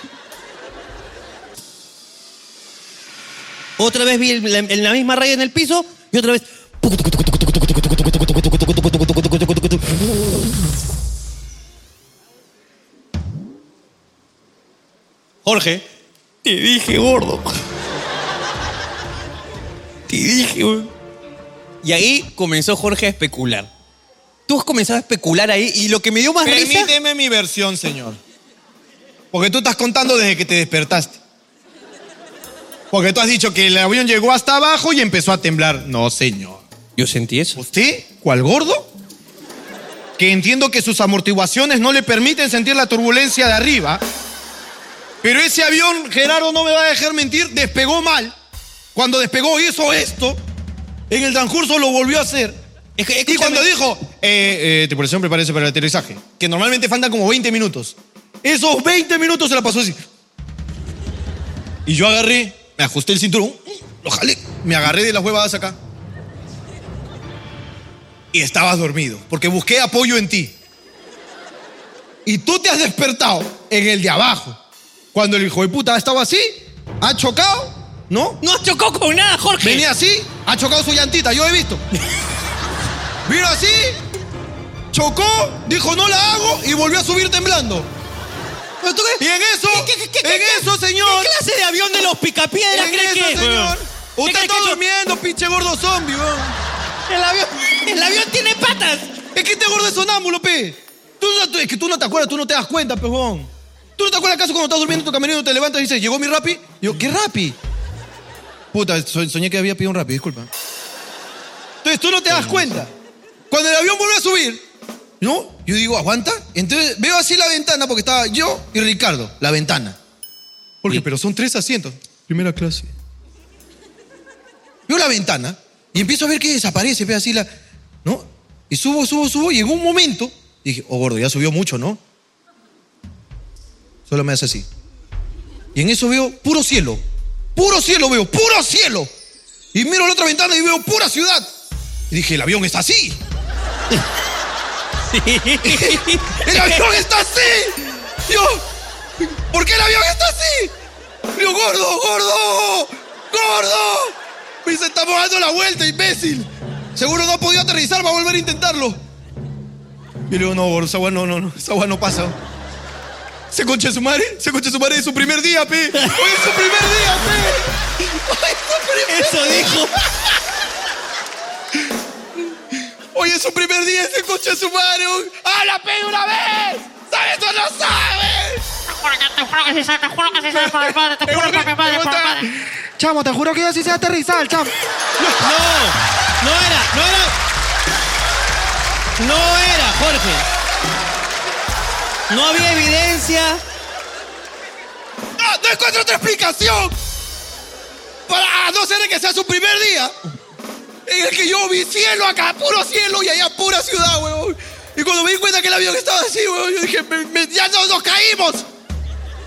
[SPEAKER 1] Otra vez vi el- la, en la misma raya en el piso y otra vez.
[SPEAKER 6] Jorge. Te dije, gordo. Te dije, weón.
[SPEAKER 1] Y ahí comenzó Jorge a especular. Tú has comenzado a especular ahí y lo que me dio más risa.
[SPEAKER 2] Permíteme mi versión, señor. Porque tú estás contando desde que te despertaste. Porque tú has dicho que el avión llegó hasta abajo y empezó a temblar. No, señor.
[SPEAKER 1] Yo sentí eso.
[SPEAKER 2] ¿Usted? ¿Cuál gordo? Que entiendo que sus amortiguaciones no le permiten sentir la turbulencia de arriba. Pero ese avión, Gerardo no me va a dejar mentir, despegó mal. Cuando despegó hizo esto. En el transcurso lo volvió a hacer. y cuando dijo, eh, eh, tripulación, prepárese para el aterrizaje. Que normalmente faltan como 20 minutos. Esos 20 minutos se la pasó así. Y yo agarré, me ajusté el cinturón, lo jalé, me agarré de las huevadas acá. Y estabas dormido, porque busqué apoyo en ti. Y tú te has despertado en el de abajo. Cuando el hijo de puta ha estado así, ha chocado, ¿no?
[SPEAKER 1] No ha chocado con nada, Jorge.
[SPEAKER 2] Venía así, ha chocado su llantita, yo he visto. Vino así, chocó, dijo no la hago y volvió a subir temblando. Y en eso, en eso, señor. ¿Qué clase de avión de los picapiedras
[SPEAKER 6] crees
[SPEAKER 2] eso,
[SPEAKER 6] que es?
[SPEAKER 2] señor.
[SPEAKER 6] ¿Qué
[SPEAKER 2] Usted
[SPEAKER 6] crees
[SPEAKER 2] está
[SPEAKER 6] que yo-
[SPEAKER 2] durmiendo, pinche gordo zombie, weón. El avión, el avión tiene patas. Es que este gordo es sonámbulo, pe. Tú no- tú- es que tú no te acuerdas, tú no te das cuenta, pejón. ¿Tú no te acuerdas acaso cuando estás durmiendo en tu camerino te levantas y dices, llegó mi rapi? Y yo, ¿qué rapi? Puta, so- soñé que había pedido un rapi, disculpa. Entonces tú no te das cuenta. Cuando el avión vuelve a subir, ¿no? Yo digo, ¿aguanta? Entonces veo así la ventana porque estaba yo y Ricardo, la ventana. Porque, pero son tres asientos. Primera clase. Veo la ventana y empiezo a ver que desaparece, veo así la. ¿No? Y subo, subo, subo. Y en un momento dije, oh gordo, ya subió mucho, ¿no? Solo me hace así. Y en eso veo puro cielo. Puro cielo veo, puro cielo. Y miro la otra ventana y veo pura ciudad. Y dije, el avión está así. ¡El avión está así! ¡Dios! ¿Por qué el avión está así? Yo, gordo, gordo, gordo. Me dice, estamos dando la vuelta, imbécil. Seguro no ha podido aterrizar, va a volver a intentarlo. Y le digo, no, gordo, esa hueá no, no, no, esa hueá no pasa. Se conche su madre, se conche su madre, es su primer día, pe. Hoy es su primer día, pe. Hoy es su primer Eso dijo. Hoy es su primer día, se conche su madre. ¡Hala, pe, una vez! ¡Sabes o no sabes!
[SPEAKER 17] Te juro que, te juro que sí sé, te juro que sí sé, por el padre, te juro por mi padre, por el padre.
[SPEAKER 2] Chamo, te juro que yo sí sé aterrizar, chamo.
[SPEAKER 6] No, no era, no era. No era, Jorge.
[SPEAKER 1] No había evidencia.
[SPEAKER 2] ¡No, no encuentro otra explicación! Para a no ser que sea su primer día. En el que yo vi cielo acá, puro cielo y allá pura ciudad, weón. Y cuando me di cuenta que el avión estaba así, weón, yo dije, "Me- me- ya no, nos caímos.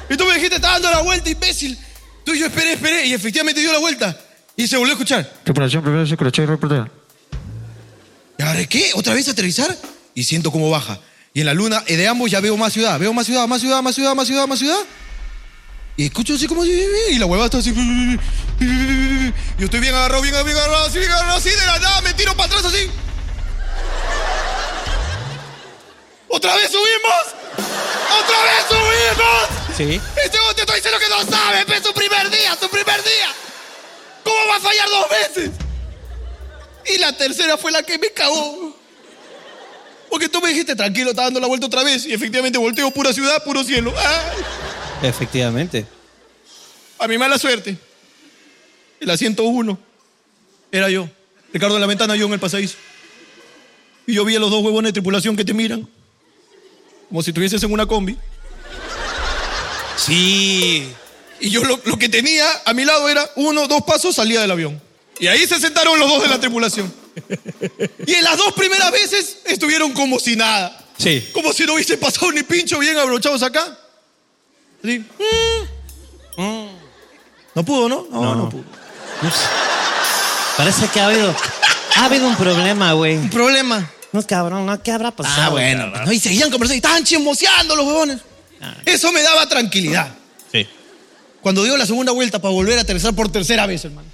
[SPEAKER 2] Y tú me dijiste, está dando la vuelta, imbécil. Tú y yo esperé, esperé, y efectivamente dio la vuelta. Y se volvió a escuchar.
[SPEAKER 18] Tripulación, primero se crochet y reportera.
[SPEAKER 2] ¿Y ahora qué? ¿Otra vez aterrizar? Y siento cómo baja. Y en la luna eh, de ambos ya veo más ciudad, veo más ciudad, más ciudad, más ciudad, más ciudad, más ciudad. Y escucho así como... Y la huevada está así...
[SPEAKER 15] Yo estoy bien agarrado, bien, bien agarrado, así, bien agarrado, así, de la nada, me tiro para atrás así. ¡Otra vez subimos! ¡Otra vez subimos!
[SPEAKER 1] Sí.
[SPEAKER 15] Este hombre te estoy diciendo que no sabe, es su primer día, su primer día. ¿Cómo va a fallar dos veces? Y la tercera fue la que me cagó. Porque tú me dijiste, tranquilo, está dando la vuelta otra vez. Y efectivamente volteo, pura ciudad, puro cielo. Ah. Ay,
[SPEAKER 1] Efectivamente.
[SPEAKER 15] a mi mala suerte. El asiento uno. Era yo. Ricardo en la ventana, yo en el pasadizo. Y yo vi a los dos huevones de tripulación que te miran. Como si estuvieses en una combi.
[SPEAKER 1] Sí.
[SPEAKER 15] Y yo lo, lo que tenía a mi lado era uno, dos pasos, salía del avión. Y ahí se sentaron los dos de la tripulación. Y en las dos primeras veces estuvieron como si nada.
[SPEAKER 1] Sí.
[SPEAKER 15] Como si no hubiese pasado ni pincho bien abrochados acá. Así. Mm. No pudo, ¿no? No, no, pudo.
[SPEAKER 1] Parece que ha habido, ha habido un problema, güey. Un
[SPEAKER 15] problema.
[SPEAKER 1] No, cabrón, no, ¿qué habrá pasado?
[SPEAKER 15] Ah, bueno,
[SPEAKER 1] cabrón?
[SPEAKER 15] pues, no, y seguían conversando y estaban chismoseando los huevones.
[SPEAKER 1] Ah.
[SPEAKER 15] Eso me daba tranquilidad.
[SPEAKER 6] Sí.
[SPEAKER 15] Cuando dio la segunda vuelta para volver a aterrizar por tercera vez, hermano.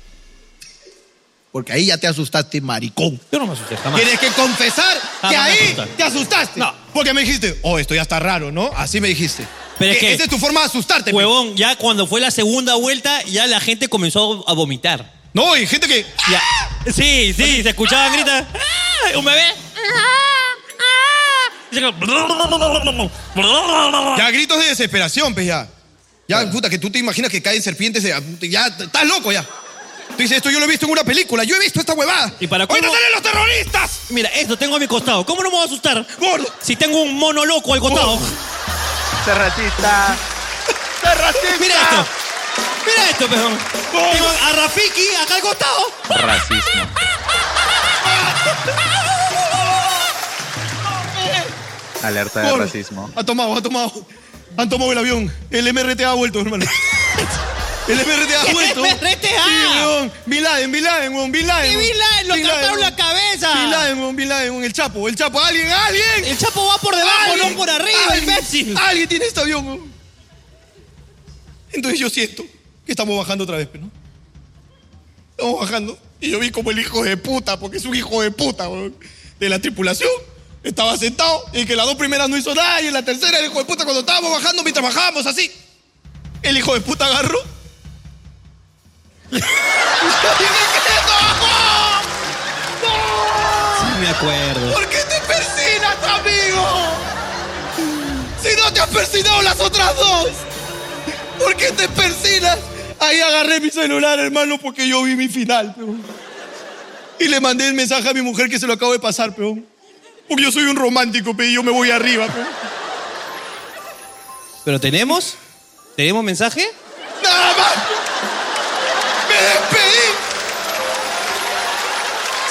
[SPEAKER 15] Porque ahí ya te asustaste, maricón.
[SPEAKER 1] Yo no me asusté jamás.
[SPEAKER 15] Tienes que confesar que
[SPEAKER 1] Jamás me
[SPEAKER 15] ahí
[SPEAKER 1] asusté.
[SPEAKER 15] te asustaste. Porque me dijiste, oh, esto ya está raro, ¿no? Así me dijiste.
[SPEAKER 1] Pero es
[SPEAKER 15] Que
[SPEAKER 1] que-
[SPEAKER 15] Esa E-, es tu forma de asustarte. pe.
[SPEAKER 1] Huevón, ya cuando fue la segunda vuelta, ya la gente comenzó a vomitar.
[SPEAKER 15] No, y gente que.
[SPEAKER 1] Sí, sí, se escuchaban gritas. ¡Ah! Un bebé.
[SPEAKER 15] Ya gritos de desesperación, pues ya. Ya, puta, que tú te imaginas que caen serpientes. de- Ya, t- estás loco ya. Tú dices, esto yo lo he visto en una película, yo he visto esta huevada.
[SPEAKER 1] Y para
[SPEAKER 15] ¡Ahorita
[SPEAKER 1] cómo-
[SPEAKER 15] salen los terroristas!
[SPEAKER 1] Mira, esto tengo a mi costado. ¿Cómo no me voy a asustar? Si tengo un mono loco al costado.
[SPEAKER 19] Cerratita. Cerratita.
[SPEAKER 1] Mira esto. Mira esto, pejón. Tengo a Rafiki acá al costado.
[SPEAKER 6] Racismo.
[SPEAKER 10] Alerta de
[SPEAKER 15] Gordo.
[SPEAKER 10] racismo.
[SPEAKER 15] Ha tomado, ha tomado. Han tomado el avión. El MRT ha vuelto, hermano. El MRT ha
[SPEAKER 1] ¿Qué
[SPEAKER 15] vuelto.
[SPEAKER 1] MRTA?
[SPEAKER 15] Sí, weón. Bin Laden, Bin Laden, weón, Bin Laden.
[SPEAKER 1] ¿Qué
[SPEAKER 15] weón.
[SPEAKER 1] Bin Laden? Lo cortaron
[SPEAKER 15] weón.
[SPEAKER 1] la cabeza.
[SPEAKER 15] Bin Laden, weón, Bin Laden, weón. El Chapo, el Chapo. ¡Alguien, alguien!
[SPEAKER 1] El Chapo va por debajo, no por arriba, imbécil.
[SPEAKER 15] Alguien tiene este avión, weón. Entonces yo siento que estamos bajando otra vez, pero ¿no? Estamos bajando. Y yo vi como el hijo de puta, porque es un hijo de puta, weón, de la tripulación. Estaba sentado y que las dos primeras no hizo nada y en la tercera el hijo de puta cuando estábamos bajando mientras bajábamos así. El hijo de puta agarró.
[SPEAKER 1] Sí, me acuerdo.
[SPEAKER 15] ¿Por qué te persinas, amigo? Si no te has persinado las otras dos. ¿Por qué te persinas? Ahí agarré mi celular, hermano, porque yo vi mi final, peón. Y le mandé el mensaje a mi mujer que se lo acabo de pasar, peón. Porque yo soy un romántico, pe, y yo me voy arriba, peón.
[SPEAKER 1] ¿Pero tenemos? ¿Tenemos mensaje?
[SPEAKER 15] ¡Nada más! ¡Me despedí!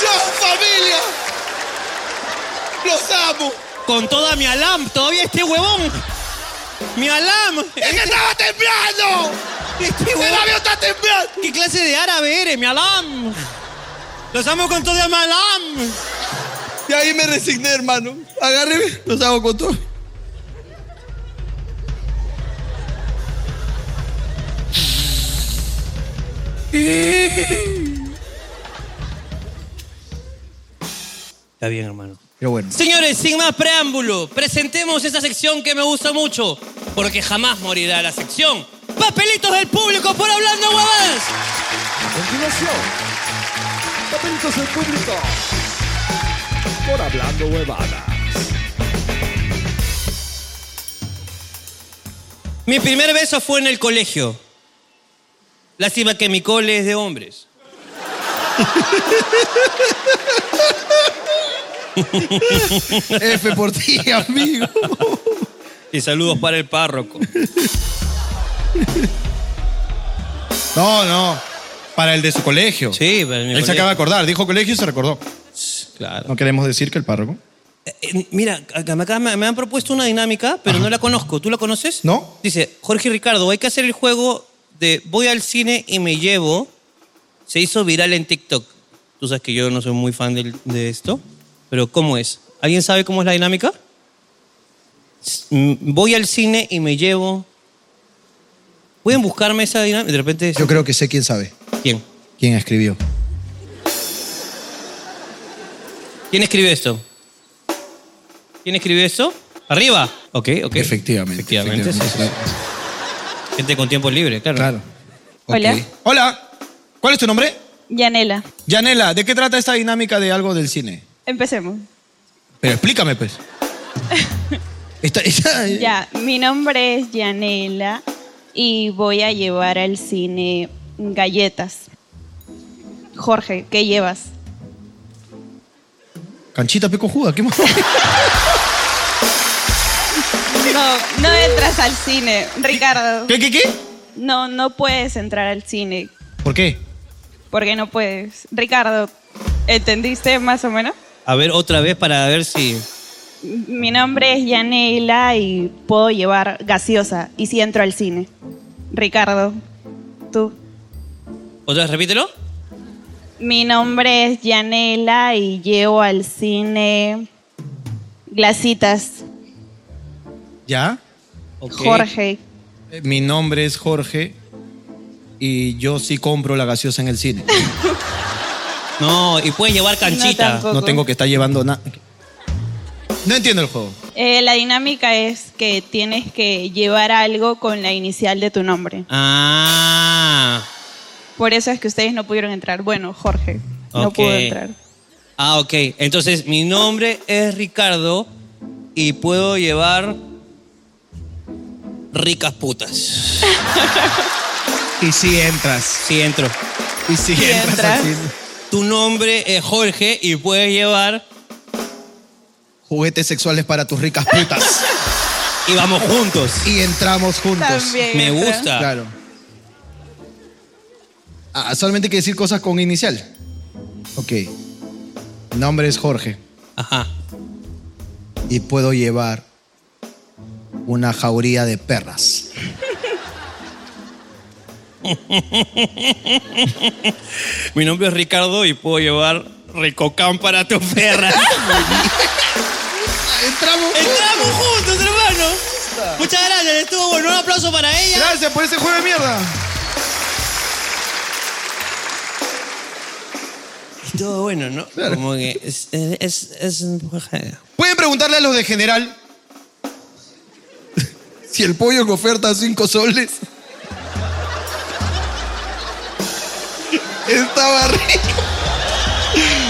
[SPEAKER 15] ¡Chao, familia! ¡Los amo!
[SPEAKER 1] Con toda mi alam, todavía este huevón. Mi alam.
[SPEAKER 15] ¡Es que estaba temblando!
[SPEAKER 1] Este
[SPEAKER 15] ¡El
[SPEAKER 1] huevón.
[SPEAKER 15] avión está temblando!
[SPEAKER 1] ¿Qué clase de árabe eres, mi alam? Los amo con toda mi alam.
[SPEAKER 15] Y ahí me resigné, hermano. Agarré, los hago con todo.
[SPEAKER 1] Está bien, hermano.
[SPEAKER 15] Pero bueno.
[SPEAKER 1] Señores, sin más preámbulo, presentemos esta sección que me gusta mucho, porque jamás morirá la sección. Papelitos del público por hablando huevadas.
[SPEAKER 19] continuación, papelitos del público. Por hablando huevada.
[SPEAKER 1] Mi primer beso fue en el colegio. Lástima que mi cole es de hombres.
[SPEAKER 15] F por ti, amigo.
[SPEAKER 1] Y saludos para el párroco.
[SPEAKER 15] No, no. Para el de su colegio.
[SPEAKER 1] Sí, para el
[SPEAKER 15] Él se acaba de acordar. Dijo colegio y se recordó.
[SPEAKER 1] Claro.
[SPEAKER 15] No queremos decir que el párroco.
[SPEAKER 1] Eh, Mira, acá me, acá me- me han propuesto una dinámica, pero no la conozco. ¿Tú la conoces?
[SPEAKER 15] No.
[SPEAKER 1] Dice, Jorge y Ricardo, hay que hacer el juego de voy al cine y me llevo. Se hizo viral en TikTok. Tú sabes que yo no soy muy fan del- de, esto, pero ¿cómo es? ¿Alguien sabe cómo es la dinámica? S- mm, Voy al cine y me llevo... ¿Pueden buscarme esa dinámica? De repente...
[SPEAKER 15] Yo creo que sé quién sabe.
[SPEAKER 1] ¿Quién?
[SPEAKER 2] quien escribió.
[SPEAKER 1] ¿Quién escribe esto? ¿Quién escribe esto? ¿Arriba? Ok, ok.
[SPEAKER 2] Efectivamente.
[SPEAKER 1] Efectivamente. sí, sí, sí. Gente con tiempo libre, claro. Claro.
[SPEAKER 5] Hola,
[SPEAKER 2] Hola, ¿cuál es tu nombre?
[SPEAKER 5] Yanela.
[SPEAKER 2] Yanela, ¿de qué trata esta dinámica de algo del cine?
[SPEAKER 5] Empecemos.
[SPEAKER 2] Pero explícame, pues. Esta- esta-
[SPEAKER 20] Ya, mi nombre es Yanela y voy a llevar al cine galletas. Jorge, ¿qué llevas?
[SPEAKER 2] Canchita pecojuda, ¿qué más?
[SPEAKER 20] No, no entras al cine, Ricardo.
[SPEAKER 2] ¿Qué, qué, qué?
[SPEAKER 20] No, no puedes entrar al cine.
[SPEAKER 2] ¿Por qué?
[SPEAKER 20] porque no puedes? Ricardo, ¿entendiste más o menos?
[SPEAKER 1] A ver, otra vez para ver si.
[SPEAKER 20] Mi nombre es Yanela y puedo llevar gaseosa y si entro al cine. Ricardo, tú.
[SPEAKER 1] ¿Otra vez repítelo?
[SPEAKER 20] Mi nombre es Yanela y llevo al cine Glacitas.
[SPEAKER 2] ¿Ya?
[SPEAKER 20] Jorge,
[SPEAKER 2] Eh, Mi nombre es Jorge y yo sí compro la gaseosa en el cine.
[SPEAKER 1] no, y puedes llevar
[SPEAKER 20] canchita. No, tampoco.
[SPEAKER 2] No, tengo que estar llevando nada. No entiendo el juego.
[SPEAKER 20] eh, la dinámica es que tienes que llevar algo con la inicial de tu nombre.
[SPEAKER 1] Ah.
[SPEAKER 20] Por eso es que ustedes no pudieron entrar. Bueno, Jorge, no
[SPEAKER 1] Ok.
[SPEAKER 20] pudo entrar.
[SPEAKER 1] Ah, ok. Entonces, mi nombre es Ricardo y puedo llevar ricas putas.
[SPEAKER 2] y si entras. Si
[SPEAKER 1] entro.
[SPEAKER 2] Y si
[SPEAKER 1] Sí
[SPEAKER 2] entras,
[SPEAKER 1] entras.
[SPEAKER 2] al cine.
[SPEAKER 1] Tu nombre es Jorge y puedes llevar
[SPEAKER 2] Juguetes sexuales para tus ricas putas.
[SPEAKER 1] y vamos juntos.
[SPEAKER 2] Y entramos juntos.
[SPEAKER 1] También Me entra. gusta.
[SPEAKER 2] Claro. Ah, solamente hay que decir cosas con inicial. Ok. Mi nombre es Jorge.
[SPEAKER 1] Ajá.
[SPEAKER 2] Y puedo llevar una jauría de perras.
[SPEAKER 1] Mi nombre es Ricardo y puedo llevar Ricocam para tu perra.
[SPEAKER 2] Entramos
[SPEAKER 6] Entramos
[SPEAKER 1] juntos, hermano. Muchas gracias, estuvo bueno. Un aplauso para ella.
[SPEAKER 2] Gracias por ese juego de mierda.
[SPEAKER 1] Todo bueno, ¿no? Como que es, es, es- es-
[SPEAKER 2] Pueden preguntarle a los de general si el pollo que oferta a 5 soles estaba rico.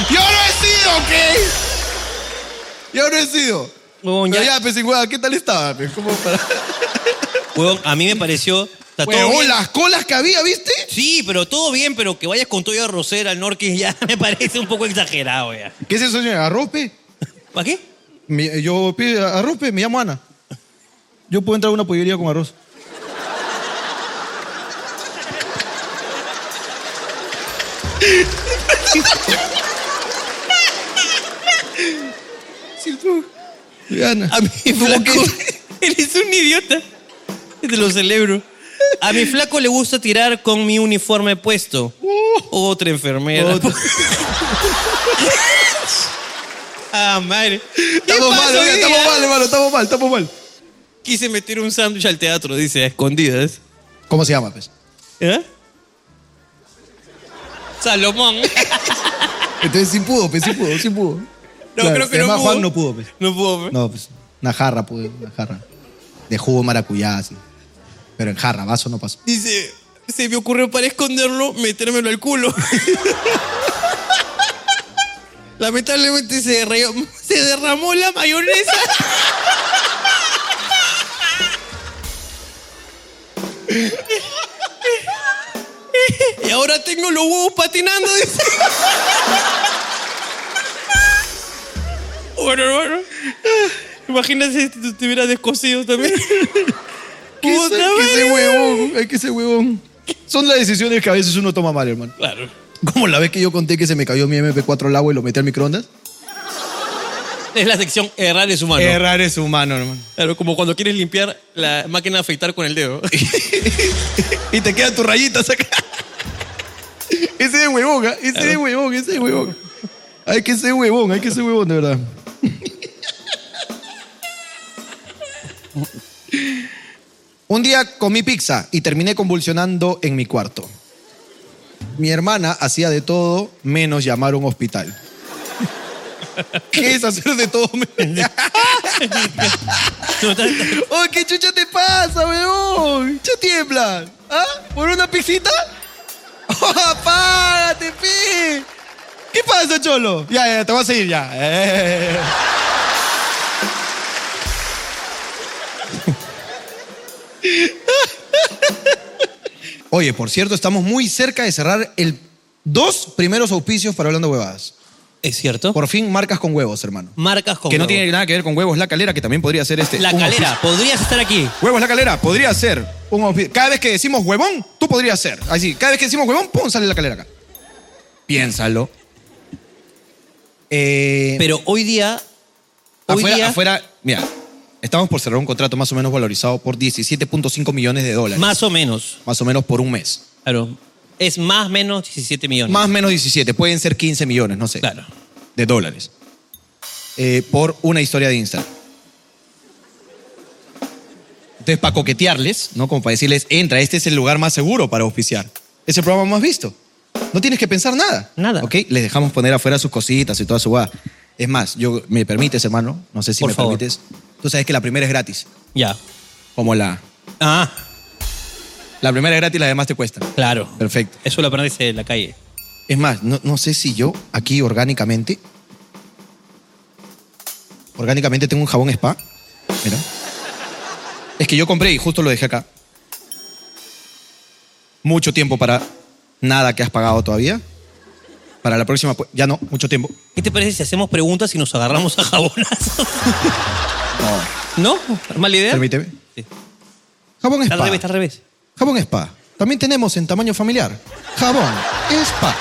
[SPEAKER 2] Yo no he sido, ¿ok? Yo no he sido. Pero ya, pues, sin hueá, ¿qué tal estaba? pues? ¿Cómo para?
[SPEAKER 1] Huevón, a mí me pareció. Está todo
[SPEAKER 2] Huevón,
[SPEAKER 1] bien.
[SPEAKER 2] las colas que había, ¿viste?
[SPEAKER 1] Sí, pero todo bien, pero que vayas con toya rosera al Norquis ya me parece un poco exagerado ya.
[SPEAKER 2] ¿Qué es eso, señor? ¿Arrope? eh,
[SPEAKER 1] ¿Para qué?
[SPEAKER 2] yo pido arrope, me llamo Ana. Yo puedo entrar a una pollería con arroz. Ana.
[SPEAKER 1] A mí, flaco, eres un idiota. Te lo celebro. A mi flaco le gusta tirar con mi uniforme puesto.
[SPEAKER 2] Uh,
[SPEAKER 1] Otra enfermera. ah, madre.
[SPEAKER 2] Estamos mal, oiga, estamos mal, hermano, estamos mal, estamos mal.
[SPEAKER 1] ah? Quise meter un sándwich al teatro, dice, a escondidas.
[SPEAKER 2] ¿Cómo se llama, pues?
[SPEAKER 1] ¿Eh? Salomón.
[SPEAKER 2] Entonces sí pudo, pues sí pudo, sí pudo. No,
[SPEAKER 1] creo que no pudo.
[SPEAKER 2] Juan no pudo, pues.
[SPEAKER 1] No puedo.
[SPEAKER 2] No, pues una jarra pude, una jarra. De jugo de maracuyá, así. Pero en jarra, vaso no pasó.
[SPEAKER 1] Dice, se me ocurrió para esconderlo, metérmelo al culo. Lamentablemente se, derra- se derramó la mayonesa. y ahora tengo los huevos patinando, dice. bueno, hermano. Imagínate si te estuvieras descosido también.
[SPEAKER 2] ¿Qué es,
[SPEAKER 1] Otra
[SPEAKER 2] que ese
[SPEAKER 1] vez.
[SPEAKER 2] huevón? Hay que ese huevón. Son las decisiones que a veces uno toma mal, hermano.
[SPEAKER 1] Claro.
[SPEAKER 2] Como la vez que yo conté que se me cayó mi MP4 al agua y lo metí al microondas.
[SPEAKER 1] Es la sección errar es humano.
[SPEAKER 2] Errar es humano, hermano.
[SPEAKER 1] Claro, como cuando quieres limpiar la máquina de afeitar con el dedo.
[SPEAKER 2] y te quedan tus rayitas acá. Ese de huevón, ¿ah? ese de huevón, ese de huevón. Hay que ser huevón, hay que ser huevón, de verdad. Un día comí pizza y terminé convulsionando en mi cuarto. Mi hermana hacía de todo menos llamar a un hospital. ¿Qué es hacer de todo menos? ¡Oh, qué chucha te pasa, weón! ¡Ya tiembla! ¿Ah? ¿Por una pisita? ¡Apágate, pi! ¿Qué pasa, Cholo? Ya, ya, te voy a seguir ya. Eh. Oye, por cierto, estamos muy cerca de cerrar el dos primeros auspicios para Hablando Huevadas.
[SPEAKER 1] Es cierto.
[SPEAKER 2] Por fin, marcas con huevos, hermano.
[SPEAKER 1] Marcas con
[SPEAKER 2] que no
[SPEAKER 1] huevo.
[SPEAKER 2] tiene nada que ver con huevos, la calera, que también podría ser este.
[SPEAKER 1] La
[SPEAKER 2] un
[SPEAKER 1] calera,
[SPEAKER 2] auspicio.
[SPEAKER 1] podrías estar aquí.
[SPEAKER 2] Huevos, la calera, podría ser un auspicio. Cada vez que decimos huevón, tú podrías ser. Así, cada vez que decimos huevón, pum, sale la calera acá. Piénsalo. Eh,
[SPEAKER 1] Pero hoy día. Hoy
[SPEAKER 2] Afuera,
[SPEAKER 1] día-
[SPEAKER 2] afuera, mira, estamos por cerrar un contrato más o menos valorizado por 17.5 millones de dólares.
[SPEAKER 1] Más o menos.
[SPEAKER 2] Más o menos por un mes.
[SPEAKER 1] Claro. Es más o menos 17 millones.
[SPEAKER 2] Más o menos 17, pueden ser 15 millones, no sé. Claro. De dólares. Eh, por una historia de Instagram. Entonces, para coquetearles, ¿no? Como para decirles, entra, este es el lugar más seguro para auspiciar. Es el programa más visto. No tienes que pensar nada. Nada. ¿Ok? Les dejamos poner afuera sus cositas y toda su guada. Es más, yo, ¿me permites, hermano? No sé si
[SPEAKER 1] Por
[SPEAKER 2] me
[SPEAKER 1] favor.
[SPEAKER 2] permites. Tú sabes que la primera es gratis.
[SPEAKER 1] Ya.
[SPEAKER 2] Como la...
[SPEAKER 1] Ah.
[SPEAKER 2] La primera es gratis, las demás te cuestan.
[SPEAKER 1] Claro.
[SPEAKER 2] Perfecto.
[SPEAKER 1] Eso lo aprendés en la calle.
[SPEAKER 2] Es más, no, no sé si yo aquí orgánicamente. Orgánicamente tengo un jabón spa. Mira. Es que yo compré y justo lo dejé acá. Mucho tiempo para nada que has pagado todavía. Para la próxima, pues, ya no, mucho tiempo.
[SPEAKER 1] ¿Qué te parece si hacemos preguntas y nos agarramos a jabonazos? No. ¿No? ¿Mala idea?
[SPEAKER 2] Permíteme. Jabón
[SPEAKER 1] Está
[SPEAKER 2] spa.
[SPEAKER 1] al revés, está al revés.
[SPEAKER 2] Jabón spa. También tenemos en tamaño familiar. Jabón spa.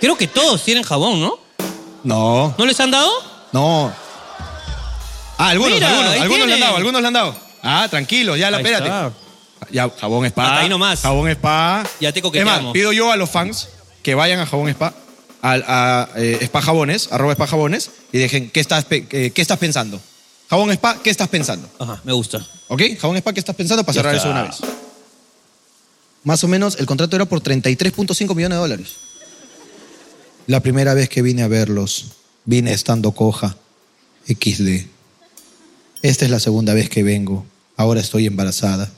[SPEAKER 1] Creo que todos tienen jabón, ¿no?
[SPEAKER 2] No,
[SPEAKER 1] ¿No les han dado?
[SPEAKER 2] no. Ah, algunos,
[SPEAKER 1] Mira,
[SPEAKER 2] algunos,
[SPEAKER 1] ahí
[SPEAKER 2] algunos le han
[SPEAKER 1] tienen.
[SPEAKER 2] dado, algunos le han dado. Ah, tranquilo, ya la
[SPEAKER 1] Ahí
[SPEAKER 2] espérate.
[SPEAKER 1] está.
[SPEAKER 2] Ya, jabón spa.
[SPEAKER 1] Hasta ahí nomás.
[SPEAKER 2] Jabón spa.
[SPEAKER 1] Ya te
[SPEAKER 2] Es
[SPEAKER 1] coqueteamos.
[SPEAKER 2] más, pido yo a los fans que vayan a Jabón Spa, al- a, eh, Spa Jabones, arroba Spa Jabones, y dejen, ¿qué estás, pe- eh, ¿qué estás pensando? Jabón Spa, ¿qué estás pensando?
[SPEAKER 1] Ajá, me gusta.
[SPEAKER 2] ¿Ok? Jabón Spa, ¿qué estás pensando? Para
[SPEAKER 1] Ya
[SPEAKER 2] cerrar
[SPEAKER 1] está.
[SPEAKER 2] eso una vez. Más o menos, el contrato era por 33.5 millones de dólares. La primera vez que vine a verlos, vine estando coja. XD. Esta es la segunda vez que vengo. Ahora estoy embarazada.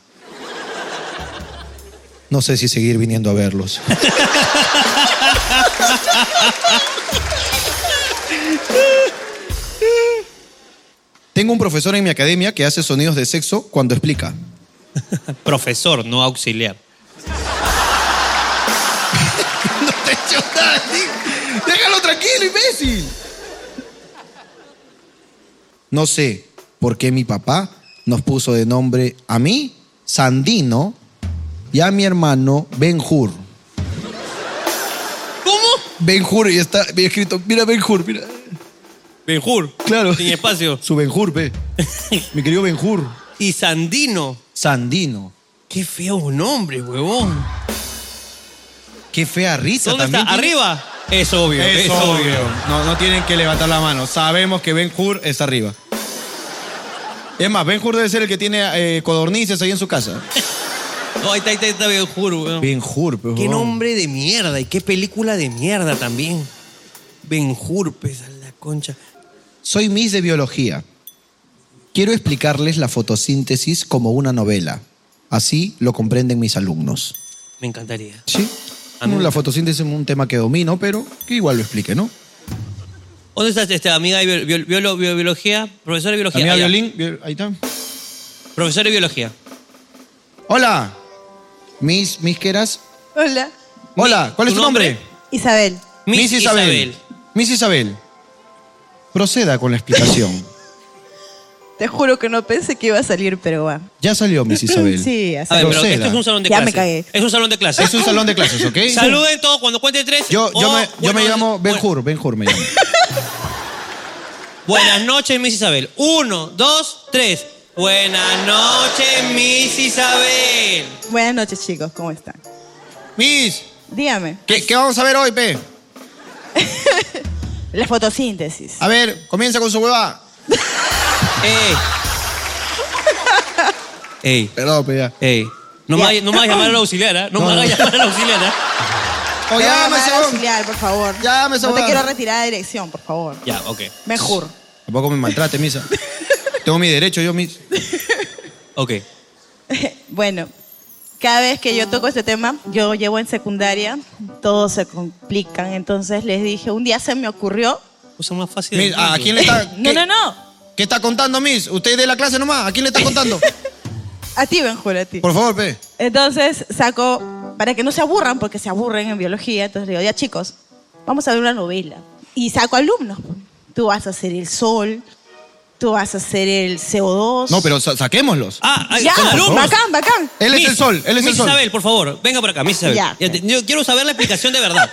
[SPEAKER 2] No sé si seguir viniendo a verlos. Tengo un profesor en mi academia que hace sonidos de sexo cuando explica.
[SPEAKER 1] Profesor, no auxiliar.
[SPEAKER 2] No te he hecho nada, tío. Déjalo tranquilo, imbécil. No sé por qué mi papá nos puso de nombre a mí, Sandino, y a mi hermano Benjur.
[SPEAKER 1] ¿Cómo?
[SPEAKER 2] Benjur, y está bien escrito, mira Benjur, mira.
[SPEAKER 1] Benjur.
[SPEAKER 2] Claro.
[SPEAKER 1] Sin espacio.
[SPEAKER 2] Su Benjur, ve. Mi querido Benjur.
[SPEAKER 1] Y Sandino.
[SPEAKER 2] Sandino.
[SPEAKER 1] Qué feo nombre, huevón.
[SPEAKER 2] Qué fea risa
[SPEAKER 1] ¿Dónde
[SPEAKER 2] también.
[SPEAKER 1] está? ¿Arriba? Ah, Es obvio, es, obvio.
[SPEAKER 2] No, no tienen que levantar la mano. Sabemos que Ben Hur está arriba. Es más, Ben Hur debe ser el que tiene eh, codornices ahí en su casa.
[SPEAKER 1] No, Oh, ahí está, ahí está, ahí está Benjur, huevón.
[SPEAKER 2] Ben Hur, pues,
[SPEAKER 1] Qué
[SPEAKER 2] huevón.
[SPEAKER 1] nombre de mierda y qué película de mierda también. Benjur, pues, a la concha.
[SPEAKER 2] Soy Miss de Biología. Quiero explicarles la fotosíntesis como una novela. Así lo comprenden mis alumnos.
[SPEAKER 1] Me encantaría.
[SPEAKER 2] Sí.
[SPEAKER 1] A mí me
[SPEAKER 2] La fotosíntesis es un tema que domino, pero que igual lo explique, ¿no?
[SPEAKER 1] ¿Dónde estás, esta amiga de bio- bio- biolo- bio- biología? Profesor de biología.
[SPEAKER 2] Amiga
[SPEAKER 1] Allá.
[SPEAKER 2] violín, vi- ahí está.
[SPEAKER 1] Profesor de biología.
[SPEAKER 2] Hola. Miss, misqueras.
[SPEAKER 21] Hola.
[SPEAKER 2] Hola, ¿cuál es tu nombre?
[SPEAKER 21] Isabel.
[SPEAKER 2] Miss Isabel. Miss Isabel. Proceda con la explicación.
[SPEAKER 21] Te juro que no pensé que iba a salir, pero va.
[SPEAKER 2] ya salió Miss Isabel.
[SPEAKER 21] Sí, así
[SPEAKER 1] A ver, pero
[SPEAKER 2] Proceda.
[SPEAKER 1] esto es un salón de
[SPEAKER 21] Ya
[SPEAKER 1] clases.
[SPEAKER 21] me cagué.
[SPEAKER 1] Es un salón de clases.
[SPEAKER 2] Es un salón de clases, ¿ok?
[SPEAKER 1] Saluden todos cuando cuente tres.
[SPEAKER 2] Yo, yo
[SPEAKER 1] Oh,
[SPEAKER 2] me, yo
[SPEAKER 1] bueno,
[SPEAKER 2] me llamo Ben Hur, Ben Hur me llamo.
[SPEAKER 1] Buenas noches, Miss Isabel. Uno, dos, tres. Buenas noches, Miss Isabel.
[SPEAKER 21] Buenas noches, chicos. ¿Cómo están?
[SPEAKER 2] Miss.
[SPEAKER 21] Dígame.
[SPEAKER 2] ¿Qué, qué vamos a ver hoy, Pe?
[SPEAKER 21] La fotosíntesis.
[SPEAKER 2] A ver, comienza con su hueva.
[SPEAKER 1] Ey.
[SPEAKER 2] Ah, eh, Perdón, Pe, ya.
[SPEAKER 1] Ey. No, me, vaya- no me vayas a llamar al auxiliar, ¿ah? No, me vayas a llamar al auxiliar, ¿ah?
[SPEAKER 21] O
[SPEAKER 2] oh, ya, me sabón.
[SPEAKER 21] auxiliar, por favor.
[SPEAKER 2] Ya, me
[SPEAKER 21] No te
[SPEAKER 2] sabón.
[SPEAKER 21] quiero retirar de dirección, por favor.
[SPEAKER 1] Ya, ok.
[SPEAKER 21] Mejor.
[SPEAKER 2] Tampoco me maltrate, misa. Tengo mi derecho, yo, mis.
[SPEAKER 1] Ok.
[SPEAKER 21] Bueno, cada vez que yo toco este tema, yo llevo en secundaria, todos se complican. Entonces les dije, un día se me ocurrió.
[SPEAKER 1] Cosa más fácil.
[SPEAKER 2] Miss, ¿a quién le está-
[SPEAKER 21] no, no, no.
[SPEAKER 2] ¿Qué está contando, mis? Usted de la clase nomás. ¿A quién le está contando?
[SPEAKER 21] A ti, Benjol, a ti.
[SPEAKER 2] Por favor, pe.
[SPEAKER 21] Entonces saco, para que no se aburran, porque se aburren en biología, entonces le digo, ya chicos, vamos a ver una novela. Y saco alumnos. Tú vas a hacer el sol, tú vas a hacer el CO2.
[SPEAKER 2] No, pero sa- saquémoslos.
[SPEAKER 1] Ah, ay,
[SPEAKER 21] ya,
[SPEAKER 1] con alumnos.
[SPEAKER 21] bacán, bacán.
[SPEAKER 2] Él es
[SPEAKER 1] Miss,
[SPEAKER 2] el sol, él es el
[SPEAKER 1] Miss
[SPEAKER 2] sol.
[SPEAKER 1] Isabel, por favor, venga por acá, Miss Isabel.
[SPEAKER 2] Ya. Ah, eh.
[SPEAKER 1] Ya te- yo quiero saber la explicación de verdad.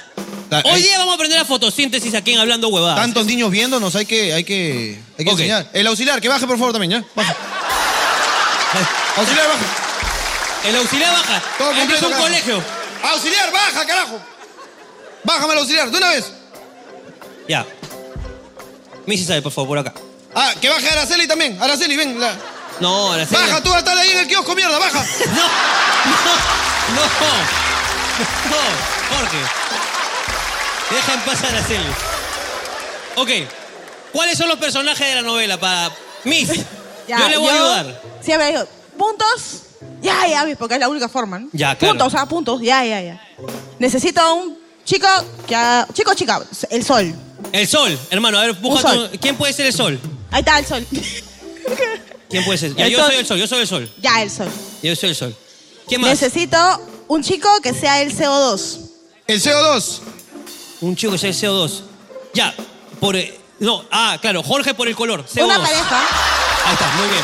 [SPEAKER 1] Hoy día vamos a aprender a fotosíntesis aquí en Hablando Huevadas.
[SPEAKER 2] Tantos niños viéndonos, hay que, hay que, hay que
[SPEAKER 1] Ah, Ok.
[SPEAKER 2] enseñar. El auxiliar, que baje por favor también, ¿ya? Baja. auxiliar, baja.
[SPEAKER 1] El auxiliar baja.
[SPEAKER 2] Todo
[SPEAKER 1] Este es
[SPEAKER 2] completo,
[SPEAKER 1] un
[SPEAKER 2] carajo.
[SPEAKER 1] colegio.
[SPEAKER 2] Auxiliar, baja, carajo. Bájame al auxiliar, de una vez.
[SPEAKER 1] Ya. Miss Isabel, por favor, por acá.
[SPEAKER 2] Ah, que baje Araceli también. Araceli, ven. la-
[SPEAKER 1] No, ahora sí.
[SPEAKER 2] Baja, tú vas a estar ahí en el kiosco, mierda, baja.
[SPEAKER 1] No, no, no, Jorge. Deja en paz a Araceli. Ok. ¿Cuáles son los personajes de la novela para Miss?
[SPEAKER 21] Ya,
[SPEAKER 1] yo le voy a ayudar.
[SPEAKER 21] Siempre digo, puntos. Ya, ya, mis, porque es la única forma. ¿no?
[SPEAKER 1] Ya, claro.
[SPEAKER 21] Puntos, ah, puntos. Ya, ya, ya. Necesito un chico que haga- Chico, chica, el sol.
[SPEAKER 1] El sol, hermano. A ver, busca
[SPEAKER 21] sol.
[SPEAKER 1] tu- ¿Quién puede ser el sol?
[SPEAKER 21] Ahí está el sol.
[SPEAKER 1] ¿Quién puede ser? Ya,
[SPEAKER 21] El
[SPEAKER 1] yo
[SPEAKER 21] sol.
[SPEAKER 1] soy el sol, yo soy el sol.
[SPEAKER 21] ya, el sol.
[SPEAKER 1] Yo soy el sol. ¿Quién más?
[SPEAKER 21] Necesito un chico que sea el CO2.
[SPEAKER 2] El CO2.
[SPEAKER 1] Un chico que sea el CO2. Ya, por. eh, No, ah, claro, Jorge por el color. CO2.
[SPEAKER 21] Una pareja.
[SPEAKER 1] Ahí está, muy bien.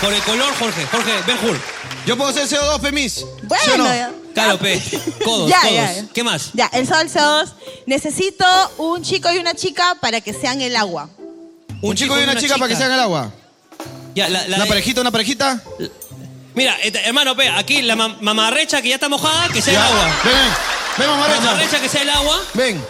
[SPEAKER 1] Por el color, Jorge. Jorge, Benjur.
[SPEAKER 2] Yo puedo ser CO2, Pemis.
[SPEAKER 21] Bueno, ya.
[SPEAKER 1] Claro, pe. Codos,
[SPEAKER 21] Ya,
[SPEAKER 1] codos.
[SPEAKER 21] ya, ya.
[SPEAKER 1] ¿Qué más?
[SPEAKER 21] Ya, el sol, CO2. Necesito un chico y una chica para que sean el agua.
[SPEAKER 2] Un chico y una chica para que se hagan el agua.
[SPEAKER 1] Ya, la, la-
[SPEAKER 2] Una parejita, una parejita.
[SPEAKER 1] Mira, este, hermano, pe, aquí la mam- mamarrecha que ya está mojada, que sea el
[SPEAKER 2] Ya.
[SPEAKER 1] agua.
[SPEAKER 2] Ven, ven. Ven, mamarrecha.
[SPEAKER 1] La mamarrecha que sea el agua.
[SPEAKER 2] Ven.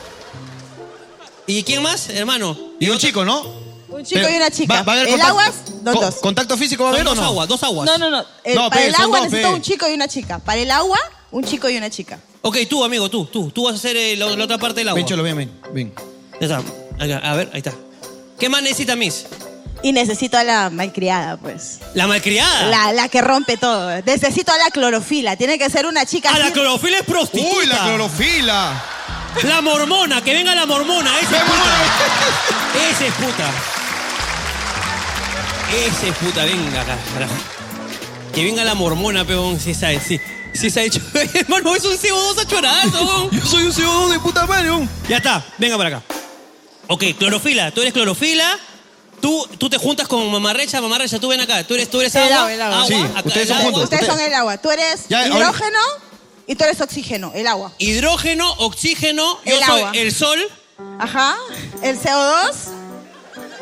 [SPEAKER 1] ¿Y quién más, hermano?
[SPEAKER 2] Y un chico, ¿no?
[SPEAKER 21] Un chico
[SPEAKER 2] Pero,
[SPEAKER 21] y una chica.
[SPEAKER 2] ¿va- va a haber
[SPEAKER 21] el
[SPEAKER 2] contacto?
[SPEAKER 21] agua, no,
[SPEAKER 2] Co-
[SPEAKER 21] dos.
[SPEAKER 2] ¿Contacto físico va a
[SPEAKER 1] Son
[SPEAKER 2] haber o
[SPEAKER 1] dos
[SPEAKER 2] no?
[SPEAKER 1] aguas, dos aguas.
[SPEAKER 21] No, no, no. Eh, para
[SPEAKER 2] pe,
[SPEAKER 21] el
[SPEAKER 2] son
[SPEAKER 21] agua
[SPEAKER 2] dos, pe.
[SPEAKER 21] necesito un chico y una chica. Para el agua, un chico y una chica.
[SPEAKER 1] Ok, tú, amigo, tú, tú. Tú vas a hacer eh, la, la otra parte del agua.
[SPEAKER 2] Ven, cholo, ven, ven. ven.
[SPEAKER 1] Ya está. Acá, A ver, ahí está. ¿Qué más necesita Miss?
[SPEAKER 21] Y necesito a la malcriada, pues.
[SPEAKER 1] La malcriada.
[SPEAKER 21] La, la que rompe todo. Necesito a la clorofila. Tiene que ser una chica.
[SPEAKER 1] Ah, la
[SPEAKER 21] así.
[SPEAKER 1] clorofila es prostituta.
[SPEAKER 2] Uy, la clorofila.
[SPEAKER 1] La mormona, que venga la mormona. Esa es puta. Esa es puta. Esa es puta, venga, acá, carajo. Que venga la mormona, peón. Si esa es, sí. Si esa es, hermano, es un CO2 achorazo.
[SPEAKER 2] Yo soy un CO2 de puta madre, weón.
[SPEAKER 1] Ya está, venga para acá. Ok, clorofila, tú eres clorofila. Tú, tú te juntas con mamarrecha, mamarrecha, tú ven acá. Tú eres, tú eres
[SPEAKER 21] El
[SPEAKER 1] agua.
[SPEAKER 21] agua, el agua.
[SPEAKER 1] agua,
[SPEAKER 2] Sí,
[SPEAKER 1] acá,
[SPEAKER 2] ustedes
[SPEAKER 1] el
[SPEAKER 2] son
[SPEAKER 1] agua.
[SPEAKER 2] juntos.
[SPEAKER 21] Ustedes son el agua. Tú eres
[SPEAKER 2] Ya, ahora-
[SPEAKER 21] hidrógeno y tú eres oxígeno, el agua.
[SPEAKER 1] Hidrógeno, oxígeno, yo
[SPEAKER 21] El
[SPEAKER 1] soy
[SPEAKER 21] agua.
[SPEAKER 1] el sol.
[SPEAKER 21] Ajá. El CO2,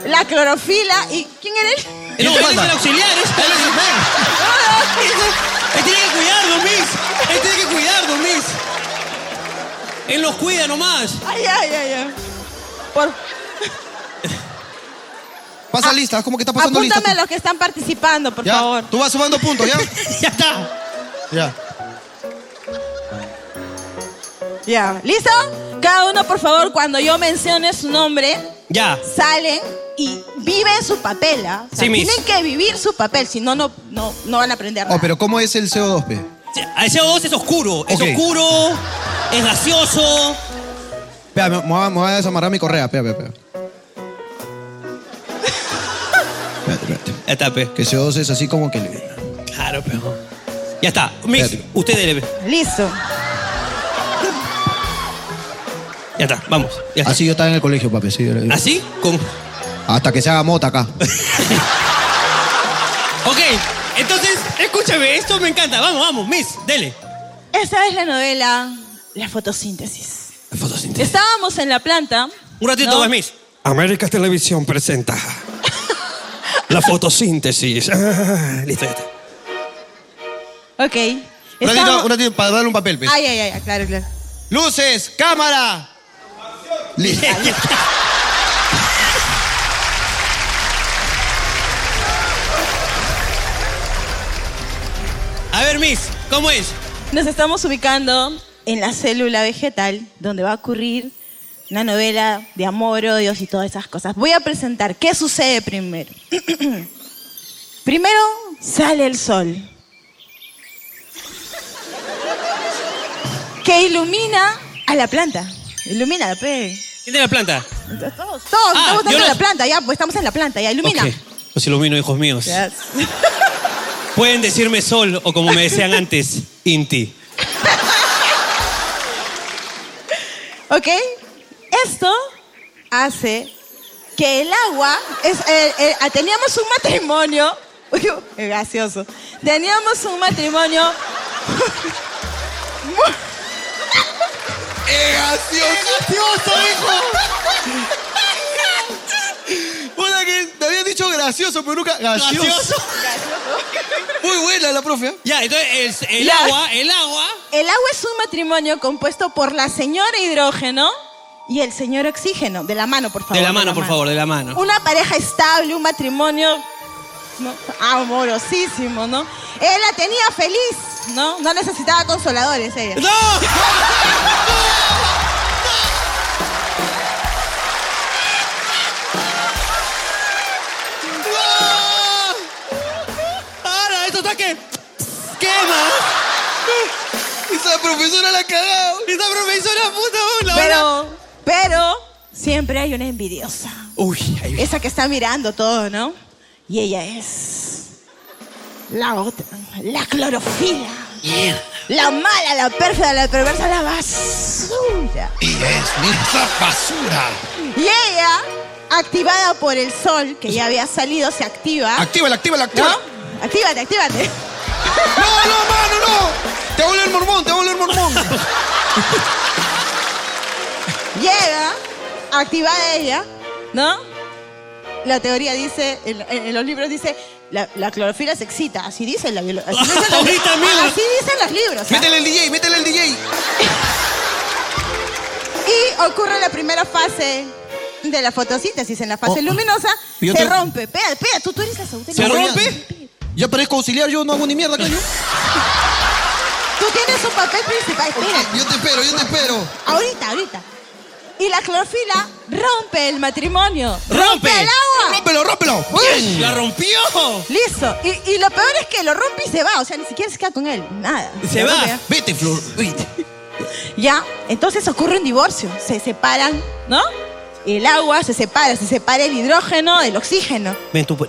[SPEAKER 21] la clorofila y. ¿Quién eres?
[SPEAKER 1] No, él es este el auxiliar, es el Él tiene que cuidarlo, Miss. Él tiene que cuidarlo, Miss. Él los cuida nomás.
[SPEAKER 21] Ay, ay, ay, ay. Por-
[SPEAKER 2] Pasa lista, ¿cómo que está pasando lista? pues.
[SPEAKER 21] apúntame a los que están participando, por
[SPEAKER 2] Ya,
[SPEAKER 21] favor.
[SPEAKER 2] Tú vas sumando puntos, ¿ya?
[SPEAKER 1] ya está.
[SPEAKER 2] Ya.
[SPEAKER 21] Ya. ¿Listo? Cada uno, por favor, cuando yo mencione su nombre,
[SPEAKER 1] Ya.
[SPEAKER 21] salen y viven su papel, ¿ah? O sea,
[SPEAKER 2] Sí, miss.
[SPEAKER 21] tienen que vivir su papel, si no, no, no, no van a aprender
[SPEAKER 2] Oh,
[SPEAKER 21] nada.
[SPEAKER 2] pero ¿cómo es el CO2, pe?
[SPEAKER 1] El CO2 es oscuro. Es
[SPEAKER 2] Ok.
[SPEAKER 1] oscuro, es gaseoso.
[SPEAKER 2] Espera, me, me voy a- me voy a desamarrar mi correa, espera, espera, espera.
[SPEAKER 1] Ya está, pe.
[SPEAKER 2] Que CO2 es así como que... le-
[SPEAKER 1] Claro, peón. Ya está. Miss, usted debe.
[SPEAKER 21] Listo.
[SPEAKER 1] Ya está, vamos. Ya está.
[SPEAKER 2] Así yo estaba en el colegio, papi. así yo le digo.
[SPEAKER 1] ¿Así? Con...
[SPEAKER 2] Hasta que se haga mota acá.
[SPEAKER 1] Ok, entonces, escúchame, esto me encanta. Vamos, vamos, Miss, dele.
[SPEAKER 21] Esta es la novela La fotosíntesis. Estábamos en la planta.
[SPEAKER 1] Un ratito
[SPEAKER 21] ¿no?
[SPEAKER 1] más, Miss.
[SPEAKER 6] América Televisión presenta la fotosíntesis. Ah, listo, ya está.
[SPEAKER 2] Un
[SPEAKER 21] Ok.
[SPEAKER 2] ratito,
[SPEAKER 21] Estábamos-
[SPEAKER 2] un ratito, para darle un papel, pe.
[SPEAKER 21] Ay, ay, ay, claro, claro.
[SPEAKER 2] Luces, cámara. Listo.
[SPEAKER 1] A ver, ver, Miss, ¿cómo es?
[SPEAKER 21] Nos estamos ubicando en la célula vegetal, donde va a ocurrir una novela de amor, odios y todas esas cosas. Voy a presentar qué sucede primero. primero sale el sol, que ilumina a la planta. Ilumina la pe.
[SPEAKER 1] ¿Quién de la planta?
[SPEAKER 21] Todos, todos estamos
[SPEAKER 1] Ah, yo
[SPEAKER 21] en
[SPEAKER 1] no-
[SPEAKER 21] la planta, ya, pues estamos en la planta, ya, ilumina.
[SPEAKER 1] Ok, Los ilumino, hijos míos.
[SPEAKER 21] Ya.
[SPEAKER 1] Pueden decirme sol o como me decían antes, Inti.
[SPEAKER 21] ¿Ok? Esto hace que el agua. Es, eh, eh, ah, teníamos un matrimonio. Es gracioso. Teníamos un matrimonio.
[SPEAKER 15] ¡Es gracioso!
[SPEAKER 2] hijo! Puta que te había dicho gracioso, pero nunca gracioso.
[SPEAKER 15] Gracioso.
[SPEAKER 2] Muy buena la profe.
[SPEAKER 15] ¿eh?
[SPEAKER 1] Ya, entonces el
[SPEAKER 21] Ya.
[SPEAKER 1] el agua.
[SPEAKER 21] El agua es un matrimonio compuesto por la señora hidrógeno y el señor oxígeno. De la mano, por favor.
[SPEAKER 1] de la mano, por favor, de la mano.
[SPEAKER 21] Una pareja estable, un matrimonio ¿no? amorosísimo, ¿no? Él la tenía feliz, ¿no? No necesitaba consoladores ella.
[SPEAKER 15] ¡Ah! ¡Ahora, esto está que quema! Esa profesora la ha cagado. Esa profesora puta, la
[SPEAKER 21] Pero, pero siempre hay una envidiosa. Esa que está mirando todo, ¿no? Y ella es la otra, la clorofila. La mala, la pérfida, la perversa, la basura.
[SPEAKER 15] Y es nuestra basura.
[SPEAKER 21] Y ella, activada por el sol, que ya había salido, se activa.
[SPEAKER 2] Actívala, actívala, actívala.
[SPEAKER 21] ¿No? Actívate, actívate.
[SPEAKER 2] ¡No, no, mano, no! Te va a oler el mormón, te va a oler el mormón.
[SPEAKER 21] Llega, activada ella, ¿no? La teoría dice, en, en- en los libros dice, la, la clorofila se excita, así dicen la biolo- así dicen los
[SPEAKER 15] Ahorita mismo.
[SPEAKER 21] Así dicen los libros. ¿ah?
[SPEAKER 2] métele el DJ, métele el DJ.
[SPEAKER 21] Y ocurre la primera fase de la fotosíntesis, en la
[SPEAKER 2] Oh,
[SPEAKER 21] fase luminosa,
[SPEAKER 2] Yo
[SPEAKER 21] se
[SPEAKER 2] te-
[SPEAKER 21] rompe. Pega, pega, tú, tú eres la segunda.
[SPEAKER 2] ¿Se rompe? Ya parezco auxiliar, yo no hago ni mierda acá, yo.
[SPEAKER 21] Tú tienes un papel principal, espera.
[SPEAKER 2] Yo te espero, yo te espero.
[SPEAKER 21] Ahorita, ahorita. Y la clorofila rompe el matrimonio.
[SPEAKER 2] ¡Rompe!
[SPEAKER 21] el agua!
[SPEAKER 2] ¡Rómpelo, rómpelo! ¡Uy!
[SPEAKER 1] ¡La rompió!
[SPEAKER 21] Listo. Y, y lo peor es que lo rompe y se va. O sea, ni siquiera se queda con él. Nada.
[SPEAKER 2] Se
[SPEAKER 21] Lo
[SPEAKER 2] va.
[SPEAKER 21] rompe,
[SPEAKER 2] Vete, Flor. Vete.
[SPEAKER 21] Ya. Entonces ocurre un divorcio. Se separan, ¿no? El agua se separa. Se separa el hidrógeno del oxígeno.
[SPEAKER 1] Ven, tú, pe-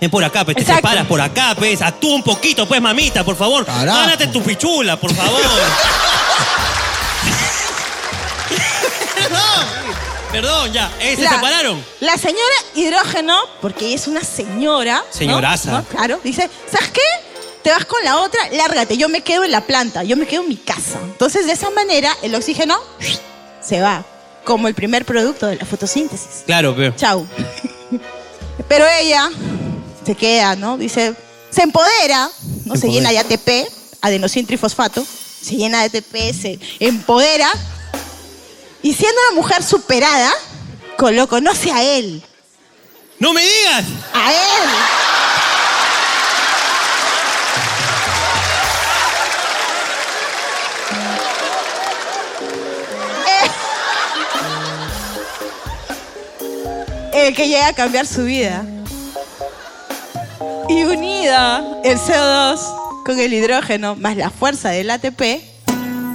[SPEAKER 1] ven por acá, pues, te
[SPEAKER 21] Exacto.
[SPEAKER 1] separas por acá, pues, actúa un poquito, pues, mamita, por favor. Gánate tu pichula, por favor. Perdón, ya, eh, se
[SPEAKER 21] La-
[SPEAKER 1] separaron.
[SPEAKER 21] La señora hidrógeno, porque ella es una señora. ¿no?
[SPEAKER 1] Señoraza.
[SPEAKER 21] ¿No? Claro. Dice, ¿sabes qué? Te vas con la otra, lárgate. Yo me quedo en la planta. Yo me quedo en mi casa. Entonces, de esa manera, el oxígeno se va. Como el primer producto de la fotosíntesis.
[SPEAKER 1] Claro, pero.
[SPEAKER 21] Chau. Pero ella se queda, ¿no? Dice, se empodera, ¿no? Se,
[SPEAKER 1] Se empodera.
[SPEAKER 21] llena de ATP, adenosín trifosfato, se llena de ATP, se empodera. Y siendo una mujer superada, con- lo conoce a él.
[SPEAKER 1] ¡No me digas!
[SPEAKER 21] ¡A él! Eh. el que llega a cambiar su vida. Y unida el CO2 con el hidrógeno más la fuerza del ATP,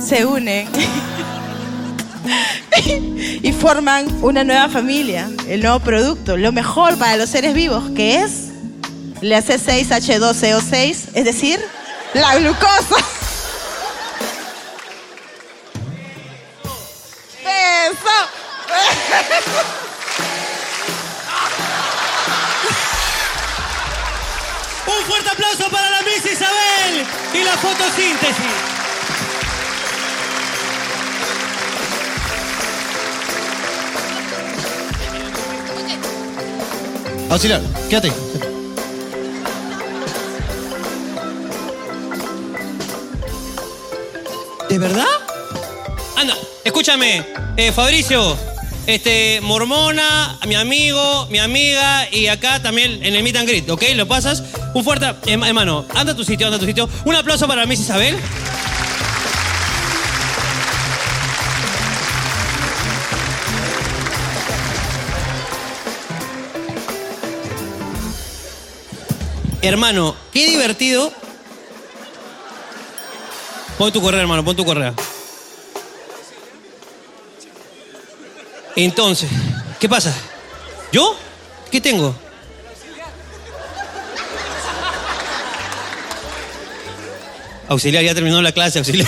[SPEAKER 21] se unen y forman una nueva familia, el nuevo producto, lo mejor para los seres vivos, que es la C6H12O6, es decir, la glucosa. Eso.
[SPEAKER 1] Un fuerte aplauso para la Miss Isabel y la fotosíntesis.
[SPEAKER 2] Auxiliar, quédate.
[SPEAKER 1] ¿De verdad? Anda, escúchame, eh, Fabricio, este, Mormona, mi amigo, mi amiga y acá también en el Meet and Greet, ¿ok? Lo pasas. Un fuerte, em- hermano, anda a tu sitio, anda a tu sitio. Un aplauso para Miss Isabel. Hermano, qué divertido. Pon tu correa, hermano, pon tu correa. Entonces, ¿qué pasa? ¿Yo? ¿Qué tengo? Auxiliar, ya terminó la clase, auxiliar.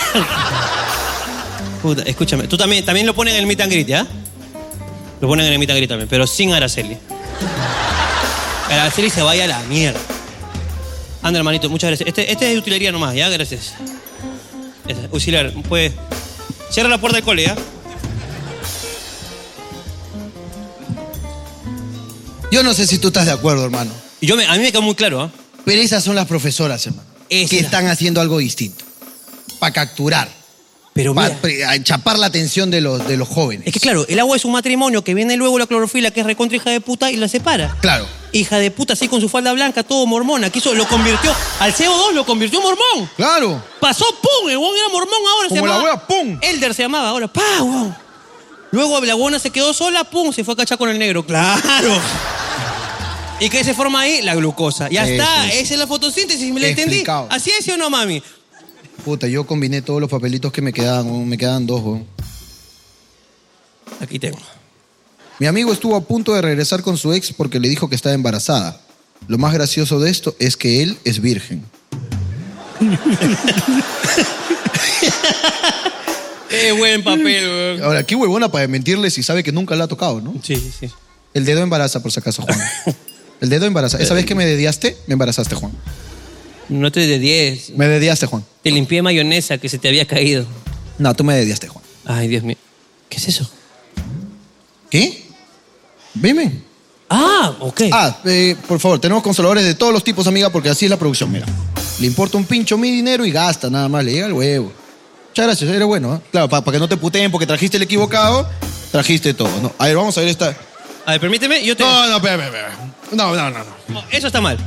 [SPEAKER 1] Puta, escúchame. Tú también, también lo ponen en el meet and greet, ¿ya? Lo ponen en el meet and greet también, pero sin Araceli. Araceli se vaya a la mierda. Anda, hermanito, muchas gracias. Este, este es de utilería nomás, ¿ya? Gracias. Este, auxiliar, pues... Cierra la puerta del cole, ¿ah? ¿ya?
[SPEAKER 2] Yo no sé si tú estás de acuerdo, hermano.
[SPEAKER 1] Yo me, a mí me quedó muy claro, ¿ah?
[SPEAKER 2] Pero esas son las profesoras, hermano. que están haciendo algo distinto. Para capturar.
[SPEAKER 1] Pero
[SPEAKER 2] Para chapar la atención de los, de los jóvenes.
[SPEAKER 1] Es que claro, el agua es un matrimonio que viene luego la clorofila, que es recontra hija de puta, y la separa.
[SPEAKER 2] Claro.
[SPEAKER 1] Hija de puta, así con su falda blanca, todo mormona, que eso lo convirtió, al CO2 lo convirtió en mormón.
[SPEAKER 2] Claro.
[SPEAKER 1] Pasó, pum, el huevón era mormón ahora.
[SPEAKER 2] Como la
[SPEAKER 1] hueá, pum. Elder se llamaba ahora, pa, huevón. Luego la huevona se quedó sola, pum, se fue a cachar con el negro, claro. ¿Y qué se forma ahí? La glucosa. Ya
[SPEAKER 2] Sí,
[SPEAKER 1] está,
[SPEAKER 2] sí, sí.
[SPEAKER 1] esa es la fotosíntesis, me la entendí.
[SPEAKER 2] Explicado.
[SPEAKER 1] ¿Así es sí o no, mami?
[SPEAKER 2] Puta, yo combiné todos los papelitos que me quedaban, weón. me quedaban dos. weón.
[SPEAKER 1] Aquí tengo.
[SPEAKER 2] Mi amigo estuvo a punto de regresar con su ex porque le dijo que estaba embarazada. Lo más gracioso de esto es que él es virgen.
[SPEAKER 1] Qué buen papel, weón.
[SPEAKER 2] Ahora, qué huevona para mentirle si sabe que nunca la ha tocado, ¿no?
[SPEAKER 1] Sí, sí.
[SPEAKER 2] El dedo embaraza, por si acaso, Juan. El dedo embaraza. Esa vez que me dediaste, me embarazaste, Juan.
[SPEAKER 1] No te de 10.
[SPEAKER 2] Me dediaste, Juan.
[SPEAKER 1] Te limpié mayonesa que se te había caído.
[SPEAKER 2] No, tú me dediaste, Juan.
[SPEAKER 1] Ay, Dios mío. ¿Qué es eso?
[SPEAKER 2] ¿Qué? Dime.
[SPEAKER 1] Ah, ok.
[SPEAKER 2] Ah, eh, por favor, tenemos consoladores de todos los tipos, amiga, porque así es la producción, mira. Le importa un pincho mi dinero y gasta, nada más, le llega el huevo. Muchas gracias, era bueno. ¿eh? Claro, para que no te puteen porque trajiste el equivocado, trajiste todo. ¿no? A ver, vamos a ver esta.
[SPEAKER 1] A ver, permíteme, yo te.
[SPEAKER 2] No, no, espera, espera, espera. No, no, no,
[SPEAKER 1] no. Eso está mal.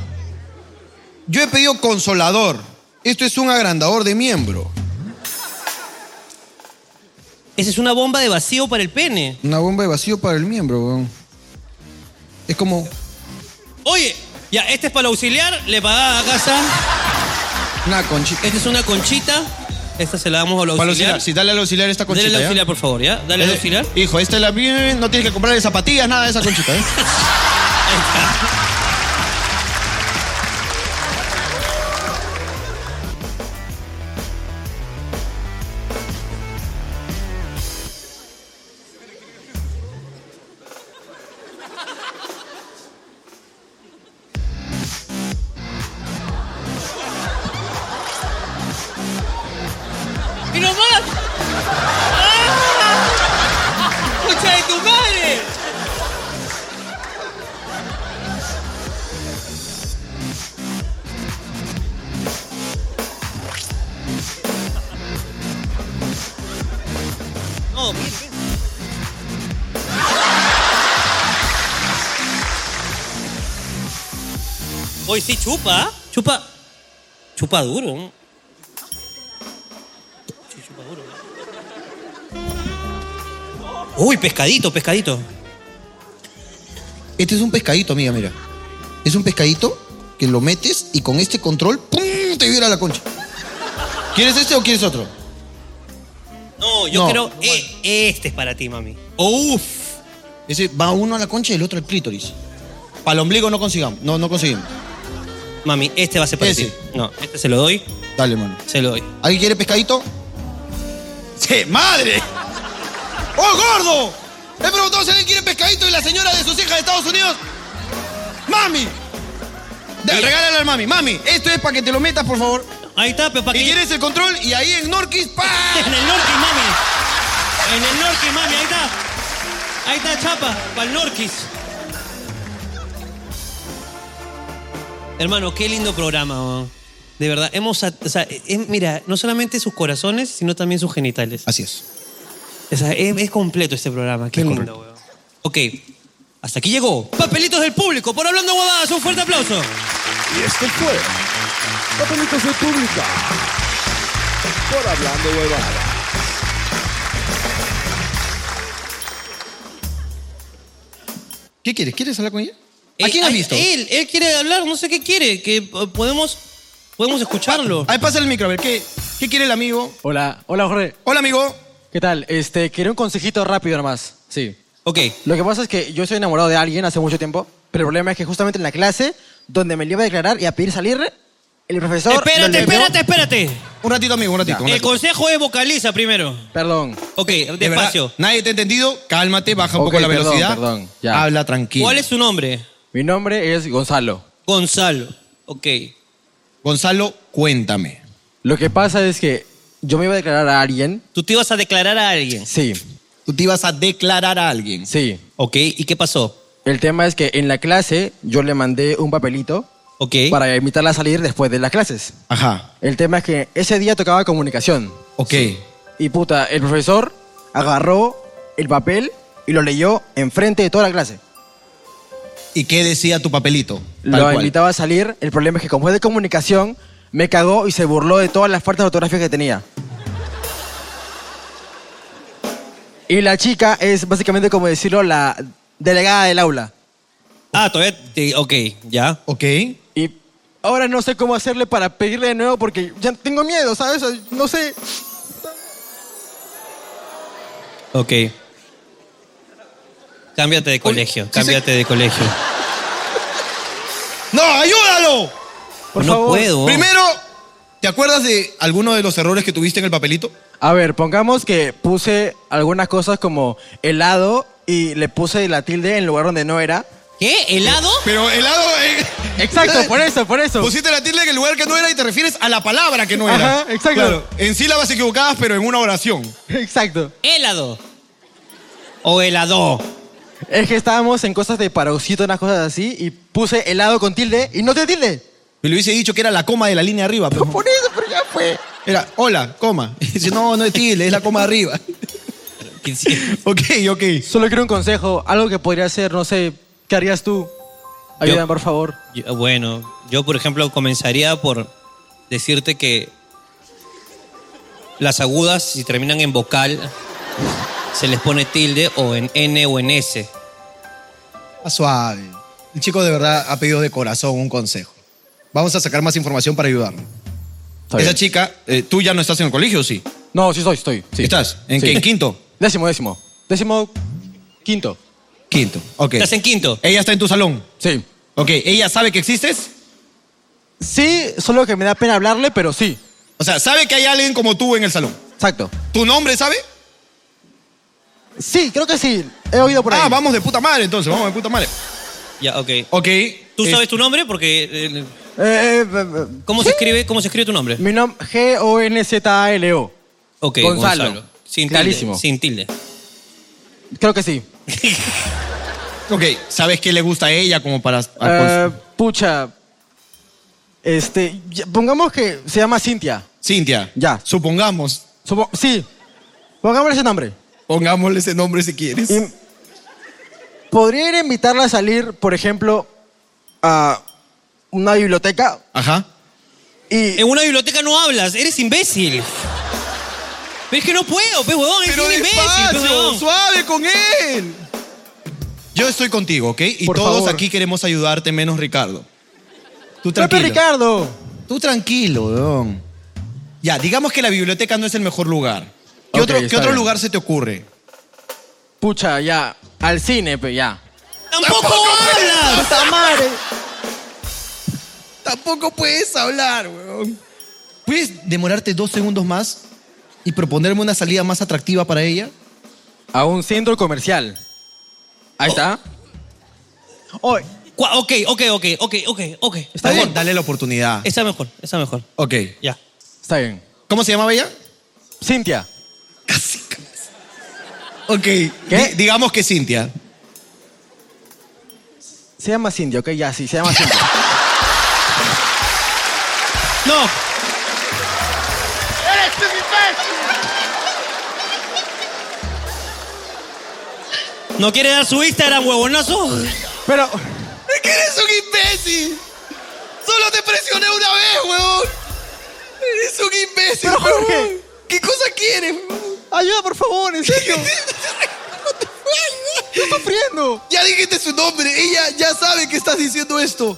[SPEAKER 2] Yo he pedido consolador. Esto es un agrandador de miembro.
[SPEAKER 1] Esa es una bomba de vacío para el pene.
[SPEAKER 2] Una bomba de vacío para el miembro, weón. Es como.
[SPEAKER 1] Oye, ya, este es para el auxiliar, le pagaba a casa.
[SPEAKER 2] Una conchita.
[SPEAKER 1] Esta es una conchita. Esta se la damos al auxiliar.
[SPEAKER 2] Para el auxiliar. Sí, dale al auxiliar esta conchita.
[SPEAKER 1] Dale al
[SPEAKER 2] ¿ya?
[SPEAKER 1] auxiliar, por favor, ¿ya? Dale al
[SPEAKER 2] Eh,
[SPEAKER 1] auxiliar.
[SPEAKER 2] Hijo, esta es la bien. No tienes que comprarle zapatillas, nada de esa conchita, ¿eh?
[SPEAKER 17] ¡Y no más! ¡Ah! ¡Concha de tu madre!
[SPEAKER 1] No, bien, bien. Hoy sí chupa. Chupa. Chupa duro. ¿no? Sí, chupa duro. Uy, pescadito, pescadito.
[SPEAKER 2] Este es un pescadito, amiga, mira. Es un pescadito que lo metes y con este control, ¡pum! te vibra la concha. ¿Quieres este o quieres otro?
[SPEAKER 1] No, yo
[SPEAKER 2] No.
[SPEAKER 1] creo. eh, este es para ti, mami. Uf.
[SPEAKER 2] Ese va uno a la concha y el otro al clítoris. Para el ombligo no consigamos. No, no conseguimos.
[SPEAKER 1] Mami, este va a ser para ti. No, este se lo doy.
[SPEAKER 2] Dale, mano.
[SPEAKER 1] Se lo doy.
[SPEAKER 2] ¿Alguien quiere pescadito? ¡Sí, madre! ¡Oh, gordo! He preguntado si alguien quiere pescadito y la señora de sus hijas de Estados Unidos. ¡Mami! De- regálalo al mami. Mami, esto es para que te lo metas, por favor.
[SPEAKER 1] Ahí está, pero para
[SPEAKER 2] que... Y quieres el control y ahí en Norquis, ¡pa!
[SPEAKER 1] En el Norquis, mami. En el Norquis, mami, ahí está. Ahí está, chapa, para el Norquis. Hermano, qué lindo programa, weón. De verdad, hemos. sat- O sea, es- mira, no solamente sus corazones, sino también sus genitales.
[SPEAKER 2] Así es.
[SPEAKER 1] O sea, es, es completo este programa. Qué lindo, weón. Ok, hasta aquí llegó. Papelitos del público, por hablando huevadas, un fuerte aplauso.
[SPEAKER 22] Y esto fue Papelitos del Público. Por hablando huevada.
[SPEAKER 2] ¿Qué quieres? ¿Quieres hablar con ella? ¿A quién has visto?
[SPEAKER 1] Eh, Él, él quiere hablar, no sé qué quiere, que eh, podemos, podemos escucharlo.
[SPEAKER 2] A ver, pásale el micro, a ver, ¿qué, qué quiere el amigo?
[SPEAKER 23] Hola, hola Jorge.
[SPEAKER 2] Hola amigo.
[SPEAKER 23] ¿Qué tal? Este, quería un consejito rápido nomás. Sí.
[SPEAKER 1] Ok.
[SPEAKER 23] Lo que pasa es que yo estoy enamorado de alguien hace mucho tiempo, pero el problema es que justamente en la clase donde me le iba a declarar y a pedir salir, el profesor...
[SPEAKER 1] Espérate, espérate, espérate.
[SPEAKER 2] Un ratito, amigo, un ratito. un
[SPEAKER 1] El
[SPEAKER 2] ratito.
[SPEAKER 1] consejo es vocaliza primero.
[SPEAKER 23] Perdón.
[SPEAKER 1] Ok,
[SPEAKER 2] De verdad,
[SPEAKER 1] despacio.
[SPEAKER 2] nadie te ha entendido, cálmate, baja un
[SPEAKER 23] Ok,
[SPEAKER 2] poco la
[SPEAKER 23] perdón,
[SPEAKER 2] velocidad.
[SPEAKER 23] perdón, ya.
[SPEAKER 2] Habla tranquilo.
[SPEAKER 1] ¿Cuál es su nombre?
[SPEAKER 23] Mi nombre es Gonzalo.
[SPEAKER 1] Gonzalo. Ok.
[SPEAKER 2] Gonzalo, cuéntame.
[SPEAKER 23] Lo que pasa es que yo me iba a declarar a alguien.
[SPEAKER 1] ¿Tú te ibas a declarar a alguien?
[SPEAKER 23] Sí.
[SPEAKER 2] ¿Tú te ibas a declarar a alguien?
[SPEAKER 23] Sí.
[SPEAKER 1] Ok, ¿y qué pasó?
[SPEAKER 23] El tema es que en la clase yo le mandé un papelito para invitarla a salir después de las clases.
[SPEAKER 2] Ajá.
[SPEAKER 23] El tema es que ese día tocaba comunicación.
[SPEAKER 2] Ok.
[SPEAKER 23] Y puta, el profesor agarró el papel y lo leyó enfrente de toda la clase.
[SPEAKER 2] ¿Y qué decía tu papelito? Tal
[SPEAKER 23] Lo
[SPEAKER 2] cual.
[SPEAKER 23] invitaba a salir. El problema es que como es de comunicación, me cagó y se burló de todas las faltas de ortografía que tenía. Y la chica es básicamente como decirlo la delegada del aula.
[SPEAKER 1] Ah, todavía... te- ok, ya.
[SPEAKER 2] Ah, Ok.
[SPEAKER 23] Y ahora no sé cómo hacerle para pedirle de nuevo porque ya tengo miedo, ¿sabes? No sé.
[SPEAKER 1] Ok. Cámbiate de colegio, cámbiate de colegio.
[SPEAKER 2] ¡No, ayúdalo!
[SPEAKER 1] Por No favor. puedo.
[SPEAKER 2] Primero, ¿te acuerdas de alguno de los errores que tuviste en el papelito?
[SPEAKER 23] A ver, pongamos que puse algunas cosas como helado y le puse la tilde en el lugar donde no era.
[SPEAKER 1] ¿Qué? ¿Helado?
[SPEAKER 2] Pero helado. eh,
[SPEAKER 23] Exacto, por eso, por eso.
[SPEAKER 2] Pusiste la tilde en el lugar que no era y te refieres a la palabra que no era.
[SPEAKER 23] Ajá, exacto.
[SPEAKER 2] Claro, en sílabas equivocadas, pero en una oración.
[SPEAKER 23] Exacto.
[SPEAKER 1] Helado. O helado.
[SPEAKER 23] Es que estábamos en cosas de paroxito, unas cosas así, y puse helado con tilde y no te tilde.
[SPEAKER 2] Me lo hubiese dicho que era la coma de la línea arriba. Pero... Por
[SPEAKER 23] eso, pero ya fue.
[SPEAKER 2] Era, hola, coma. Y dice, no, no es tilde, es la coma de arriba. ok, ok.
[SPEAKER 23] Solo quiero un consejo, algo que podría hacer, no sé, ¿qué harías tú? Ayúdame,
[SPEAKER 1] Yo-
[SPEAKER 23] por favor.
[SPEAKER 1] Yo- bueno, yo por ejemplo comenzaría por decirte que las agudas, si terminan en vocal, se les pone tilde o en N o en S.
[SPEAKER 2] Ah, Suave. El chico de verdad ha pedido de corazón un consejo. Vamos a sacar más información para ayudarlo. Esa chica, eh, tú ya no estás en el colegio, ¿sí?
[SPEAKER 23] No, sí estoy, estoy. sí.
[SPEAKER 2] ¿Estás? ¿En,
[SPEAKER 23] Sí.
[SPEAKER 2] qué? ¿En quinto?
[SPEAKER 23] Décimo, décimo. Décimo, quinto.
[SPEAKER 2] Quinto, ok.
[SPEAKER 1] ¿Estás en quinto?
[SPEAKER 2] ¿Ella está en tu salón?
[SPEAKER 23] Sí.
[SPEAKER 2] Ok, ¿ella sabe que existes?
[SPEAKER 23] Sí, solo que me da pena hablarle, pero sí.
[SPEAKER 2] O sea, ¿sabe que hay alguien como tú en el salón?
[SPEAKER 23] Exacto.
[SPEAKER 2] ¿Tu nombre sabe?
[SPEAKER 23] Sí, creo que sí. He oído por
[SPEAKER 2] ahí. Ah, vamos de puta madre entonces, vamos de puta madre.
[SPEAKER 1] Ya, ok.
[SPEAKER 2] Ok.
[SPEAKER 1] ¿Tú
[SPEAKER 2] eh,
[SPEAKER 1] sabes tu nombre? Porque. eh,
[SPEAKER 23] Eh, eh, eh,
[SPEAKER 1] ¿Cómo se escribe? ¿Cómo se escribe tu nombre?
[SPEAKER 23] Mi nombre G-O-N-Z-A-L-O.
[SPEAKER 1] Ok,
[SPEAKER 23] Gonzalo.
[SPEAKER 1] Sin
[SPEAKER 23] Clarísimo.
[SPEAKER 1] tilde. Sin tilde.
[SPEAKER 23] Creo que sí.
[SPEAKER 2] Ok, ¿sabes qué le gusta a ella como para...
[SPEAKER 23] Eh, pucha. Este, ya- pongamos que se llama Cintia.
[SPEAKER 2] Cintia.
[SPEAKER 23] Ya.
[SPEAKER 2] Supongamos.
[SPEAKER 23] sí. Pongámosle ese nombre.
[SPEAKER 2] Pongámosle ese nombre si quieres.
[SPEAKER 23] ¿Podría ir a invitarla a salir, por ejemplo, a una biblioteca?
[SPEAKER 2] Ajá.
[SPEAKER 23] Y...
[SPEAKER 1] En una biblioteca no hablas, eres imbécil. Pero es que no puedo, pe huevón, es
[SPEAKER 2] Pero
[SPEAKER 1] un imbécil, pe
[SPEAKER 2] despacio,
[SPEAKER 1] huevón.
[SPEAKER 2] suave con él. Yo estoy contigo, ¿ok? Y
[SPEAKER 23] Por
[SPEAKER 2] todos
[SPEAKER 23] favor.
[SPEAKER 2] aquí queremos ayudarte, menos Ricardo. Tú
[SPEAKER 23] Pepe
[SPEAKER 2] tranquilo.
[SPEAKER 23] Ricardo.
[SPEAKER 2] Tú tranquilo, weón. Ya, digamos que la biblioteca no es el mejor lugar. ¿Qué
[SPEAKER 23] Ok,
[SPEAKER 2] otro, qué
[SPEAKER 23] está
[SPEAKER 2] otro
[SPEAKER 23] bien.
[SPEAKER 2] lugar se te ocurre?
[SPEAKER 23] Pucha, ya. Al cine, pues ya.
[SPEAKER 1] ¡Tampoco hablas!
[SPEAKER 23] ¡Puta madre!
[SPEAKER 2] Tampoco puedes hablar, weón. ¿Puedes demorarte dos segundos más y proponerme una salida más atractiva para ella?
[SPEAKER 23] A un centro comercial. Ahí está. Hoy.
[SPEAKER 1] Cua- Ok, ok, ok, ok, ok, ok.
[SPEAKER 2] Está bien, dale la oportunidad.
[SPEAKER 1] Está mejor, está mejor.
[SPEAKER 2] Ok.
[SPEAKER 1] Ya.
[SPEAKER 23] Está bien.
[SPEAKER 2] ¿Cómo se llamaba ella?
[SPEAKER 23] Cintia.
[SPEAKER 2] Ok. Di- digamos que Cintia.
[SPEAKER 23] Se llama Cintia, ok, ya, sí, se llama Cintia.
[SPEAKER 1] No,
[SPEAKER 2] Este
[SPEAKER 17] ¡Eres un imbécil!
[SPEAKER 1] ¿No quiere dar su Instagram, huevonazo?
[SPEAKER 23] Pero.
[SPEAKER 15] ¡Es que eres un imbécil! ¡Solo te presioné una vez, huevón! ¡Eres un imbécil,
[SPEAKER 23] Pero, Jorge.
[SPEAKER 15] huevón. ¿Qué cosa quieres, huevón?
[SPEAKER 23] Ayuda, por favor, en serio.
[SPEAKER 15] ¡Está friendo! Ya dijiste su nombre, ella ya sabe que estás diciendo esto.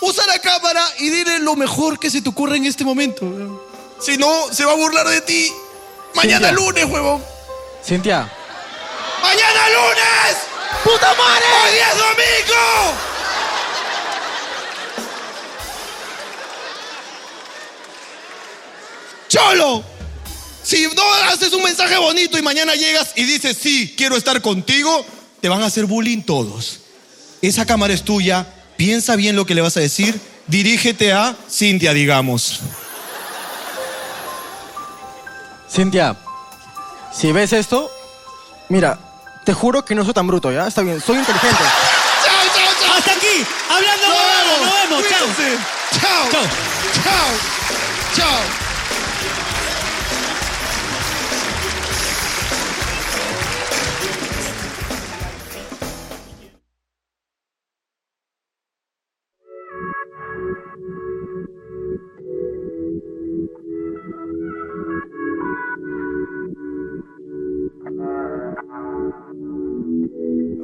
[SPEAKER 15] Usa la cámara y dile lo mejor que se te ocurra en este momento. huevón. Si no, se va a burlar de ti. Mañana
[SPEAKER 23] ya.
[SPEAKER 15] lunes, huevón.
[SPEAKER 23] Cintia.
[SPEAKER 15] ¡Mañana lunes! ¡Puta madre! ¡Hoy día es domingo! ¡Cholo! Si no haces un mensaje bonito y mañana llegas y dices, sí, quiero estar contigo, te van a hacer bullying todos. Esa cámara es tuya, piensa bien lo que le vas a decir, dirígete a Cintia, digamos.
[SPEAKER 23] Cintia, si ves esto, mira, te juro que no soy tan bruto, ¿ya? Está bien, soy inteligente.
[SPEAKER 15] ¡Chao, chao, chao!
[SPEAKER 1] ¡Hasta aquí! ¡Hablando
[SPEAKER 15] ¡Nos
[SPEAKER 1] huevadas,
[SPEAKER 15] vemos!
[SPEAKER 1] nos vemos! ¡Chao!
[SPEAKER 15] Cuídense. ¡Chao! ¡Chao! ¡Chao! ¡Chao!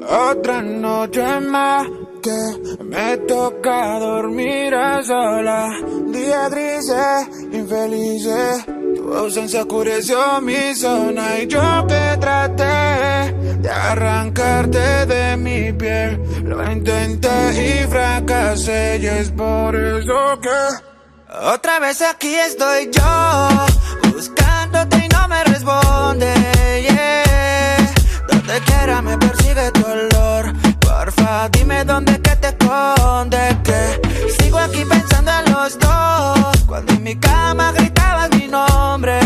[SPEAKER 14] Otra noche más que me toca dormir a sola. Día grises, infelices. Tu ausencia oscureció mi zona y yo que traté de arrancarte de mi piel. Lo intenté y fracasé y es por eso que otra vez aquí estoy yo. Buscándote y no me responde. yeah. Donde quiera me persigue tu olor. Porfa, dime dónde que te esconde. Que sigo aquí pensando en los dos. Cuando en mi cama gritabas mi nombre.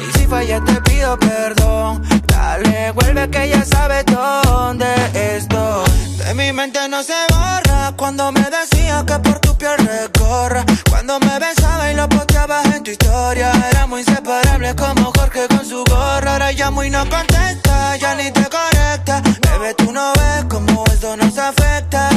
[SPEAKER 14] Y si fallé, te pido perdón. Dale, vuelve que ya sabes dónde estoy. De mi mente no se borra. Cuando me decías que por tu piel recorra. Cuando me besaba y lo posteabas en tu historia. Éramos inseparables como Jorge con su gorra. Ahora llamo y no contesta, ya ni te conecta. Bebé, tú no ves cómo esto nos afecta.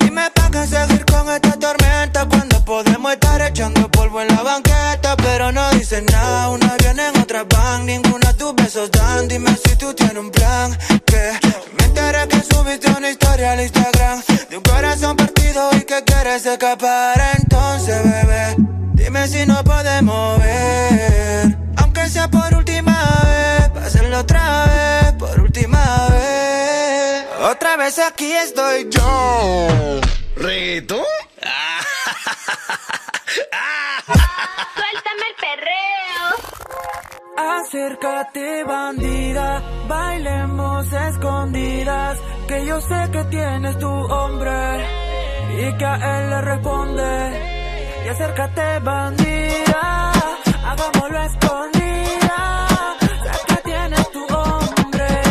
[SPEAKER 14] Dime pa' qué seguir con esta tormenta. Cuando podemos estar echando polvo en la banqueta. Pero no dicen nada, una viene en otra van. Ninguna tus besos dan. Dime si tú tienes un plan. Que me enteré que subiste una historia al Instagram. De un corazón partido y que quieres escapar. Entonces, bebé, dime si no podemos ver. Aunque sea por última vez, pa' hacerlo otra vez, por última vez. Otra vez aquí estoy yo. ¿Reto?
[SPEAKER 17] Suéltame el perreo.
[SPEAKER 14] Acércate bandida, bailemos a escondidas, que yo sé que tienes tu hombre y que a él le responde. Y acércate bandida, hagámoslo a escondida, sé que tienes tu hombre,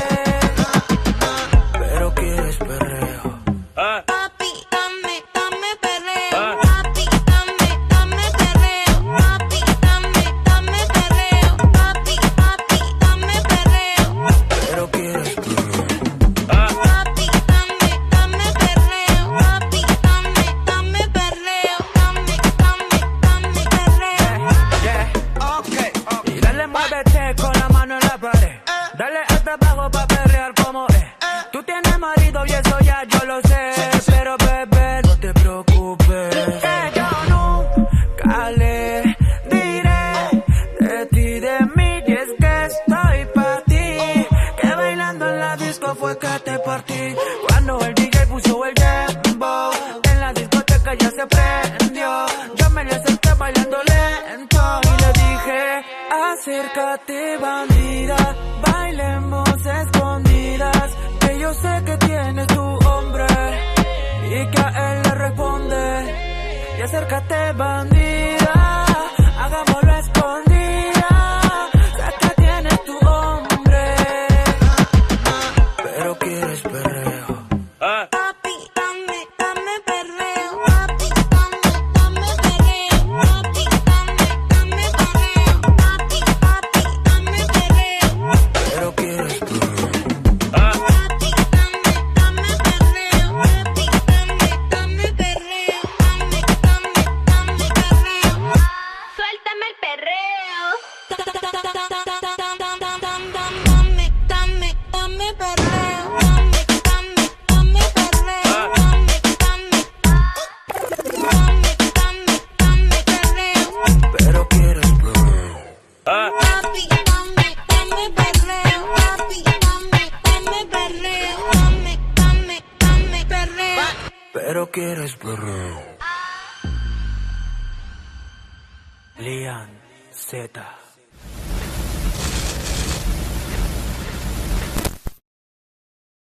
[SPEAKER 14] pero quieres perreo.
[SPEAKER 17] Papi, dame, dame perreo. Papi, dame, dame perreo. Papi, dame, dame perreo. Papi, papi, dame perreo.
[SPEAKER 14] Pero quieres
[SPEAKER 17] Papi, dame, dame perreo. Papi, dame, dame perreo. Dame, dame, dame perreo.
[SPEAKER 14] Yeah, okay, okay. Y dale muévete con la mano en la pared. Dale hasta abajo pa' perrear como es. Tú tienes marido y eso ya yo lo sé. Pero bebé, no te preocupes. Que yo nunca le diré de ti, de mí. Y es que estoy pa' ti. Que bailando en la disco fue que te partí. Cuando el DJ puso el dembow. En la discoteca ya se prendió. Yo me le acerqué bailando lento y le dije, acércate bandida, bailemos a escondidas, que yo sé que tienes tu hombre y que a él le responde. Y acércate bandida, hagámoslo a escondidas, sé que tienes tu hombre, pero quieres perreo.
[SPEAKER 17] Papi, dame, dame perreo. Papi, dame, dame perreo. Papi, dame, dame perreo. Papi, papi, dame perreo.
[SPEAKER 14] Pero quieres
[SPEAKER 17] Papi, dame, pero quieres perreo. Lian Z.